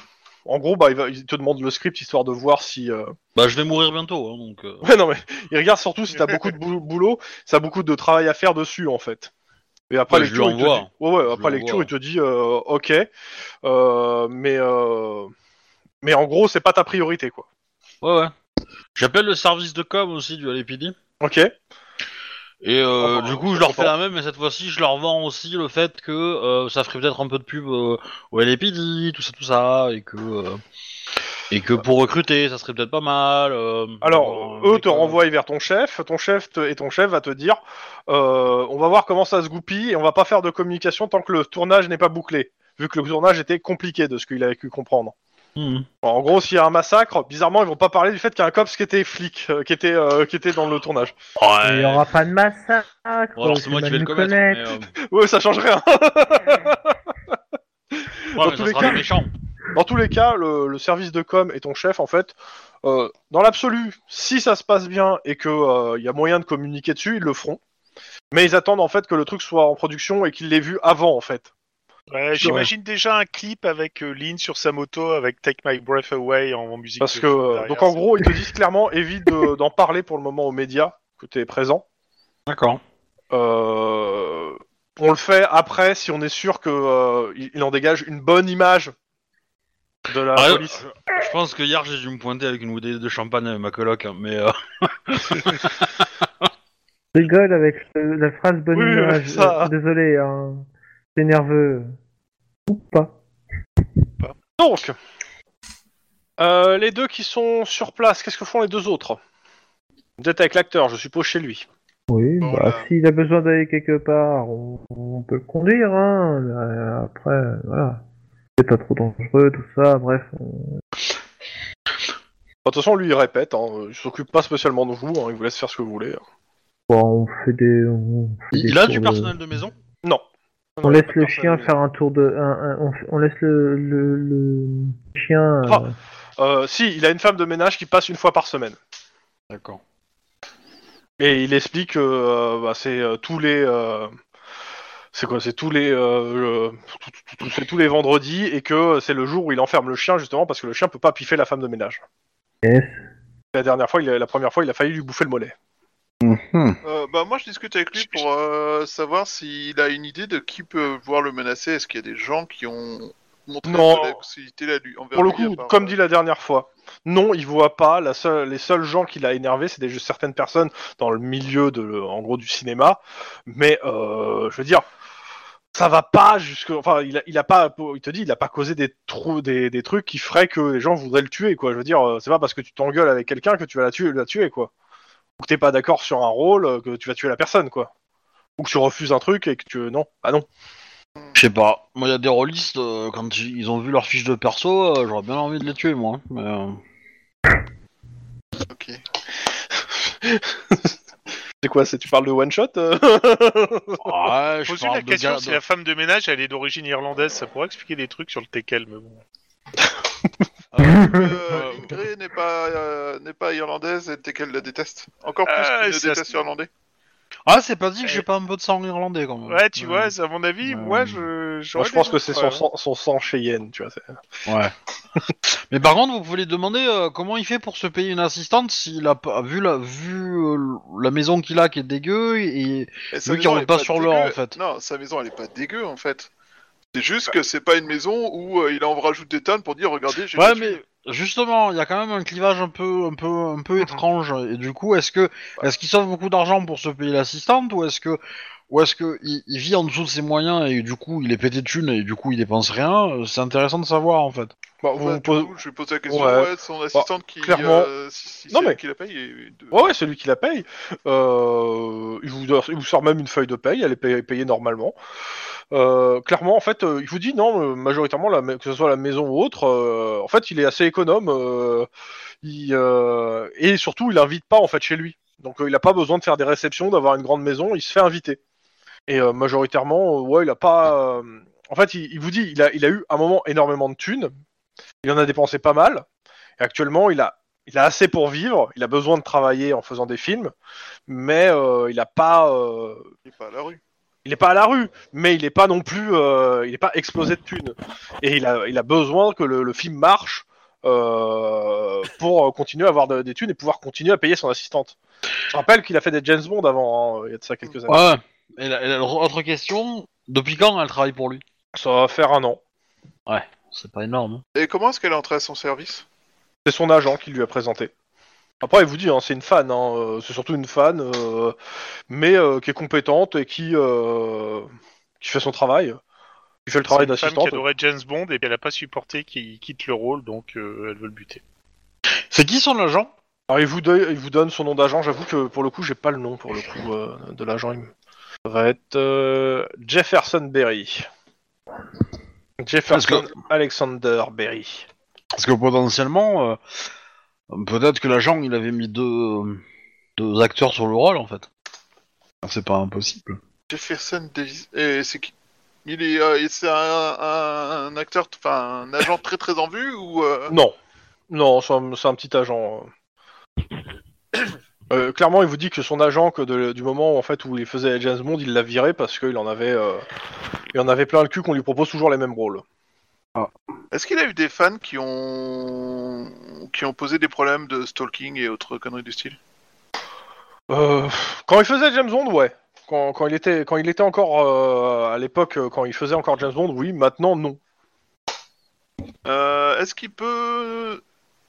Speaker 2: en gros, bah, il, va- il te demande le script histoire de voir si. euh,
Speaker 1: Bah, je vais mourir bientôt, hein, donc. euh,
Speaker 2: Ouais, non, mais il regarde surtout si t'as beaucoup de bou- boulot, si t'as beaucoup de travail à faire dessus, en fait. Et après
Speaker 1: Ouais, je
Speaker 2: lecture,
Speaker 1: lui
Speaker 2: il te
Speaker 1: envoie.
Speaker 2: dit... ouais, ouais,
Speaker 1: Je
Speaker 2: après
Speaker 1: lui
Speaker 2: lecture,
Speaker 1: envoie.
Speaker 2: il te dit euh, OK, euh, mais euh, mais en gros, c'est pas ta priorité, quoi.
Speaker 1: Ouais, ouais. J'appelle le service de com aussi du LAPD.
Speaker 2: Ok.
Speaker 1: Et euh,
Speaker 2: Oh,
Speaker 1: du coup, je leur
Speaker 2: content.
Speaker 1: fais la même, mais cette fois-ci, je leur vends aussi le fait que euh, ça ferait peut-être un peu de pub euh, au LAPD, tout ça, tout ça, et que euh, et que pour recruter, ça serait peut-être pas mal. euh,
Speaker 2: Alors,
Speaker 1: avoir un
Speaker 2: eux
Speaker 1: mec,
Speaker 2: te
Speaker 1: euh,
Speaker 2: renvoient vers ton chef, ton chef te- et ton chef va te dire, euh, on va voir comment ça se goupille et on va pas faire de communication tant que le tournage n'est pas bouclé, vu que le tournage était compliqué de ce qu'il a pu comprendre.
Speaker 1: Mhm.
Speaker 2: Bon, en gros, s'il y a un massacre, bizarrement, ils vont pas parler du fait qu'il y a un copse qui était flic, euh, qui était euh, qui était dans le tournage.
Speaker 5: Il
Speaker 1: Ouais.
Speaker 5: n'y aura pas de massacre.
Speaker 1: Bon, alors
Speaker 5: tu
Speaker 1: c'est moi
Speaker 5: vas
Speaker 1: qui vais le
Speaker 5: nous
Speaker 1: commettre.
Speaker 5: connaître.
Speaker 1: mais, euh,
Speaker 2: ouais, ça change rien.
Speaker 1: ouais,
Speaker 2: Dans
Speaker 1: mais
Speaker 2: tous
Speaker 1: ça
Speaker 2: les
Speaker 1: sera
Speaker 2: cas-
Speaker 1: des méchants.
Speaker 2: Dans tous les cas, le, le service de com et ton chef, en fait, euh, dans l'absolu, si ça se passe bien et que euh, il y a moyen de communiquer dessus, ils le feront. Mais ils attendent en fait que le truc soit en production et qu'ils l'aient vu avant, en fait.
Speaker 6: Ouais, J'imagine déjà un clip avec euh, Lynn sur sa moto avec Take My Breath Away en, en musique.
Speaker 2: Parce
Speaker 6: de
Speaker 2: que,
Speaker 6: fond
Speaker 2: euh,
Speaker 6: derrière,
Speaker 2: donc en
Speaker 6: c'est-
Speaker 2: gros, ils te disent clairement, évite de- d'en parler pour le moment aux médias, que t'es présent.
Speaker 1: D'accord.
Speaker 2: Euh, on le fait après si on est sûr que euh, il il en dégage une bonne image de la
Speaker 1: Ah, euh,
Speaker 2: police.
Speaker 1: Je pense que hier j'ai dû me pointer avec une bouteille de champagne avec ma coloc, hein, mais euh,
Speaker 5: Je rigole avec le- la phrase bonne
Speaker 2: Oui,
Speaker 5: image.
Speaker 2: ça.
Speaker 5: Euh, Désolé, hein. c'est nerveux. Ou pas.
Speaker 2: Donc, euh, les deux qui sont sur place, qu'est-ce que font les deux autres Vous êtes avec l'acteur, je suppose, chez lui.
Speaker 5: Oui,
Speaker 4: Bon,
Speaker 5: bah,
Speaker 4: là.
Speaker 5: s'il a besoin d'aller quelque part, on, on peut le conduire, hein. euh, Après, euh, voilà. C'est pas trop dangereux, tout ça, bref. on-
Speaker 2: De toute façon, lui, il répète, hein, euh, il s'occupe pas spécialement de vous, hein, il vous laisse faire ce que vous voulez. hein.
Speaker 5: Bon, on fait des. On fait
Speaker 1: il
Speaker 5: des
Speaker 1: il a
Speaker 5: tours
Speaker 1: du
Speaker 5: de-
Speaker 1: personnel de maison.
Speaker 2: Non.
Speaker 5: On laisse le chien faire un tour de. un- un- on, fait- on laisse le, le, le chien. euh,
Speaker 2: Ah. Euh, si, il a une femme de ménage qui passe une fois par semaine.
Speaker 1: D'accord.
Speaker 2: Et il explique que euh, bah, c'est euh, tous les. euh, c'est quoi C'est tous les. euh, euh, tout- tout- tout- c'est tous les vendredis et que c'est le jour où il enferme le chien, justement, parce que le chien peut pas piffer la femme de ménage.
Speaker 5: yes.
Speaker 2: La dernière fois, il a- la première fois, il a failli lui bouffer le mollet.
Speaker 4: Euh, bah moi je discute avec lui pour euh, savoir s'il a une idée de qui peut voir le menacer. Est-ce qu'il y a des gens qui ont montré
Speaker 2: Non.
Speaker 4: de l'agressivité là lui envers
Speaker 2: Pour le
Speaker 4: lui,
Speaker 2: coup,
Speaker 4: à part,
Speaker 2: comme
Speaker 4: euh,
Speaker 2: dit la dernière fois, non, il voit pas. La seule, les seuls gens qu'il a énervé, c'est des certaines personnes dans le milieu de, en gros, du cinéma. Mais euh, je veux dire, ça va pas jusque. Enfin, il a, il a pas. Il te dit, il a pas causé des trous, des, des trucs qui feraient que les gens voudraient le tuer, quoi. Je veux dire, euh, c'est pas parce que tu t'engueules avec quelqu'un que tu vas la tuer, la tuer, quoi. Ou que t'es pas d'accord sur un rôle, euh, que tu vas tuer la personne, quoi. Ou que tu refuses un truc et que tu non, ah non.
Speaker 1: Je sais pas. Moi, il y a des rôlistes, euh, quand j- ils ont vu leur fiche de perso, euh, j'aurais bien envie de les tuer, moi. hein, mais, euh,
Speaker 4: ok.
Speaker 2: C'est quoi, c'est tu parles de one shot euh
Speaker 1: Ouais, Ah, je
Speaker 6: Pose
Speaker 1: parle
Speaker 6: la
Speaker 1: de
Speaker 6: question
Speaker 1: gars-
Speaker 6: si
Speaker 1: de-
Speaker 6: la femme de ménage elle est d'origine irlandaise, ça pourrait expliquer des trucs sur le teckel, mais bon.
Speaker 4: Euh, Ingrid n'est pas euh, n'est pas irlandaise et t'es qu'elle la déteste. Encore plus
Speaker 6: Ah,
Speaker 4: qu'il ne
Speaker 6: ça
Speaker 4: déteste irlandais.
Speaker 1: Ah, c'est pas dit que
Speaker 6: Eh.
Speaker 1: j'ai pas un peu de sang irlandais quand même.
Speaker 6: Ouais, tu vois, c'est à mon avis,
Speaker 1: Ouais.
Speaker 6: moi je. j'aurais
Speaker 2: Moi, je pense
Speaker 6: des
Speaker 2: que c'est
Speaker 6: doutes,
Speaker 2: son,
Speaker 6: ouais.
Speaker 2: sang- son sang Cheyenne, tu vois. c'est-
Speaker 1: Ouais. Mais par contre, vous pouvez lui demander euh, comment il fait pour se payer une assistante s'il a pas vu la vu euh, la maison qu'il a qui est dégueu et
Speaker 4: Et sa
Speaker 1: Oui,
Speaker 4: maison,
Speaker 1: qu'on
Speaker 4: elle
Speaker 1: est
Speaker 4: est
Speaker 1: pas sur l'or,
Speaker 4: dégueu.
Speaker 1: en fait.
Speaker 4: Non, sa maison elle est pas dégueu en fait. C'est juste que c'est pas une maison où euh, il en rajoute des tonnes pour dire regardez j'ai
Speaker 1: Ouais,
Speaker 4: fait-
Speaker 1: mais justement, il y a quand même un clivage un peu, un peu, un
Speaker 6: Mhm.
Speaker 1: peu étrange. Et du coup, est-ce que, est-ce qu'il sauve beaucoup d'argent pour se payer l'assistante, ou est-ce que, ou est-ce que il, il vit en dessous de ses moyens et du coup, il est pété de thunes et du coup, il dépense rien Euh, C'est intéressant de savoir en fait.
Speaker 2: Bon, vous
Speaker 4: Bah,
Speaker 2: vous
Speaker 4: du
Speaker 2: posez-
Speaker 4: coup, je vais poser la question
Speaker 2: Ouais.
Speaker 4: ouais, son assistante qui
Speaker 2: clairement.
Speaker 4: euh, si, si
Speaker 2: Non,
Speaker 4: c'est elle
Speaker 2: mais-
Speaker 4: qui la paye et- de-
Speaker 2: Ouais, ouais, celui qui la paye. Euh, il, vous, il vous sort même une feuille de paye, elle est payée, payée normalement. Euh, clairement, en fait, euh, il vous dit non, euh, majoritairement, la, ma- que ce soit la maison ou autre, euh, en fait, il est assez économe. euh, il, euh, et surtout, il invite pas, en fait, chez lui. Donc, euh, il n'a pas besoin de faire des réceptions, d'avoir une grande maison, il se fait inviter. Et euh, majoritairement, euh, ouais, il a pas. euh, en fait, il, il vous dit, il a, il a eu un moment énormément de thunes, Il en a dépensé pas mal. Et actuellement, il a, il a assez pour vivre. Il a besoin de travailler en faisant des films, mais euh, il n'a pas, euh,
Speaker 4: Il est pas à la rue.
Speaker 2: il n'est pas à la rue, mais il n'est pas non plus, euh, il n'est pas explosé de thunes. Et il a, il a besoin que le, le film marche euh, pour euh, continuer à avoir de- des thunes et pouvoir continuer à payer son assistante. Je rappelle qu'il a fait des James Bond avant, hein, il y a de ça quelques années.
Speaker 1: Ouais. Et la- et la- autre question, depuis quand elle travaille pour lui
Speaker 2: Ça va faire un an.
Speaker 1: C'est pas énorme. hein.
Speaker 4: Et comment est-ce qu'elle est entrée à son service
Speaker 2: C'est son agent qui lui a présenté. Après, il vous dit, hein, c'est une fan, hein, euh, c'est surtout une fan, euh, mais euh, qui est compétente et qui, euh, qui fait son travail. Qui fait le travail
Speaker 6: C'est une femme
Speaker 2: d'assistante.
Speaker 6: qui adorait James Bond et puis elle a pas supporté qu'il quitte le rôle, donc euh, elle veut le buter.
Speaker 1: C'est qui son agent
Speaker 2: Alors, il vous, donne- il vous donne son nom d'agent. J'avoue que pour le coup, j'ai pas le nom pour le coup euh, de l'agent. Il me- Ça va être euh, Jefferson Berry. Jefferson Alexander Berry.
Speaker 1: Parce que potentiellement, euh, peut-être que l'agent il avait mis deux, deux acteurs sur le rôle en fait. Ah, C'est pas impossible.
Speaker 4: Jefferson Davis. Et c'est qui Il est, euh, et c'est un, un- un acteur, enfin un agent très très en vue ou euh,
Speaker 2: Non, non, c'est un, c'est un petit agent. euh. Euh, clairement, il vous dit que son agent, que de- du moment en fait où il faisait James Bond, il l'a viré parce qu'il en avait, euh, il en avait plein le cul qu'on lui propose toujours les mêmes rôles.
Speaker 4: Est-ce qu'il a eu des fans qui ont qui ont posé des problèmes de stalking et autres conneries du style
Speaker 2: Euh, quand il faisait James Bond, ouais. Quand, quand il était, quand il était encore euh, à l'époque, euh, quand il faisait encore James Bond, oui. Maintenant, non.
Speaker 4: Euh, Est-ce qu'il peut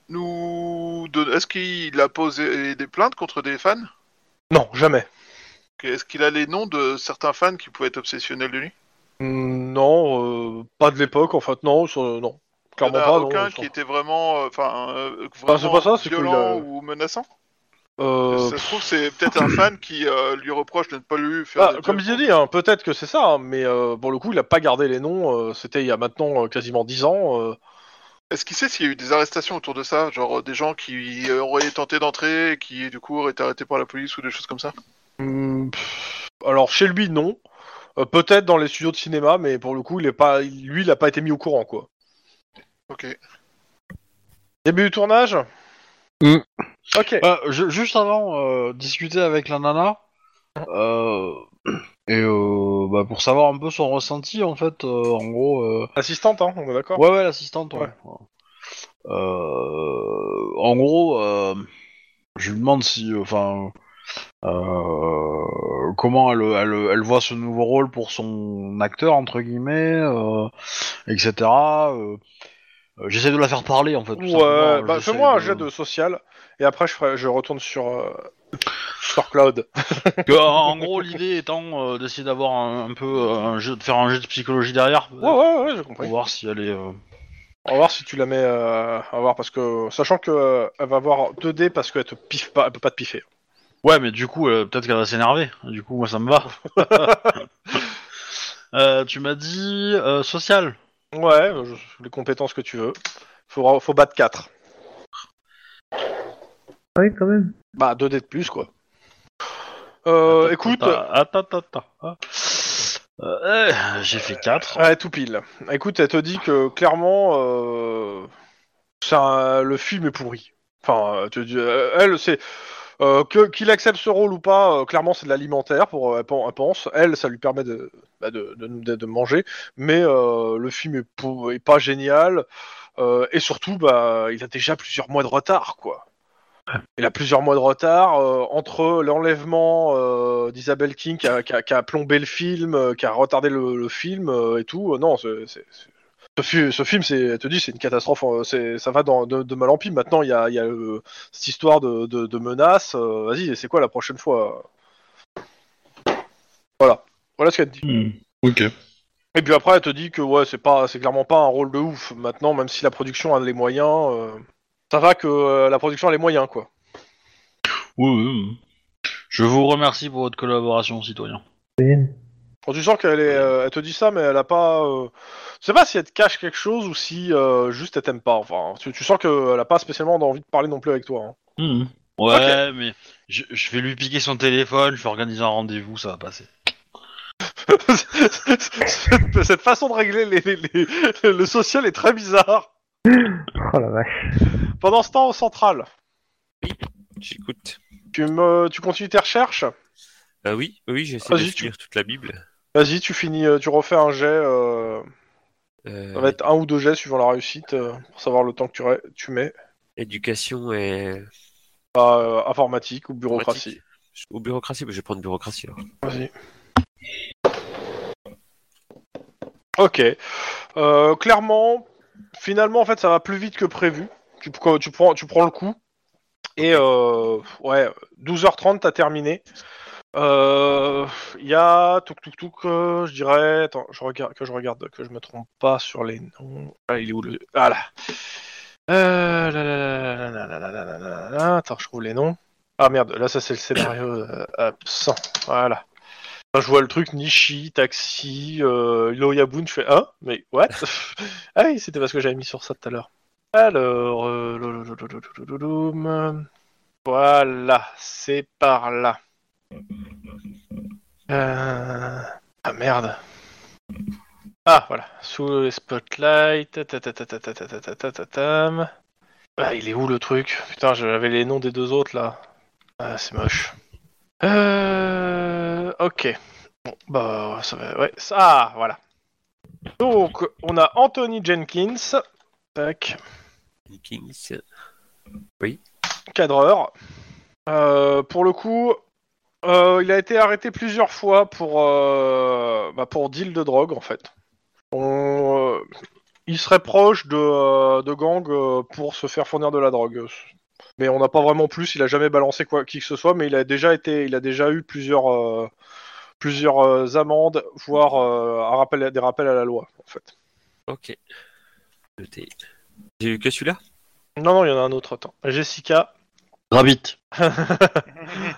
Speaker 4: nous donner Est-ce qu'il a posé des plaintes contre des fans
Speaker 2: Non, jamais.
Speaker 4: Ok, Est-ce qu'il a les noms de certains fans qui pouvaient être obsessionnels de lui
Speaker 2: Mm, Non, euh, pas de l'époque. En fait, non, sur- non.
Speaker 4: Il n'y
Speaker 2: Clairement
Speaker 4: en a
Speaker 2: pas. non,
Speaker 4: Ah, aucun
Speaker 2: sur-
Speaker 4: qui était vraiment, euh, enfin, euh,
Speaker 2: Bah,
Speaker 4: vraiment
Speaker 2: c'est pas ça, c'est
Speaker 4: violent
Speaker 2: qu'il
Speaker 4: ou menaçant.
Speaker 2: Euh,
Speaker 4: Ça se trouve, c'est peut-être un fan qui euh, lui reproche de ne pas lui faire.
Speaker 2: Ah,
Speaker 4: des
Speaker 2: comme
Speaker 4: trucs.
Speaker 2: j'ai dit, hein, peut-être que c'est ça, hein, mais euh, pour le coup, il a pas gardé les noms. euh, C'était il y a maintenant euh, quasiment 10 ans. euh.
Speaker 4: Est-ce qu'il sait s'il y a eu des arrestations autour de ça, genre euh, des gens qui euh, auraient tenté d'entrer, et qui du coup auraient été arrêtés par la police ou des choses comme ça
Speaker 2: Hmm, pff, Alors chez lui, non. Euh, peut-être dans les studios de cinéma, mais pour le coup, il est pas, il- lui, il a pas été mis au courant, quoi.
Speaker 4: Ok.
Speaker 2: Début du tournage.
Speaker 1: Hmm.
Speaker 2: Ok.
Speaker 1: Euh, je- juste avant, euh, discuter avec la nana. euh, et euh, bah, pour savoir un peu son ressenti en fait, euh, en gros. euh,
Speaker 2: Assistante, hein, on est d'accord.
Speaker 1: Ouais, ouais, l'assistante, ouais.
Speaker 2: Ouais.
Speaker 1: Euh, en gros, euh, je lui demande si. Enfin. euh, comment elle, elle, elle voit ce nouveau rôle pour son acteur, entre guillemets, euh, etc. euh, euh, J'essaie de la faire parler, en fait. tout
Speaker 2: Ouais,
Speaker 1: simplement,
Speaker 2: bah,
Speaker 1: j'essaie
Speaker 2: fais-moi un jet de social et après je, ferai- je retourne sur, euh, sur Cloud.
Speaker 1: Que, en gros, l'idée étant euh, d'essayer d'avoir un, un peu. euh, un jeu, de faire un jeu de psychologie derrière.
Speaker 2: Ouais, ouais, ouais, j'ai
Speaker 1: Pour
Speaker 2: compris.
Speaker 1: voir si elle est. euh,
Speaker 2: On va voir si tu la mets. euh, on va voir parce que sachant que euh, elle va avoir 2 dés parce qu'elle te piffe pas, elle peut pas te piffer.
Speaker 1: Ouais, mais du coup, euh, peut-être qu'elle va s'énerver. Du coup, moi, ça me va. Euh, tu m'as dit euh, social.
Speaker 2: Ouais, euh, je- les compétences que tu veux. Faudra, faut battre 4.
Speaker 5: Ah oui, quand même.
Speaker 2: Bah 2 dés de plus quoi. Euh,
Speaker 1: Attends,
Speaker 2: écoute,
Speaker 1: Attends, attends, attends. attends. Euh, eh, J'ai fait 4.
Speaker 2: Ouais, tout pile. Écoute, elle te dit que clairement, euh, ça, le film est pourri. Enfin, euh, tu- tu- euh, elle, c'est euh, que qu'il accepte ce rôle ou pas. euh, clairement, c'est de l'alimentaire pour euh, elle pen- elle pense. Elle, ça lui permet de bah, de, de, de- de manger, mais euh, le film est, pour- est pas génial. euh, et surtout, bah, il a déjà plusieurs mois de retard, quoi. Il a plusieurs mois de retard euh, entre l'enlèvement euh, d'Isabelle King qui a, qui a- qui a plombé le film, euh, qui a retardé le, le film euh, et tout. Euh, non, c'est- c'est- c'est- ce, fi- ce film, c'est, elle te dit, c'est une catastrophe. euh, c'est, ça va dans, de, de mal en pis. Maintenant, il y a, il y a, euh, cette histoire de, de, de menace. euh, vas-y, c'est quoi la prochaine fois euh. Voilà, voilà ce qu'elle te dit.
Speaker 1: Ok.
Speaker 2: Et puis après, elle te dit que ouais, c'est pas, c'est clairement pas un rôle de ouf. Maintenant, même si la production a les moyens, euh, ça va que euh, la production a les moyens, quoi.
Speaker 1: Oui, oui, oui. Je vous remercie pour votre collaboration, citoyen.
Speaker 5: Bien.
Speaker 2: Bon, tu sens qu'elle est, euh, elle te dit ça, mais elle a pas. euh, Je sais pas si elle te cache quelque chose ou si euh, juste elle t'aime pas. Enfin, hein. tu, tu sens qu'elle a pas spécialement envie de parler non plus avec toi. hein.
Speaker 1: Ouais, mais je, je vais lui piquer son téléphone, je vais organiser un rendez-vous, ça va passer.
Speaker 2: cette, cette façon de régler les- les- les- le social est très bizarre.
Speaker 5: Oh la vache.
Speaker 2: Pendant ce temps, au central,
Speaker 3: J'écoute.
Speaker 2: tu, me... tu continues tes recherches
Speaker 3: Ah oui, oui, j'essaie de
Speaker 2: Vas-y, tu-
Speaker 3: lire toute la Bible.
Speaker 2: Vas-y, tu finis, euh, tu refais un jet. euh,
Speaker 3: Euh,
Speaker 2: Ça va être un ou deux jets suivant la réussite euh, pour savoir le temps que tu, ré- tu mets.
Speaker 3: Éducation et
Speaker 2: Pas, euh, informatique ou bureaucratie.
Speaker 3: ou bureaucratie. Bah, Je vais prendre bureaucratie alors.
Speaker 2: Vas-y. Ok. Euh, clairement, finalement, en fait, ça va plus vite que prévu. Tu, pr- tu prends, tu prends le coup. Et euh, ouais, 12h30, t'as terminé. Euh, Il y a tout tout tout que je dirais. Attends, je regarde, que je regarde, que je me trompe pas sur les noms. Ah, il est où le. Ah là. Euh, là, là, là, là, là, là, là, là, là, là, là. Attends, je trouve les noms. Ah merde, là ça c'est le scénario euh, absent. Voilà. Enfin, je vois le truc Nishi, Taxi, euh, Loyabun, je fais Hein Mais what Ah oui, c'était parce que j'avais mis sur ça tout à l'heure. Alors, euh, lo- lo- lo- lo- lo- lo- lo- lo- lo- voilà, c'est par là. Euh, Ah merde. Ah voilà, sous le spotlight. ta- ta- ta- ta- ta- ta- ta- ta- ta- ta- tam. Ah, il est où le truc Putain, j'avais les noms des deux autres là. Ah, c'est moche. Euh... Ok. Bon, bah, ça va. Ouais, ça, ah, voilà. Donc, on a Anthony Jenkins, tac,
Speaker 3: Kings.
Speaker 2: cadreur. Euh, pour le coup, euh, il a été arrêté plusieurs fois pour, euh, bah, pour deal de drogue, en fait. On, euh, il serait proche de, euh, de gangs euh, pour se faire fournir de la drogue. Mais on n'a pas vraiment plus, il a jamais balancé quoi, qui que ce soit, mais il a déjà, été, il a déjà eu plusieurs, euh, plusieurs euh, amendes, voire euh, un rappel, des rappels à la loi, en fait.
Speaker 3: Ok. Noté. J'ai eu que celui-là.
Speaker 2: Non, non, il y en a un autre, attends. Jessica,
Speaker 1: Rabbit.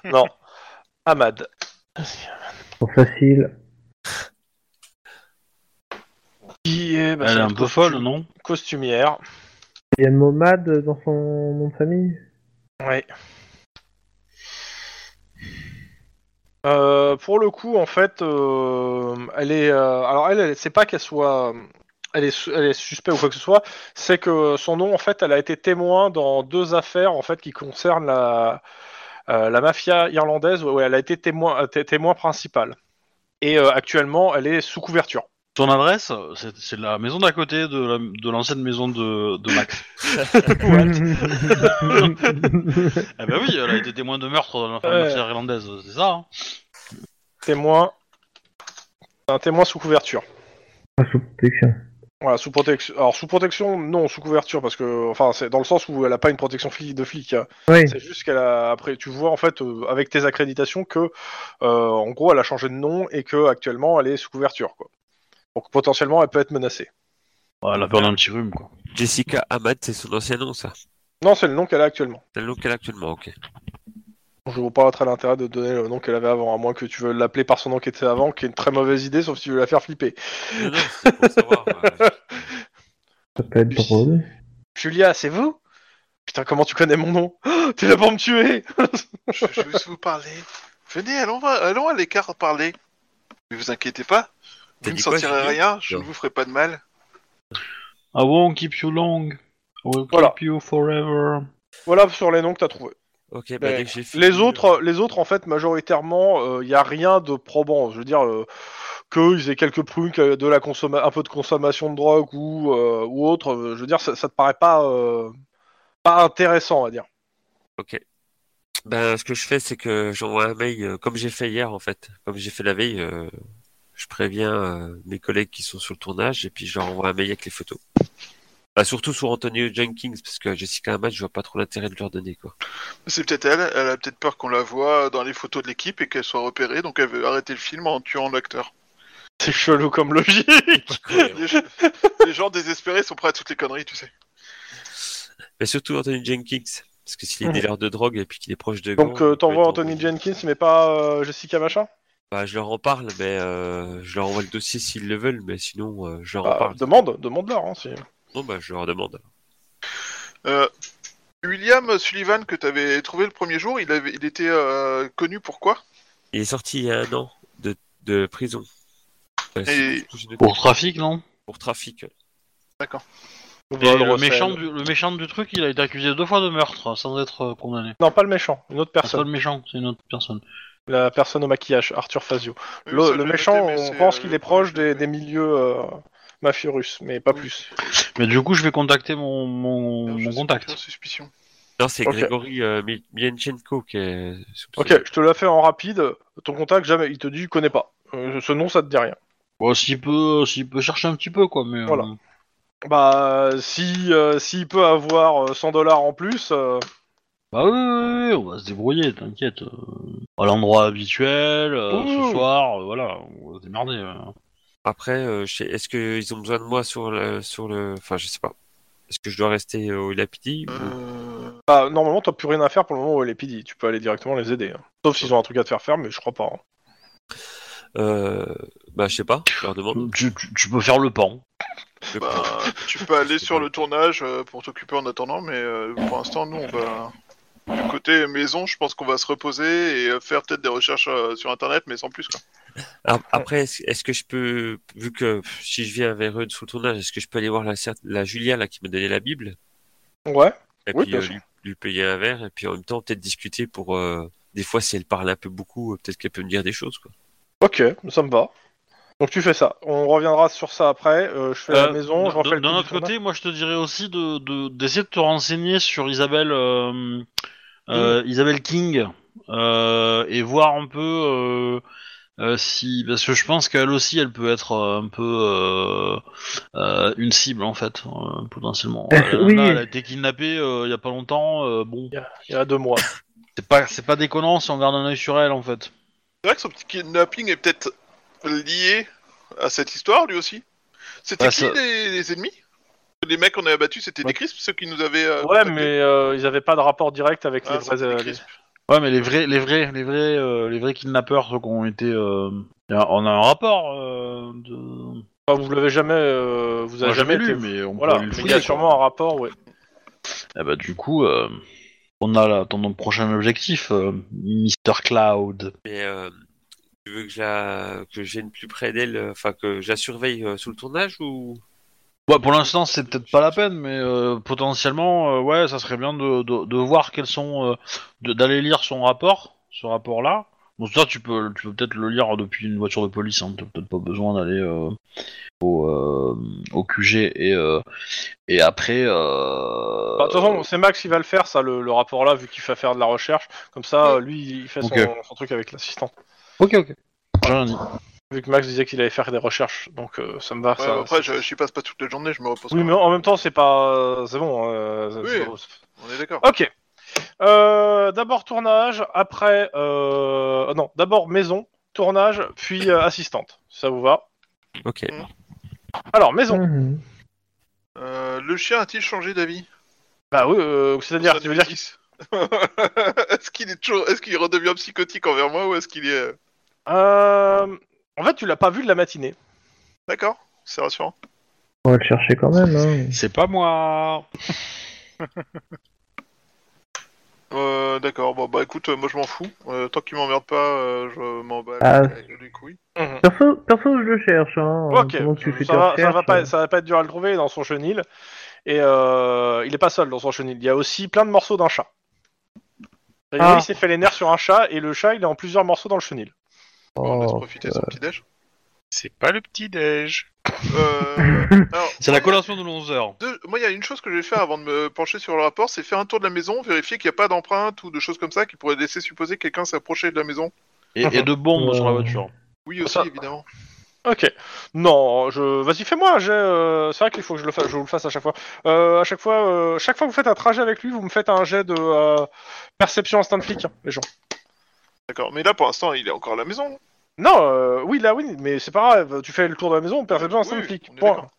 Speaker 2: Non. Ahmad.
Speaker 5: Trop facile.
Speaker 2: Qui est, bah,
Speaker 1: Elle
Speaker 2: c'est
Speaker 1: est un
Speaker 2: notre
Speaker 1: peu
Speaker 2: costu-
Speaker 1: folle, non
Speaker 2: Costumière.
Speaker 5: Il y a Momad dans son nom de famille
Speaker 2: Ouais. Euh, pour le coup, en fait, euh, elle est. euh, alors, elle, elle- c'est pas qu'elle soit. euh, Elle est, su- elle est suspecte ou quoi que ce soit. C'est que son nom, en fait, elle a été témoin dans deux affaires, en fait, qui concernent la, euh, la mafia irlandaise. où elle a été témoin, euh, té- témoin principal. Et euh, actuellement, elle est sous couverture.
Speaker 1: Ton adresse, c'est c'est la maison d'à côté de la- de l'ancienne maison de, de Max. ah bah oui, elle a été témoin de meurtre dans la famille
Speaker 2: Ouais.
Speaker 1: mafia irlandaise, c'est ça hein
Speaker 2: témoin, un témoin sous couverture.
Speaker 5: Ah, sous protection.
Speaker 2: Voilà, sous protection. Alors sous protection, non, sous couverture parce que, enfin, c'est dans le sens où elle a pas une protection fli- de flic. hein.
Speaker 5: Oui,
Speaker 2: C'est juste qu'elle a après, tu vois en fait euh, avec tes accréditations que, euh, en gros, elle a changé de nom et que actuellement elle est sous couverture quoi. Donc potentiellement elle peut être menacée.
Speaker 1: Ouais, Elle a perdu un petit rhume, quoi.
Speaker 3: Jessica Ahmad, c'est son ancien nom ça.
Speaker 2: Non, c'est le nom qu'elle a actuellement.
Speaker 3: C'est le nom qu'elle a actuellement. Ok.
Speaker 2: Je vois pas très l'intérêt de donner le nom qu'elle avait avant, à moins que tu veux l'appeler par son nom qui était avant, qui est une très mauvaise idée, sauf si tu veux la faire flipper.
Speaker 3: Non, non, c'est pour savoir. euh,
Speaker 5: ça peut être drôle.
Speaker 2: Julia, c'est vous Putain, comment tu connais mon nom T'es là pour me tuer
Speaker 4: Je, je veux vous parler. Venez, allons, voir- allons à l'écart parler. Ne vous inquiétez pas,
Speaker 3: T'as
Speaker 4: vous ne
Speaker 3: dit quoi,
Speaker 4: sentirez
Speaker 3: Julie
Speaker 4: rien, je
Speaker 3: Non.
Speaker 4: ne vous ferai pas de mal.
Speaker 1: I won't keep you long. I will keep
Speaker 2: Voilà.
Speaker 1: you forever.
Speaker 2: Voilà sur les noms que t'as trouvé.
Speaker 3: Ok. bah,
Speaker 2: Mais
Speaker 3: dès que j'ai fini,
Speaker 2: Les autres,
Speaker 3: euh,
Speaker 2: les autres en fait, majoritairement, il n'y a rien de probant. Je veux dire, euh, qu'ils aient quelques prunes, que de la consomma- un peu de consommation de drogue ou, euh, ou autre, euh, je veux dire, ça, ça te paraît pas, euh, pas intéressant, on va dire.
Speaker 3: Ok. Ben, ce que je fais, c'est que j'envoie un mail, euh, comme j'ai fait hier, en fait. Comme j'ai fait la veille, euh, je préviens euh, mes collègues qui sont sur le tournage et puis je leur envoie un mail avec les photos. Bah, surtout sur Antonio Jenkins, parce que Jessica Hamad, je vois pas trop l'intérêt de leur donner, quoi.
Speaker 4: C'est peut-être elle, elle a peut-être peur qu'on la voit dans les photos de l'équipe et qu'elle soit repérée, donc elle veut arrêter le film en tuant l'acteur.
Speaker 2: C'est chelou comme logique.
Speaker 4: Les, les gens désespérés sont prêts à toutes les conneries, tu sais.
Speaker 3: Mais Bah, surtout Anthony Jenkins, parce que s'il est
Speaker 2: Mhm.
Speaker 3: dealer de drogue et puis qu'il est proche de
Speaker 2: Donc
Speaker 3: Gand,
Speaker 2: euh,
Speaker 3: il
Speaker 2: t'envoies
Speaker 3: peut être
Speaker 2: Anthony
Speaker 3: en-
Speaker 2: Jenkins, mais pas euh, Jessica machin.
Speaker 3: Bah, je leur en parle, mais euh, je leur envoie le dossier s'ils le veulent, mais sinon, euh, je leur en
Speaker 2: Bah,
Speaker 3: parle.
Speaker 2: demande, demande leur. Hein, si...
Speaker 3: Non, bah, je leur demande.
Speaker 4: Euh, William Sullivan, que t'avais trouvé le premier jour, il, avait, il était euh, connu pour quoi
Speaker 3: Il est sorti il y a un an de, de prison. Euh, c'est-
Speaker 4: Et-
Speaker 3: je sais plus, je ne-
Speaker 1: Pour trafic, non
Speaker 3: pour trafic.
Speaker 4: D'accord.
Speaker 2: Donc,
Speaker 1: Et
Speaker 2: voilà,
Speaker 1: le,
Speaker 2: recel.
Speaker 1: méchant du, le méchant du truc, il a été accusé deux fois de meurtre sans être euh, condamné.
Speaker 2: Non, pas le méchant, une autre
Speaker 1: C'est pas
Speaker 2: personne.
Speaker 1: le méchant, c'est une autre personne.
Speaker 2: La personne au maquillage, Arthur Fazio.
Speaker 4: Oui, ça,
Speaker 2: Le,
Speaker 4: je
Speaker 2: le
Speaker 4: l'ai
Speaker 2: méchant,
Speaker 4: noté, mais
Speaker 2: on
Speaker 4: c'est,
Speaker 2: pense
Speaker 4: euh,
Speaker 2: qu'il
Speaker 4: le
Speaker 2: est proche
Speaker 4: premier
Speaker 2: des,
Speaker 4: que
Speaker 2: des
Speaker 4: j'ai
Speaker 2: milieux euh, mafieux russes, mais pas plus.
Speaker 1: Mais du coup, je vais contacter mon, mon,
Speaker 4: fait.
Speaker 1: mon
Speaker 4: Je sais
Speaker 1: contact.
Speaker 4: pas, Suspicion.
Speaker 3: Non, c'est
Speaker 2: Ok.
Speaker 3: Grégory euh, Mi- Mielchenko qui est
Speaker 2: Ok,
Speaker 3: soupçonné.
Speaker 2: je te la fais en rapide. Ton contact, jamais, il te dit, connais pas. Euh, ce nom, ça te dit rien.
Speaker 1: Bon, s'il peut, euh, s'il peut chercher un petit peu, quoi. Mais, euh,
Speaker 2: Voilà. Bah, si euh, s'il peut avoir euh, 100 dollars en plus, euh,
Speaker 1: Bah oui, oui, oui, on va se débrouiller, t'inquiète. Euh, à l'endroit habituel, euh,
Speaker 2: Ouh.
Speaker 1: ce soir, euh, voilà, on va se démerder. euh.
Speaker 3: Après, euh, je sais- est-ce qu'ils ont besoin de moi sur le, sur le... Enfin, je sais pas. Est-ce que je dois rester euh, au Lapidi ou-
Speaker 4: Euh,
Speaker 2: bah, normalement, t'as plus rien à faire pour le moment où elle est PD. Tu peux aller directement les aider. hein. Sauf s'ils ont un truc à te faire faire, mais je crois pas. hein.
Speaker 3: euh, Bah, je sais pas. Je leur demande.
Speaker 1: Tu, tu- tu peux faire le pan.
Speaker 3: Je-
Speaker 4: bah, tu peux aller sur le tournage euh, pour t'occuper en attendant, mais euh, pour l'instant, nous, on va. Du côté maison, je pense qu'on va se reposer et euh, faire peut-être des recherches euh, sur internet, mais sans plus quoi.
Speaker 3: Ah, Après, est-ce est-ce que je peux, vu que pff, si je viens vers eux sous le tournage, est-ce que je peux aller voir la, cer- la Julia là qui m'a donné la Bible
Speaker 2: Ouais.
Speaker 3: et
Speaker 2: Oui,
Speaker 3: puis
Speaker 2: bien
Speaker 3: euh,
Speaker 2: sûr.
Speaker 3: lui, lui payer un verre et puis en même temps peut-être discuter pour euh, des fois si elle parle un peu beaucoup, euh, peut-être qu'elle peut me dire des choses quoi.
Speaker 2: Ok, ça me va. Donc tu fais ça. On reviendra sur ça après. Euh, je fais la
Speaker 1: Euh,
Speaker 2: maison, je
Speaker 1: d'un-
Speaker 2: refais le
Speaker 1: D'un
Speaker 2: petit
Speaker 1: autre
Speaker 2: tournage.
Speaker 1: côté, moi je te dirais aussi d'essayer de, d'essayer de te renseigner sur Isabelle, euh, euh, Isabelle King euh, et voir un peu euh, euh, si. Parce que je pense qu'elle aussi elle peut être euh, un peu euh, euh, une cible en fait, euh, potentiellement.
Speaker 5: Euh,
Speaker 1: Elle,
Speaker 5: oui.
Speaker 1: elle a été kidnappée euh, il y a pas longtemps. euh, bon,
Speaker 2: Il y a deux mois.
Speaker 1: c'est pas, c'est pas déconnant si on garde un œil sur elle en fait.
Speaker 4: C'est vrai que son petit kidnapping est peut-être lié à cette histoire lui aussi. C'était
Speaker 1: Bah,
Speaker 4: qui
Speaker 1: ça-
Speaker 4: les, les ennemis Les mecs qu'on a abattus, c'était des crisps, ceux qui nous avaient. euh,
Speaker 2: ouais,
Speaker 4: contactés
Speaker 2: mais euh, ils avaient pas de rapport direct avec
Speaker 4: Ah,
Speaker 2: les vrais.
Speaker 4: c'était
Speaker 2: euh,
Speaker 4: des
Speaker 2: les-
Speaker 4: crisps.
Speaker 1: Ouais, mais les vrais, les vrais, les vrais, euh, les vrais kidnappeurs, ceux qui ont été. euh, y a- on a un rapport euh, de.
Speaker 2: Enfin, vous l'avez jamais, euh, vous
Speaker 1: On
Speaker 2: avez
Speaker 1: l'a jamais
Speaker 2: jamais,
Speaker 1: lu,
Speaker 2: été-
Speaker 1: mais on
Speaker 2: Voilà,
Speaker 1: peut aller le
Speaker 2: mais il y
Speaker 1: fouiller,
Speaker 2: a
Speaker 1: quoi.
Speaker 2: sûrement un rapport, ouais.
Speaker 1: Eh bah, du coup, euh, on a là, ton ton prochain objectif, euh, Mr. Cloud.
Speaker 3: Mais euh, tu veux que je la que je vienne plus près d'elle, euh, enfin que je la surveille euh, sous le tournage ou
Speaker 1: Ouais, pour l'instant, c'est peut-être pas la peine, mais euh, potentiellement, euh, ouais, ça serait bien de, de, de voir quels sont, euh, de- d'aller lire son rapport, ce rapport-là. Bon, ça, tu peux, tu peux peut-être le lire depuis une voiture de police, hein, t'as peut-être pas besoin d'aller euh, au, euh, au QG et euh, et après. Euh,
Speaker 2: Enfin, Bah, de toute façon, c'est Max qui va le faire, ça, le, le rapport-là, vu qu'il va faire de la recherche. Comme ça, euh, lui, il fait son,
Speaker 1: Ok.
Speaker 2: son truc avec l'assistant.
Speaker 1: ok, ok. J'en ai dit.
Speaker 2: Vu que Max disait qu'il allait faire des recherches, donc euh, ça me va.
Speaker 4: Ouais, bah,
Speaker 2: ça-
Speaker 4: après,
Speaker 2: ça-
Speaker 4: je, je y passe pas toute la journée, je me repose.
Speaker 2: Oui,
Speaker 4: quand
Speaker 2: mais en même temps, c'est pas, euh, c'est bon. euh, c'est-
Speaker 4: Oui.
Speaker 2: c'est-
Speaker 4: même. On est d'accord.
Speaker 2: Ok. Euh, d'abord tournage, après euh, non, d'abord maison, tournage, puis euh, assistante. Ça vous va
Speaker 3: Ok.
Speaker 2: Alors maison.
Speaker 4: Mm.
Speaker 5: Mhm.
Speaker 4: Euh, le chien a-t-il changé d'avis
Speaker 2: Bah oui, euh, c'est-à-dire,
Speaker 4: Ça
Speaker 2: tu veux dire
Speaker 4: dit- Est-ce qu'il est toujours... Est-ce qu'il redevient psychotique envers moi ou est-ce qu'il est... euh,
Speaker 2: Euh, en fait, tu l'as pas vu de la matinée.
Speaker 4: D'accord, c'est rassurant.
Speaker 5: On va le chercher quand même. Hein.
Speaker 1: C'est pas moi.
Speaker 4: Euh, d'accord, bon bah écoute, euh, moi je m'en fous. Euh, tant qu'il m'emmerde pas, euh, je m'en bats
Speaker 5: Ah.
Speaker 4: les- les couilles.
Speaker 5: Perso, perso, je le cherche. Hein.
Speaker 2: Ok.
Speaker 5: Pendant que tu fais
Speaker 2: Ça
Speaker 5: tes
Speaker 2: va, ça va
Speaker 5: recherches,
Speaker 2: pas,
Speaker 5: euh.
Speaker 2: ça va pas être dur à le trouver il est dans son chenil. Et euh, il est pas seul dans son chenil. Il y a aussi plein de morceaux d'un chat.
Speaker 5: Ah.
Speaker 2: Il s'est fait les nerfs sur un chat et le chat il est en plusieurs morceaux dans le chenil.
Speaker 4: on laisse
Speaker 5: Oh.
Speaker 4: profiter de son petit déj.
Speaker 6: C'est pas le petit déj.
Speaker 4: Euh, alors,
Speaker 1: C'est la collation de 11h.
Speaker 4: deux- moi il y a une chose que je vais faire avant de me pencher sur le rapport, c'est faire un tour de la maison, vérifier qu'il n'y a pas d'empreinte ou de choses comme ça qui pourraient laisser supposer que quelqu'un s'est approché de la maison.
Speaker 1: Et, et de bombes
Speaker 5: Ouais.
Speaker 1: sur la voiture.
Speaker 4: Oui aussi,
Speaker 2: Ça-
Speaker 4: évidemment.
Speaker 2: Ok. Non, je... vas-y, fais-moi. un jet, euh, C'est vrai qu'il faut que je le fasse. Je vous le fasse à chaque fois. Euh, à chaque fois, euh, chaque fois que vous faites un trajet avec lui, vous me faites un jet de euh, perception instinct de flic, hein, les gens.
Speaker 4: D'accord, mais là pour l'instant il est encore à la maison.
Speaker 2: Non, euh, oui, là, oui, mais c'est pas grave. Tu fais le tour de la maison, perception instinct de
Speaker 4: Oui,
Speaker 2: flic.
Speaker 4: on est
Speaker 2: Point.
Speaker 4: d'accord.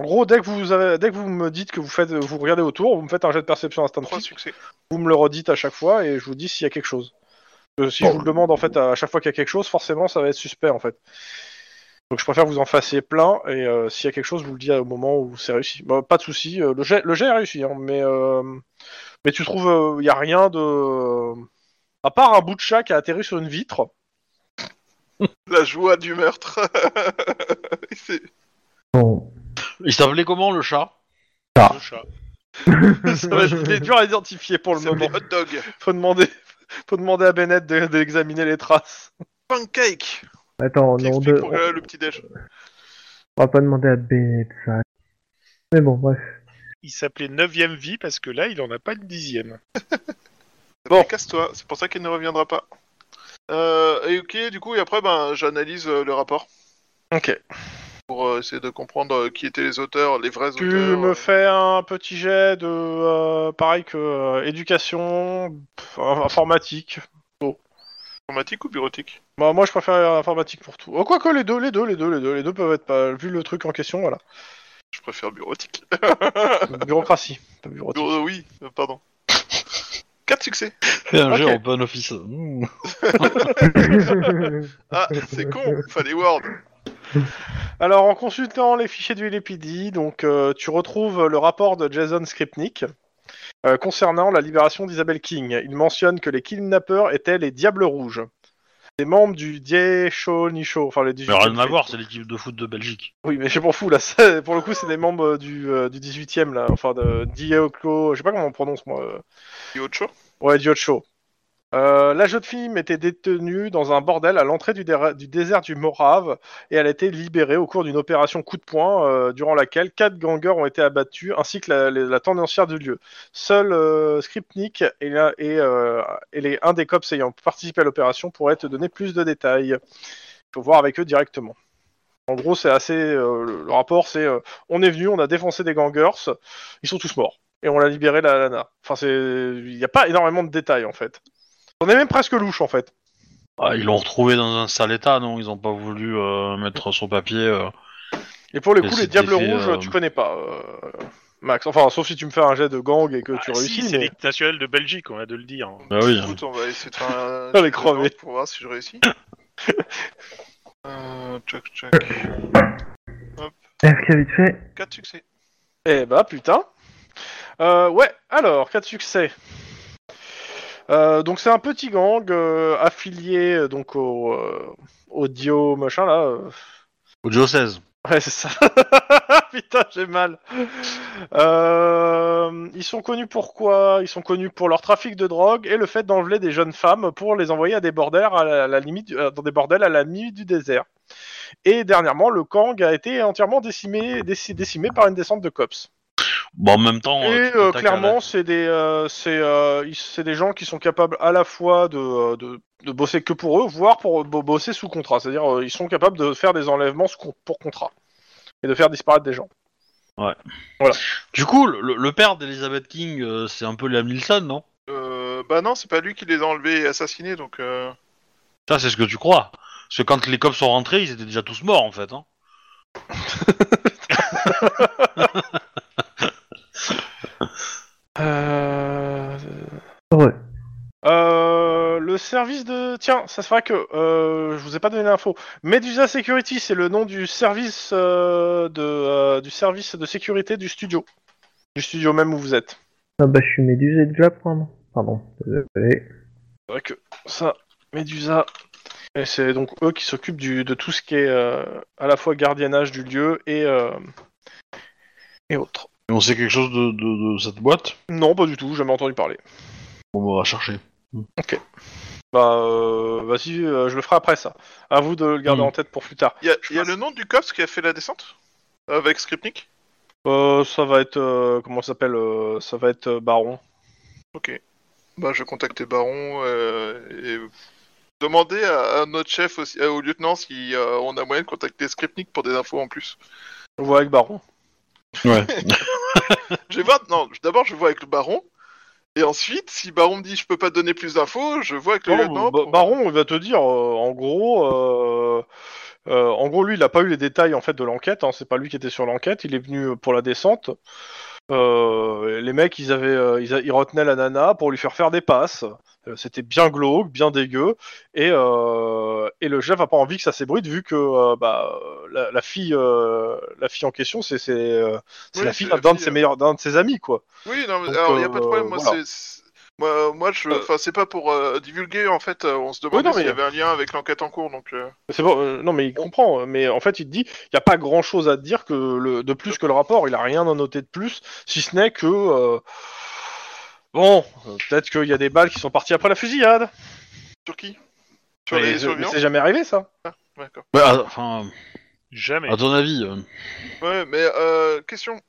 Speaker 2: En gros, dès que vous avez, dès que vous me dites que vous faites, vous regardez autour, vous me faites un jet de perception instinct de
Speaker 4: Trois
Speaker 2: flic.
Speaker 4: succès.
Speaker 2: Vous me le redites à chaque fois et je vous dis s'il y a quelque chose. Euh, si je vous le demande en fait à chaque fois qu'il y a quelque chose, forcément ça va être suspect en fait. Donc je préfère vous en fassiez plein et euh, s'il y a quelque chose, vous le dites au moment où c'est réussi. Bah, pas de souci, euh, le jet, le jet est réussi, hein, mais euh, mais tu trouves euh, il y a rien de à part un bout de chat qui a atterri sur une vitre.
Speaker 4: La joie du meurtre. Il s'est-
Speaker 5: Bon.
Speaker 1: Il s'appelait comment le chat
Speaker 5: Ah.
Speaker 6: Le chat.
Speaker 2: Ça va être il est dur à identifier pour le
Speaker 4: C'est
Speaker 2: moment.
Speaker 4: pour hot dog.
Speaker 2: Faut demander, faut demander à Bennett de- d'examiner les traces.
Speaker 4: Pancake.
Speaker 5: Attends,
Speaker 4: Qui
Speaker 5: non, on,
Speaker 4: explique
Speaker 5: de-
Speaker 4: pour euh, le petit déj.
Speaker 5: on va pas demander à Bennett ça. Mais bon, bref.
Speaker 6: Il s'appelait 9ème vie parce que là, il en a pas de dixième.
Speaker 4: Bon, casse-toi. C'est pour ça qu'il ne reviendra pas. Euh, et ok, du coup, et après, ben, j'analyse euh, le rapport
Speaker 2: Ok.
Speaker 4: pour euh, essayer de comprendre euh, qui étaient les auteurs, les vrais
Speaker 2: Tu
Speaker 4: auteurs.
Speaker 2: me
Speaker 4: euh,
Speaker 2: fais un petit jet de euh, pareil que euh, éducation, pff, informatique.
Speaker 4: Informatique ou bureautique
Speaker 2: Bah, moi, je préfère informatique pour tout. Oh, quoique les deux, les deux, les deux, les deux, les deux peuvent être pas. Vu le truc en question, voilà.
Speaker 4: Je préfère bureautique.
Speaker 2: Bureaucratie. Pas bureautique.
Speaker 4: Bureau- oui, euh, pardon. 4 succès.
Speaker 1: Fais un jeu
Speaker 2: Ok.
Speaker 1: en open office. Mmh.
Speaker 4: Ah, c'est con. Fallait Word.
Speaker 2: Alors, en consultant les fichiers du LPD, donc euh, tu retrouves le rapport de Jason Skripnik euh, concernant la libération d'Isabelle King. Il mentionne que les kidnappeurs étaient les Diables Rouges, des membres du Diesho Nisho, enfin les 18.
Speaker 1: Mais rien à voir, c'est l'équipe de foot de Belgique.
Speaker 2: Oui, mais je m'en fous là. c'est- Pour le coup, c'est des membres du, euh, du 18e là, enfin de Dioclo, je sais pas comment on prononce moi. euh,
Speaker 4: Et autre chose
Speaker 2: Ouais, Diot Show. Euh, la jeune fille était détenue dans un bordel à l'entrée du, déra- du désert du Morave et elle a été libérée au cours d'une opération coup de poing euh, durant laquelle quatre gangers ont été abattus ainsi que la, les- la tendancière du lieu. Seul euh, Skripnik et, la- et, euh, et les, un des cops ayant participé à l'opération pourrait te donner plus de détails. Il faut voir avec eux directement. En gros, c'est assez. euh, le, le rapport, c'est euh, on est venu, on a défoncé des gangers, ils sont tous morts et on l'a libéré la Lana. Enfin, c'est, il n'y a pas énormément de détails en fait. On est même presque louche en fait.
Speaker 1: Ah, ils l'ont retrouvé dans un sale état, non Ils ont pas voulu euh, mettre sur papier. euh.
Speaker 2: Et pour le
Speaker 1: Et
Speaker 2: coup, les
Speaker 1: c'était
Speaker 2: Diables
Speaker 1: fait,
Speaker 2: Rouges,
Speaker 1: euh,
Speaker 2: tu connais pas, euh, Max. Enfin, sauf si tu me fais un jet de gang et que tu
Speaker 6: Ah,
Speaker 2: réussis.
Speaker 6: si, c'est
Speaker 2: mais-
Speaker 6: l'équipe nationale de Belgique, on a de le dire. hein.
Speaker 1: Bah oui.
Speaker 4: Écoute, on va essayer de faire un.
Speaker 2: Allez, crever.
Speaker 4: Pour voir si je réussis. euh, tchac, tchac.
Speaker 5: Est-ce qu'il y a vite fait
Speaker 4: 4 succès.
Speaker 2: Eh bah putain. Euh, ouais, alors, cas de succès. Euh, donc c'est un petit gang euh, affilié euh, donc au, euh, au Dio machin là. euh,
Speaker 1: Audio 16.
Speaker 2: Ouais, c'est ça. Putain, j'ai mal. Euh, ils sont connus pour quoi Ils sont connus pour leur trafic de drogue et le fait d'enlever des jeunes femmes pour les envoyer à des bordels à la, à la limite, du- euh, dans des bordels à la limite du désert. Et dernièrement, le Kang a été entièrement décimé, déci- décimé par une descente de cops.
Speaker 1: Bon, en même temps.
Speaker 2: Et
Speaker 1: euh, tu
Speaker 2: euh,
Speaker 1: t'attaques à
Speaker 2: clairement, c'est des, euh, c'est, euh, ils- c'est des gens qui sont capables à la fois de, euh, de, de bosser que pour eux, voire pour bo- bosser sous contrat. C'est-à-dire, euh, ils sont capables de faire des enlèvements sous con- pour contrat et de faire disparaître des gens.
Speaker 1: la- Du coup, le, le père d'Elizabeth King, euh, c'est un peu Liam Neeson, non
Speaker 4: Euh, bah non, c'est pas lui qui les a enlevés et assassinés, donc. Euh...
Speaker 1: Ça, c'est ce que tu crois. Parce que quand les cops sont rentrés, ils étaient déjà tous morts, en fait. Hein.
Speaker 5: Heureux.
Speaker 2: Euh, le service de... Tiens, ça se fait que euh, je vous ai pas donné l'info. Medusa Security, c'est le nom du service euh, de euh, du service de sécurité du studio, du studio même où vous êtes.
Speaker 5: Ah bah, je suis médusé de la prendre. Pardon. Désolé.
Speaker 2: C'est vrai que ça, Medusa, et c'est donc eux qui s'occupent du- de tout ce qui est euh, à la fois gardiennage du lieu et euh, et autres.
Speaker 1: Et on sait quelque chose de, de- de cette boîte
Speaker 2: Non, pas du tout, jamais entendu parler.
Speaker 1: On va chercher.
Speaker 2: Bah, euh, bah si, euh, je le ferai après ça. À vous de le garder
Speaker 1: Hmm.
Speaker 2: en tête pour plus tard.
Speaker 4: Y a,
Speaker 2: Je
Speaker 4: y a
Speaker 2: pense-
Speaker 4: le nom du cops qui a fait la descente Avec Skripnik
Speaker 2: Euh, ça va être euh, comment ça s'appelle euh, Ça va être euh, Baron.
Speaker 4: Bah, je vais contacter Baron euh, et demander à, à notre chef, aussi, euh, au lieutenant, si euh, on a moyen de contacter Skripnik pour des infos en plus.
Speaker 2: On voit avec Baron.
Speaker 1: Ouais.
Speaker 4: J'ai 20. Non, je- d'abord, je vois avec le Baron. Et ensuite, si Baron me dit je peux pas te donner plus d'infos, je vois avec le
Speaker 2: Non,
Speaker 4: lieutenant.
Speaker 2: Ba-
Speaker 4: pour-
Speaker 2: Baron, il va te dire, euh, en gros, euh, euh, en gros, lui, il a pas eu les détails en fait de l'enquête. hein, c'est pas lui qui était sur l'enquête. Il est venu euh, pour la descente. Euh, et les mecs, ils avaient, euh, ils, a- ils retenaient la nana pour lui faire faire des passes. Euh, C'était bien glauque, bien dégueu. Et, euh, et le chef a pas envie que ça s'ébruite vu que euh, bah, la, la fille, euh, la fille en question, c'est c'est, euh, c'est
Speaker 4: Oui,
Speaker 2: la fille
Speaker 4: c'est la
Speaker 2: d'un de
Speaker 4: fille,
Speaker 2: ses
Speaker 4: euh.
Speaker 2: meilleurs, d'un de ses amis, quoi.
Speaker 4: Oui, non, mais
Speaker 2: Donc,
Speaker 4: alors, il a pas de
Speaker 2: euh,
Speaker 4: problème. Moi,
Speaker 2: voilà.
Speaker 4: c'est- Moi, moi je, enfin, c'est pas pour euh, divulguer en fait. euh, On se demandait
Speaker 2: Oui, non,
Speaker 4: s'il y
Speaker 2: mais-
Speaker 4: avait un lien avec l'enquête en cours, donc. euh,
Speaker 2: C'est bon, euh, non mais il comprend, euh, mais en fait il te dit, il n'y a pas grand chose à te dire que le, de plus que le rapport, il a rien à noter de plus, si ce n'est que... euh, bon, euh, peut-être qu'il y a des balles qui sont parties après la fusillade.
Speaker 4: Sur qui Sur
Speaker 2: Mais,
Speaker 4: les
Speaker 2: euh, mais
Speaker 4: survivants.
Speaker 2: c'est jamais arrivé ça.
Speaker 4: D'accord.
Speaker 1: Bah, à- enfin,
Speaker 6: Jamais.
Speaker 1: à ton avis, euh,
Speaker 4: Ouais, mais euh, question.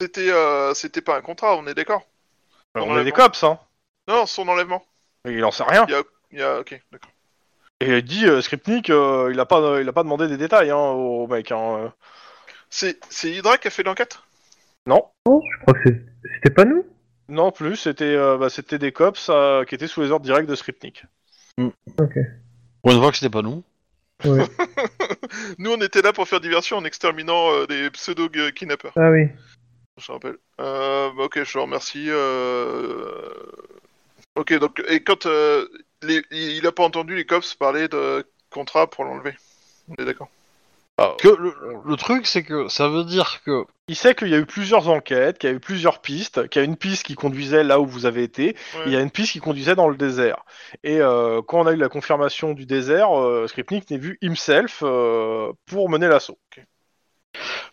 Speaker 4: C'était, euh, c'était pas un contrat, on est d'accord
Speaker 2: Euh,
Speaker 4: Son
Speaker 2: on est des
Speaker 4: enlèvement.
Speaker 2: cops, hein.
Speaker 4: Non, son enlèvement.
Speaker 2: Et il en sait rien.
Speaker 4: Il y a, ok, d'accord.
Speaker 2: Et il dit, euh, Skripnik, euh, il a pas, il a pas demandé des détails hein, au mec. Hein, euh.
Speaker 4: C'est, c'est Hydra qui a fait l'enquête
Speaker 2: Non,
Speaker 5: Non, je crois que c'est- c'était pas nous.
Speaker 2: non plus, c'était, euh, bah, c'était des cops euh, qui étaient sous les ordres directs de Skripnik.
Speaker 1: pour une fois que c'était pas nous.
Speaker 5: Ouais.
Speaker 4: Nous, on était là pour faire diversion en exterminant euh, des pseudo-kidnappeurs.
Speaker 5: Ah oui.
Speaker 4: Je rappelle. Euh, bah, ok, je te remercie. euh, Ok, donc, et quand euh, les- il a pas entendu les cops parler de contrat pour l'enlever. On est d'accord. Ah.
Speaker 1: Que le, le truc, c'est que ça veut dire que
Speaker 2: Il sait qu'il y a eu plusieurs enquêtes, qu'il y a eu plusieurs pistes, qu'il y a une piste qui conduisait là où vous avez été,
Speaker 4: Ouais.
Speaker 2: il y a une piste qui conduisait dans le désert. Et euh, quand on a eu la confirmation du désert, euh, Skripnik n'est vu himself euh, pour mener l'assaut.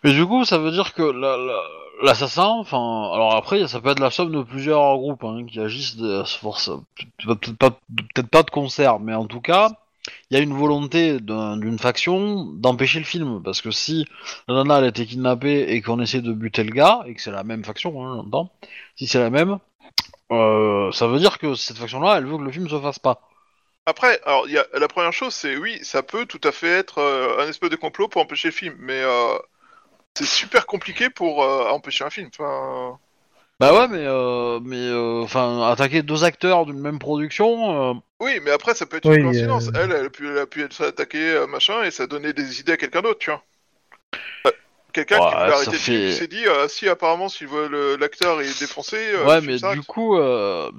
Speaker 1: Mais du coup, ça veut dire que la- la- l'assassin, enfin, alors après, ça peut être la somme de plusieurs groupes hein, qui agissent de à force, peut-être pas, peut-être pas de concert, mais en tout cas, il y a une volonté d'un- d'une faction d'empêcher le film, parce que si la nana elle a été kidnappée et qu'on essaie de buter le gars et que c'est la même faction, hein, j'entends, si c'est la même, euh, ça veut dire que cette faction-là, elle veut que le film se fasse pas.
Speaker 4: Après, alors, il y a, la première chose, c'est oui, ça peut tout à fait être euh, un espèce de complot pour empêcher le film, mais euh, c'est super compliqué pour euh, empêcher un film. Enfin,
Speaker 1: Bah ouais, mais euh, mais euh, enfin, attaquer deux acteurs d'une même production. euh,
Speaker 4: oui, mais après, ça peut être
Speaker 5: Oui, euh,
Speaker 4: une coïncidence. Elle, elle a pu, elle a pu être attaquée, euh, machin, et ça donnait des idées à quelqu'un d'autre, tu vois. Euh, Quelqu'un
Speaker 1: Ouais,
Speaker 4: qui voulait
Speaker 1: ça
Speaker 4: arrêter le film,
Speaker 1: fait-
Speaker 4: qui s'est dit, euh, si apparemment, si l'acteur est défoncé, euh,
Speaker 1: ouais,
Speaker 4: je
Speaker 1: mais
Speaker 4: fais ça.
Speaker 1: du coup, euh,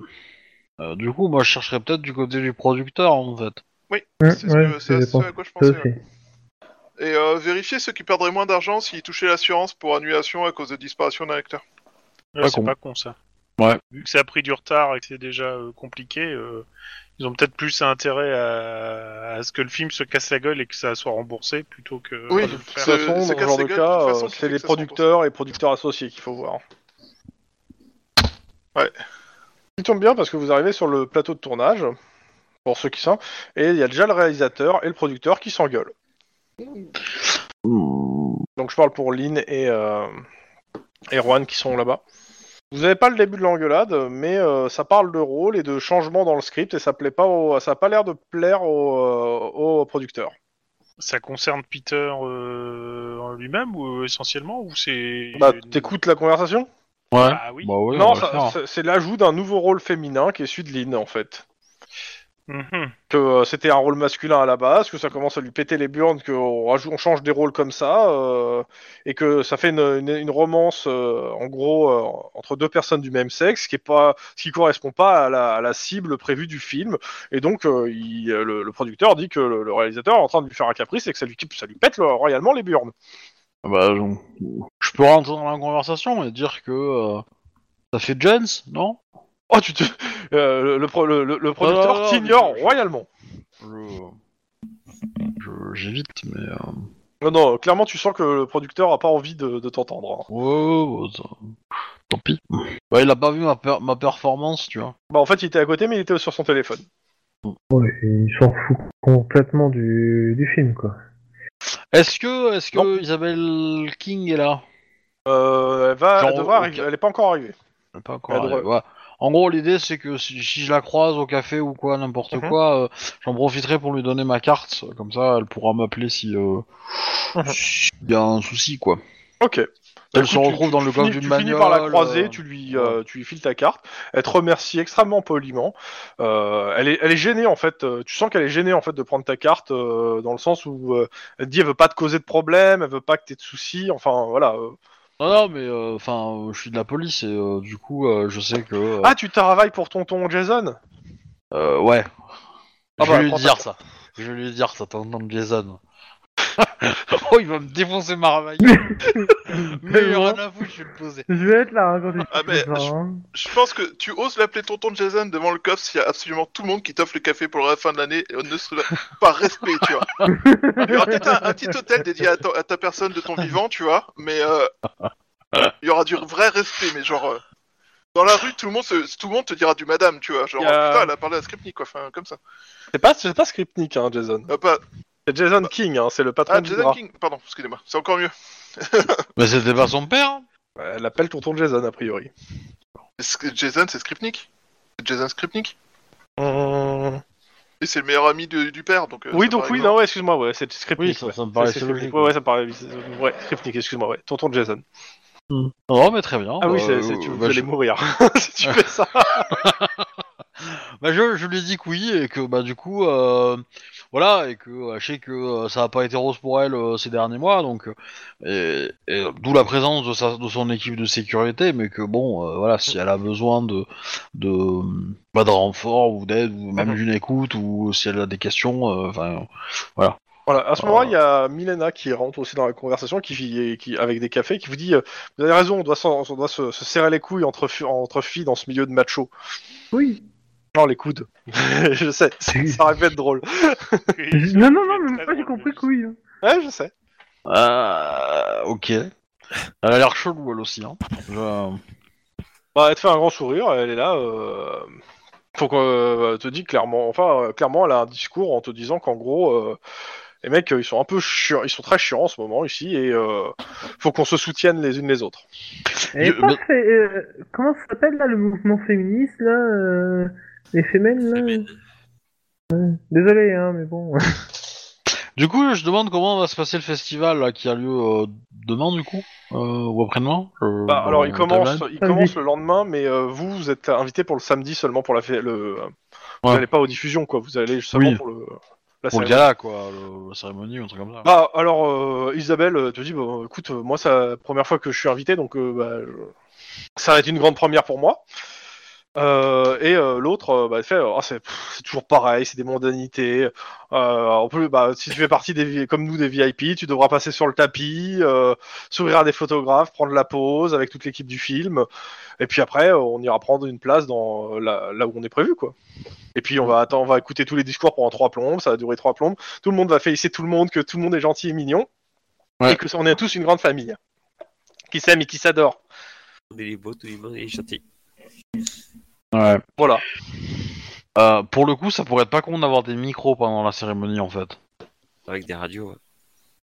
Speaker 1: euh, du coup, moi, je chercherais peut-être du côté du producteur, en fait.
Speaker 5: Hum,
Speaker 4: c'est ce
Speaker 5: ouais,
Speaker 4: que- c'est à
Speaker 5: je
Speaker 4: ce
Speaker 5: pense
Speaker 4: à quoi je
Speaker 5: ça
Speaker 4: pensais. ouais.
Speaker 5: aussi.
Speaker 4: Et euh, vérifier ceux qui perdraient moins d'argent s'ils touchaient l'assurance pour annulation à cause de disparition d'un acteur.
Speaker 6: Ouais,
Speaker 1: Pas
Speaker 6: c'est
Speaker 1: con.
Speaker 6: pas con ça.
Speaker 1: Ouais.
Speaker 6: Vu que ça a pris du retard et que c'est déjà euh, compliqué, euh, ils ont peut-être plus intérêt à... à ce que le film se casse la gueule et que ça soit remboursé plutôt que
Speaker 4: Oui,
Speaker 6: de Bah, le faire.
Speaker 2: De toute façon,
Speaker 4: c'est- ça
Speaker 2: dans ce
Speaker 4: casse
Speaker 2: genre de
Speaker 4: les gueules, de
Speaker 2: cas,
Speaker 4: toute
Speaker 2: euh,
Speaker 4: façon, tu
Speaker 2: c'est
Speaker 4: fais
Speaker 2: les
Speaker 4: que ça
Speaker 2: producteurs et producteurs associés qu'il faut voir.
Speaker 4: Ouais.
Speaker 2: Il tombe bien parce que vous arrivez sur le plateau de tournage, pour ceux qui sont, et il y a déjà le réalisateur et le producteur qui s'engueulent. Donc je parle pour Lynn et, euh, et Juan qui sont là-bas. Vous n'avez pas le début de l'engueulade, mais euh, ça parle de rôle et de changement dans le script et ça plaît pas, au- ça a pas l'air de plaire au, euh, au producteur.
Speaker 6: Ça concerne Peter euh, en lui-même ou euh, essentiellement ou c'est
Speaker 2: Bah, t'écoutes la conversation
Speaker 1: Ouais.
Speaker 6: Ah oui.
Speaker 1: Bah ouais, on
Speaker 2: Non,
Speaker 1: va
Speaker 2: ça-
Speaker 1: le faire.
Speaker 2: ça- c'est l'ajout d'un nouveau rôle féminin qui est celui de Lynn, en fait.
Speaker 6: Mhm.
Speaker 2: Que euh, c'était un rôle masculin à la base, que ça commence à lui péter les burnes, qu'on rajoute- on change des rôles comme ça, euh, et que ça fait une, une- une romance, euh, en gros, euh, entre deux personnes du même sexe, ce qui est pas, ce qui correspond pas à la, à la cible prévue du film. Et donc, euh, il- euh, le, le producteur dit que le, le réalisateur est en train de lui faire un caprice et que ça lui, ça lui pète le- royalement les burnes.
Speaker 1: Ah bah, je... je peux rentrer dans la conversation et dire que euh, ça fait Jens, non
Speaker 2: Oh, tu te... euh, le, le pro- le- le- le producteur
Speaker 1: non, non,
Speaker 2: t'ignore
Speaker 1: mais je-
Speaker 2: royalement.
Speaker 1: Je- je- J'évite, mais. euh,
Speaker 2: Non, non, clairement, tu sens que le producteur a pas envie de, de t'entendre. hein.
Speaker 1: ouais, ouais, ouais, ça- Tant pis. Bah, il a pas vu ma, per- ma performance, tu vois.
Speaker 2: Bah, en fait, il était à côté, mais il était sur son téléphone.
Speaker 5: Ouais, il s'en fout complètement du, du film, quoi.
Speaker 1: Est-ce que, est-ce
Speaker 2: Non.
Speaker 1: que Isabelle King est là
Speaker 2: Euh, elle va,
Speaker 1: Genre,
Speaker 2: elle devrait
Speaker 1: ok.
Speaker 2: arriver, elle est pas encore arrivée.
Speaker 1: Elle est pas encore
Speaker 2: Elle
Speaker 1: arrivée,
Speaker 2: devrait-
Speaker 1: ouais. En gros, l'idée c'est que si, si je la croise au café ou quoi, n'importe
Speaker 2: Mhm.
Speaker 1: quoi, euh, j'en profiterai pour lui donner ma carte. Comme ça, elle pourra m'appeler si euh,
Speaker 2: Mhm.
Speaker 1: s'il y a un souci, quoi.
Speaker 2: Ok.
Speaker 1: Elle
Speaker 2: Écoute,
Speaker 1: se retrouve
Speaker 2: tu-
Speaker 1: dans le
Speaker 2: tu
Speaker 1: coffre
Speaker 2: finis-
Speaker 1: d'une
Speaker 2: Tu finis par la
Speaker 1: bagnole,
Speaker 2: croiser,
Speaker 1: euh,
Speaker 2: tu lui, euh, tu lui files ta carte. Elle te remercie extrêmement poliment. Euh, elle, est, elle est gênée en fait. euh, Tu sens qu'elle est gênée en fait de prendre ta carte euh, dans le sens où euh, elle te dit elle veut pas te causer de problème, elle veut pas que t'aies de soucis. Enfin voilà. euh.
Speaker 1: Non, non, mais euh, enfin, euh, je suis de la police et euh, du coup, euh, je sais que. euh,
Speaker 2: Ah, tu travailles pour tonton Jason
Speaker 1: euh, ouais.
Speaker 2: Ah
Speaker 1: je
Speaker 2: bah,
Speaker 1: vais lui
Speaker 2: prends ta
Speaker 1: dire ça. Je vais lui dire ça, t'entends Jason. Oh, il va me défoncer ma ravaille. Mais il y aura de la fouille, je vais le poser.
Speaker 5: Je vais être là hein, quand tu
Speaker 4: Ah,
Speaker 5: fais
Speaker 4: ben,
Speaker 5: ça,
Speaker 4: je-
Speaker 5: hein.
Speaker 4: Je pense que tu oses l'appeler tonton Jason devant le cops il y a absolument tout le monde qui t'offre le café pour la fin de l'année, et on ne se- par respect, tu vois. Il y aura peut-être un, un petit hôtel dédié à, ton- à ta personne de ton vivant, tu vois, mais euh, il y aura du vrai respect, mais genre... euh, dans la rue, tout le, monde se- tout le monde te dira du madame, tu vois. Genre,
Speaker 2: Il y a-
Speaker 4: putain, elle a parlé à Skripnik, quoi. Enfin, comme ça.
Speaker 2: C'est pas, c'est pas Skripnik, hein, Jason.
Speaker 4: Ah, pas...
Speaker 2: C'est Jason King, hein, c'est le patron
Speaker 4: ah
Speaker 2: du
Speaker 4: Jason
Speaker 2: Hydra.
Speaker 4: King. Pardon, excusez-moi. C'est encore mieux.
Speaker 1: Mais c'était pas son père hein.
Speaker 2: Ouais, Elle appelle tonton Jason, a priori.
Speaker 4: Sk- Jason, c'est Skripnik C'est Jason Skripnik
Speaker 1: Euh,
Speaker 4: Et c'est le meilleur ami de- du père, donc... euh,
Speaker 2: Oui,
Speaker 4: ça
Speaker 2: donc
Speaker 4: paraît
Speaker 2: oui,
Speaker 4: évident.
Speaker 2: non, ouais, excuse-moi, ouais, c'est Skripnik.
Speaker 1: Oui, ça-
Speaker 2: ouais.
Speaker 1: ça me paraissait
Speaker 2: C'est Skripnik,
Speaker 1: logique,
Speaker 2: Ouais,
Speaker 1: ouais.
Speaker 2: ouais, ça me paraît... Ouais, Skripnik, excuse-moi, ouais. Tonton Jason.
Speaker 1: Non, mais très bien.
Speaker 2: Ah oui,
Speaker 1: Bah,
Speaker 2: c'est, c'est- tu
Speaker 1: euh,
Speaker 2: vous
Speaker 1: bah,
Speaker 2: allez
Speaker 1: je-
Speaker 2: mourir si tu fais ça.
Speaker 1: Bah, je, je lui ai dit que oui et que bah du coup euh, voilà et que euh, je sais que euh, ça a pas été rose pour elle euh, ces derniers mois donc euh, et, et, euh, d'où la présence de sa de son équipe de sécurité mais que bon euh, voilà si elle a besoin de de euh, bah, de renfort ou d'aide ou même d'une écoute ou si elle a des questions euh, enfin
Speaker 2: Voilà, à ce moment-là, il y a Milena qui rentre aussi dans la conversation, qui, qui avec des cafés, qui vous dit euh, Vous avez raison, on doit, s'en- on doit se, se serrer les couilles entre, fi- entre filles dans ce milieu de macho.
Speaker 5: Oui.
Speaker 2: Non, les coudes. je sais, ça, ça aurait pu être drôle.
Speaker 5: Non, non, non, mais moi j'ai compris que oui. hein.
Speaker 2: Ouais, je sais.
Speaker 1: euh, ok elle a l'air chelou elle aussi hein Je-
Speaker 2: Bah, elle te fait un grand sourire, elle est là. Euh... Faut qu'on euh, te dise clairement, enfin, euh, clairement, elle a un discours en te disant qu'en gros, euh, les mecs, euh, ils sont un peu chiants, ils sont très chiants en ce moment ici, et euh, faut qu'on se soutienne les unes les autres.
Speaker 5: Et
Speaker 1: Je-
Speaker 5: parfait. euh, comment ça s'appelle là le mouvement féministe là euh, Les femelles là Désolé, hein, mais bon.
Speaker 1: Du coup, je demande comment va se passer le festival là, qui a lieu euh, demain, du coup, euh, ou après-demain euh,
Speaker 2: Bah,
Speaker 1: dans
Speaker 2: alors il
Speaker 1: le
Speaker 2: commence,
Speaker 1: timeline.
Speaker 2: il commence le lendemain, mais euh, vous, vous êtes invité pour le samedi seulement pour la fête. Le... euh, Vous
Speaker 1: Ouais.
Speaker 2: n'allez pas aux diffusions, quoi. Vous allez seulement
Speaker 1: Oui.
Speaker 2: pour le. La
Speaker 1: Pour le
Speaker 2: cérémonie.
Speaker 1: gala, quoi, le- la cérémonie ou un truc comme ça.
Speaker 2: Ah, alors euh, Isabelle euh, te dit, bah, écoute, euh, moi c'est la première fois que je suis invité, donc euh, bah, je- ça va être une grande première pour moi. Euh, et euh, l'autre, euh, bah, elle fait, Ah, c'est pff, c'est toujours pareil, c'est des mondanités. Euh, en plus, bah, si tu fais partie des vi- comme nous des VIP, tu devras passer sur le tapis, euh, sourire à des photographes, prendre la pause avec toute l'équipe du film, et puis après, euh, on ira prendre une place dans euh, là, là où on est prévu, quoi. Et puis on va attendre, on va écouter tous les discours pendant trois plombes, ça va durer trois plombes tout le monde va féliciter tout le monde, que tout le monde est gentil et mignon,
Speaker 1: Ouais.
Speaker 2: et que on est tous une grande famille qui s'aime et qui s'adore.
Speaker 3: Il est beau, tout le monde est gentil.
Speaker 1: Ouais.
Speaker 2: Voilà.
Speaker 1: Euh, pour le coup, ça pourrait être pas con d'avoir des micros pendant la cérémonie, en fait.
Speaker 3: Avec des radios. ouais.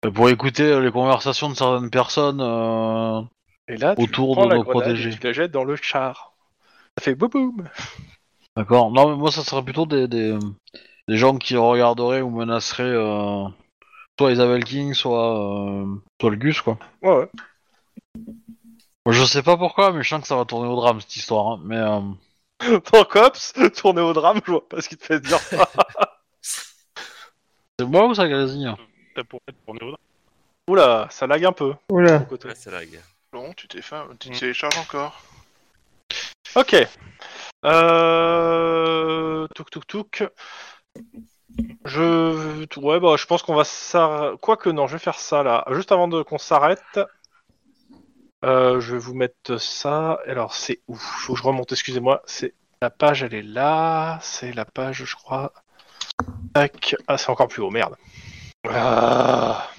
Speaker 1: Euh, Pour écouter euh, les conversations de certaines personnes. euh,
Speaker 2: Et là, tu
Speaker 1: Autour
Speaker 2: prends
Speaker 1: de
Speaker 2: la
Speaker 1: nos
Speaker 2: grenade et
Speaker 1: protégés.
Speaker 2: Tu la jettes dans le char. Ça fait boum boum.
Speaker 1: D'accord. Non, mais moi, ça serait plutôt des, des, des gens qui regarderaient ou menaceraient euh, soit Isabelle King, soit, euh, soit le Gus, quoi.
Speaker 2: Ouais, ouais.
Speaker 1: Moi, Je sais pas pourquoi, mais je sens que ça va tourner au drame cette histoire. hein. Mais euh,
Speaker 2: Dans Cops, tourner au drame, je vois pas ce qui te fait dire ça.
Speaker 1: c'est moi ou ça grésille
Speaker 6: T'as pour être tourné au drame.
Speaker 2: Oula, ça lague un peu. de ton
Speaker 5: Oula.
Speaker 2: côté.
Speaker 3: Ouais, ça lag.
Speaker 4: Bon, tu t'es fait...
Speaker 2: Mm.
Speaker 4: Tu te télécharges encore.
Speaker 2: Ok. Euh... Touk touk touk. Je... Ouais, bah, je pense qu'on va s'arrêter... Quoique non, je vais faire ça là. Juste avant de... qu'on s'arrête, euh, je vais vous mettre ça. Alors c'est où Faut que je remonte, excusez-moi. C'est La page, elle est là. C'est la page, je crois. Tac. Ah, c'est encore plus haut, merde. Ah.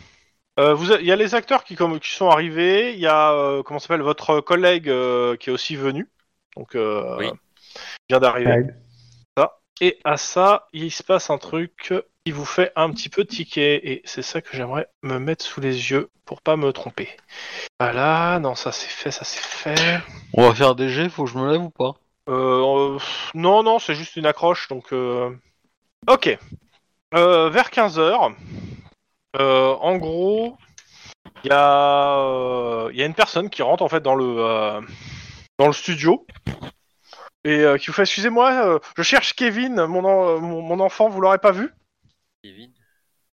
Speaker 2: Euh, vous a- Il y a les acteurs qui, comme, qui sont arrivés. Il y a, euh, comment s'appelle, votre collègue euh, qui est aussi venu. Donc, euh,
Speaker 3: Oui.
Speaker 2: vient d'arriver.
Speaker 5: Ouais.
Speaker 2: Et à ça, il se passe un truc qui vous fait un petit peu tiquer. Et c'est ça que j'aimerais me mettre sous les yeux pour pas me tromper. Voilà, non, ça c'est fait, ça c'est fait.
Speaker 1: On va faire des jets, faut que je me lève ou pas
Speaker 2: Euh, euh, pff, non, non, c'est juste une accroche, donc... euh, Ok. Euh, vers 15h, en gros, il y, a, euh, il y a une personne qui rentre en fait dans le, euh, dans le studio et euh, qui vous fait « Excusez-moi, euh, je cherche Kevin, mon, en- mon, mon enfant, vous l'aurez pas vu ?»
Speaker 3: Kevin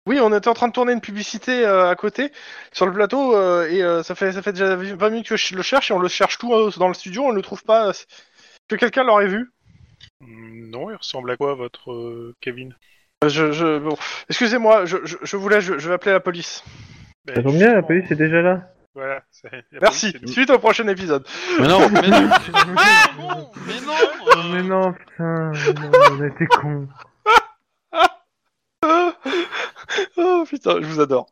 Speaker 2: Oui, on était en train de tourner une publicité euh, à côté sur le plateau euh, et euh, ça fait ça fait déjà 20 minutes que je le cherche et on le cherche tout euh, dans le studio, on le trouve pas. euh, Que quelqu'un l'aurait vu
Speaker 6: Mm, Non, il ressemble à quoi votre euh, Kevin
Speaker 2: Euh, Je, je- bon. Excusez-moi, je, je, je vous laisse, je, je vais appeler la police.
Speaker 5: Ça tombe bien, la police est déjà là.
Speaker 6: Voilà. c'est- la police,
Speaker 2: Merci,
Speaker 6: c'est nous.
Speaker 2: suite au prochain épisode.
Speaker 1: Mais non, mais non.
Speaker 4: Ah, Mais non
Speaker 5: Mais non, putain, mais non, on était con.
Speaker 2: Oh putain, je vous adore.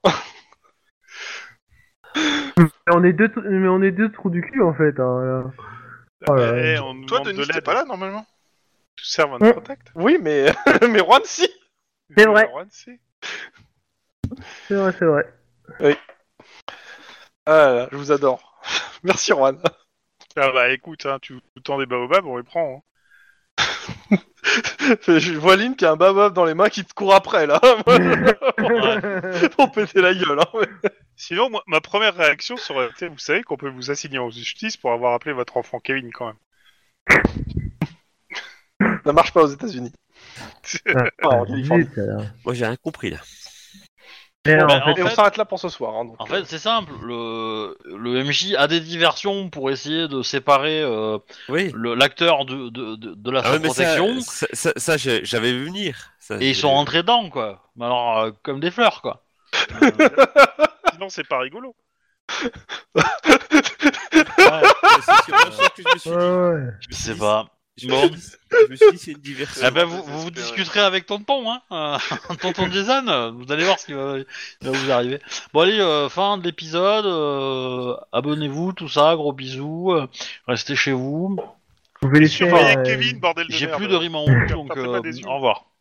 Speaker 5: On est deux, tr- mais on est deux trous du cul en fait. hein, là. Oh là là.
Speaker 6: Eh, on nous
Speaker 4: Toi,
Speaker 6: demande
Speaker 4: Denis,
Speaker 6: de
Speaker 4: t'es
Speaker 6: l'aide.
Speaker 4: pas là normalement
Speaker 6: Tout ça, va
Speaker 5: Hein.
Speaker 6: de contact.
Speaker 2: Oui, mais, mais Juan, si
Speaker 5: C'est vrai.
Speaker 6: Juan, si.
Speaker 5: C'est vrai, c'est vrai.
Speaker 2: Ah là là, Je vous adore. Merci Juan.
Speaker 6: Ah bah écoute, hein, tu tu tends des baobabs, on les prend. hein.
Speaker 2: Je vois Lynn qui a un babab dans les mains qui te court après là. Pour péter la gueule. Hein.
Speaker 6: Sinon, moi, ma première réaction serait, tu sais, vous savez qu'on peut vous assigner en justice pour avoir appelé votre enfant Kevin quand même.
Speaker 2: Ça marche pas aux États-Unis. Ah, en Californie.
Speaker 5: Zut, alors.
Speaker 3: Moi, j'ai rien compris là.
Speaker 5: Merde.
Speaker 1: bah, en
Speaker 2: Et on
Speaker 1: fait-
Speaker 2: s'arrête là pour ce soir. hein, donc.
Speaker 1: En fait, c'est simple. Le, le MJ a des diversions pour essayer de séparer euh,
Speaker 3: Oui.
Speaker 1: le- l'acteur de, de, de, de la
Speaker 3: Ah ouais, mais ça,
Speaker 1: protection.
Speaker 3: ça, ça- ça, j'ai- j'avais vu venir. Ça,
Speaker 1: Et ils
Speaker 3: j'ai-
Speaker 1: sont rentrés dedans, quoi. Mais alors, euh, comme des fleurs, quoi.
Speaker 6: Sinon, c'est pas rigolo.
Speaker 3: Ouais, c'est sûr, la chose que je me suis dit.
Speaker 5: Ouais, ouais.
Speaker 1: Je sais pas.
Speaker 3: Je
Speaker 1: Bon.
Speaker 3: me suis dit- je me suis dit, c'est une diversion.
Speaker 1: Eh ben, vous, vous vous discuterez avec tonton, hein. euh, tonton Jason, euh, vous allez voir ce qui va, il va vous arriver. Bon, allez, euh, fin de l'épisode. euh, Abonnez-vous, tout ça. Gros bisous. euh, restez chez vous.
Speaker 5: Vous pouvez les
Speaker 6: Surveillez
Speaker 5: faire, euh,
Speaker 6: Kevin, bordel de
Speaker 1: J'ai
Speaker 6: merde.
Speaker 1: plus de rime en haut, donc
Speaker 6: Partez pas
Speaker 1: euh,
Speaker 6: des yeux.
Speaker 1: au revoir.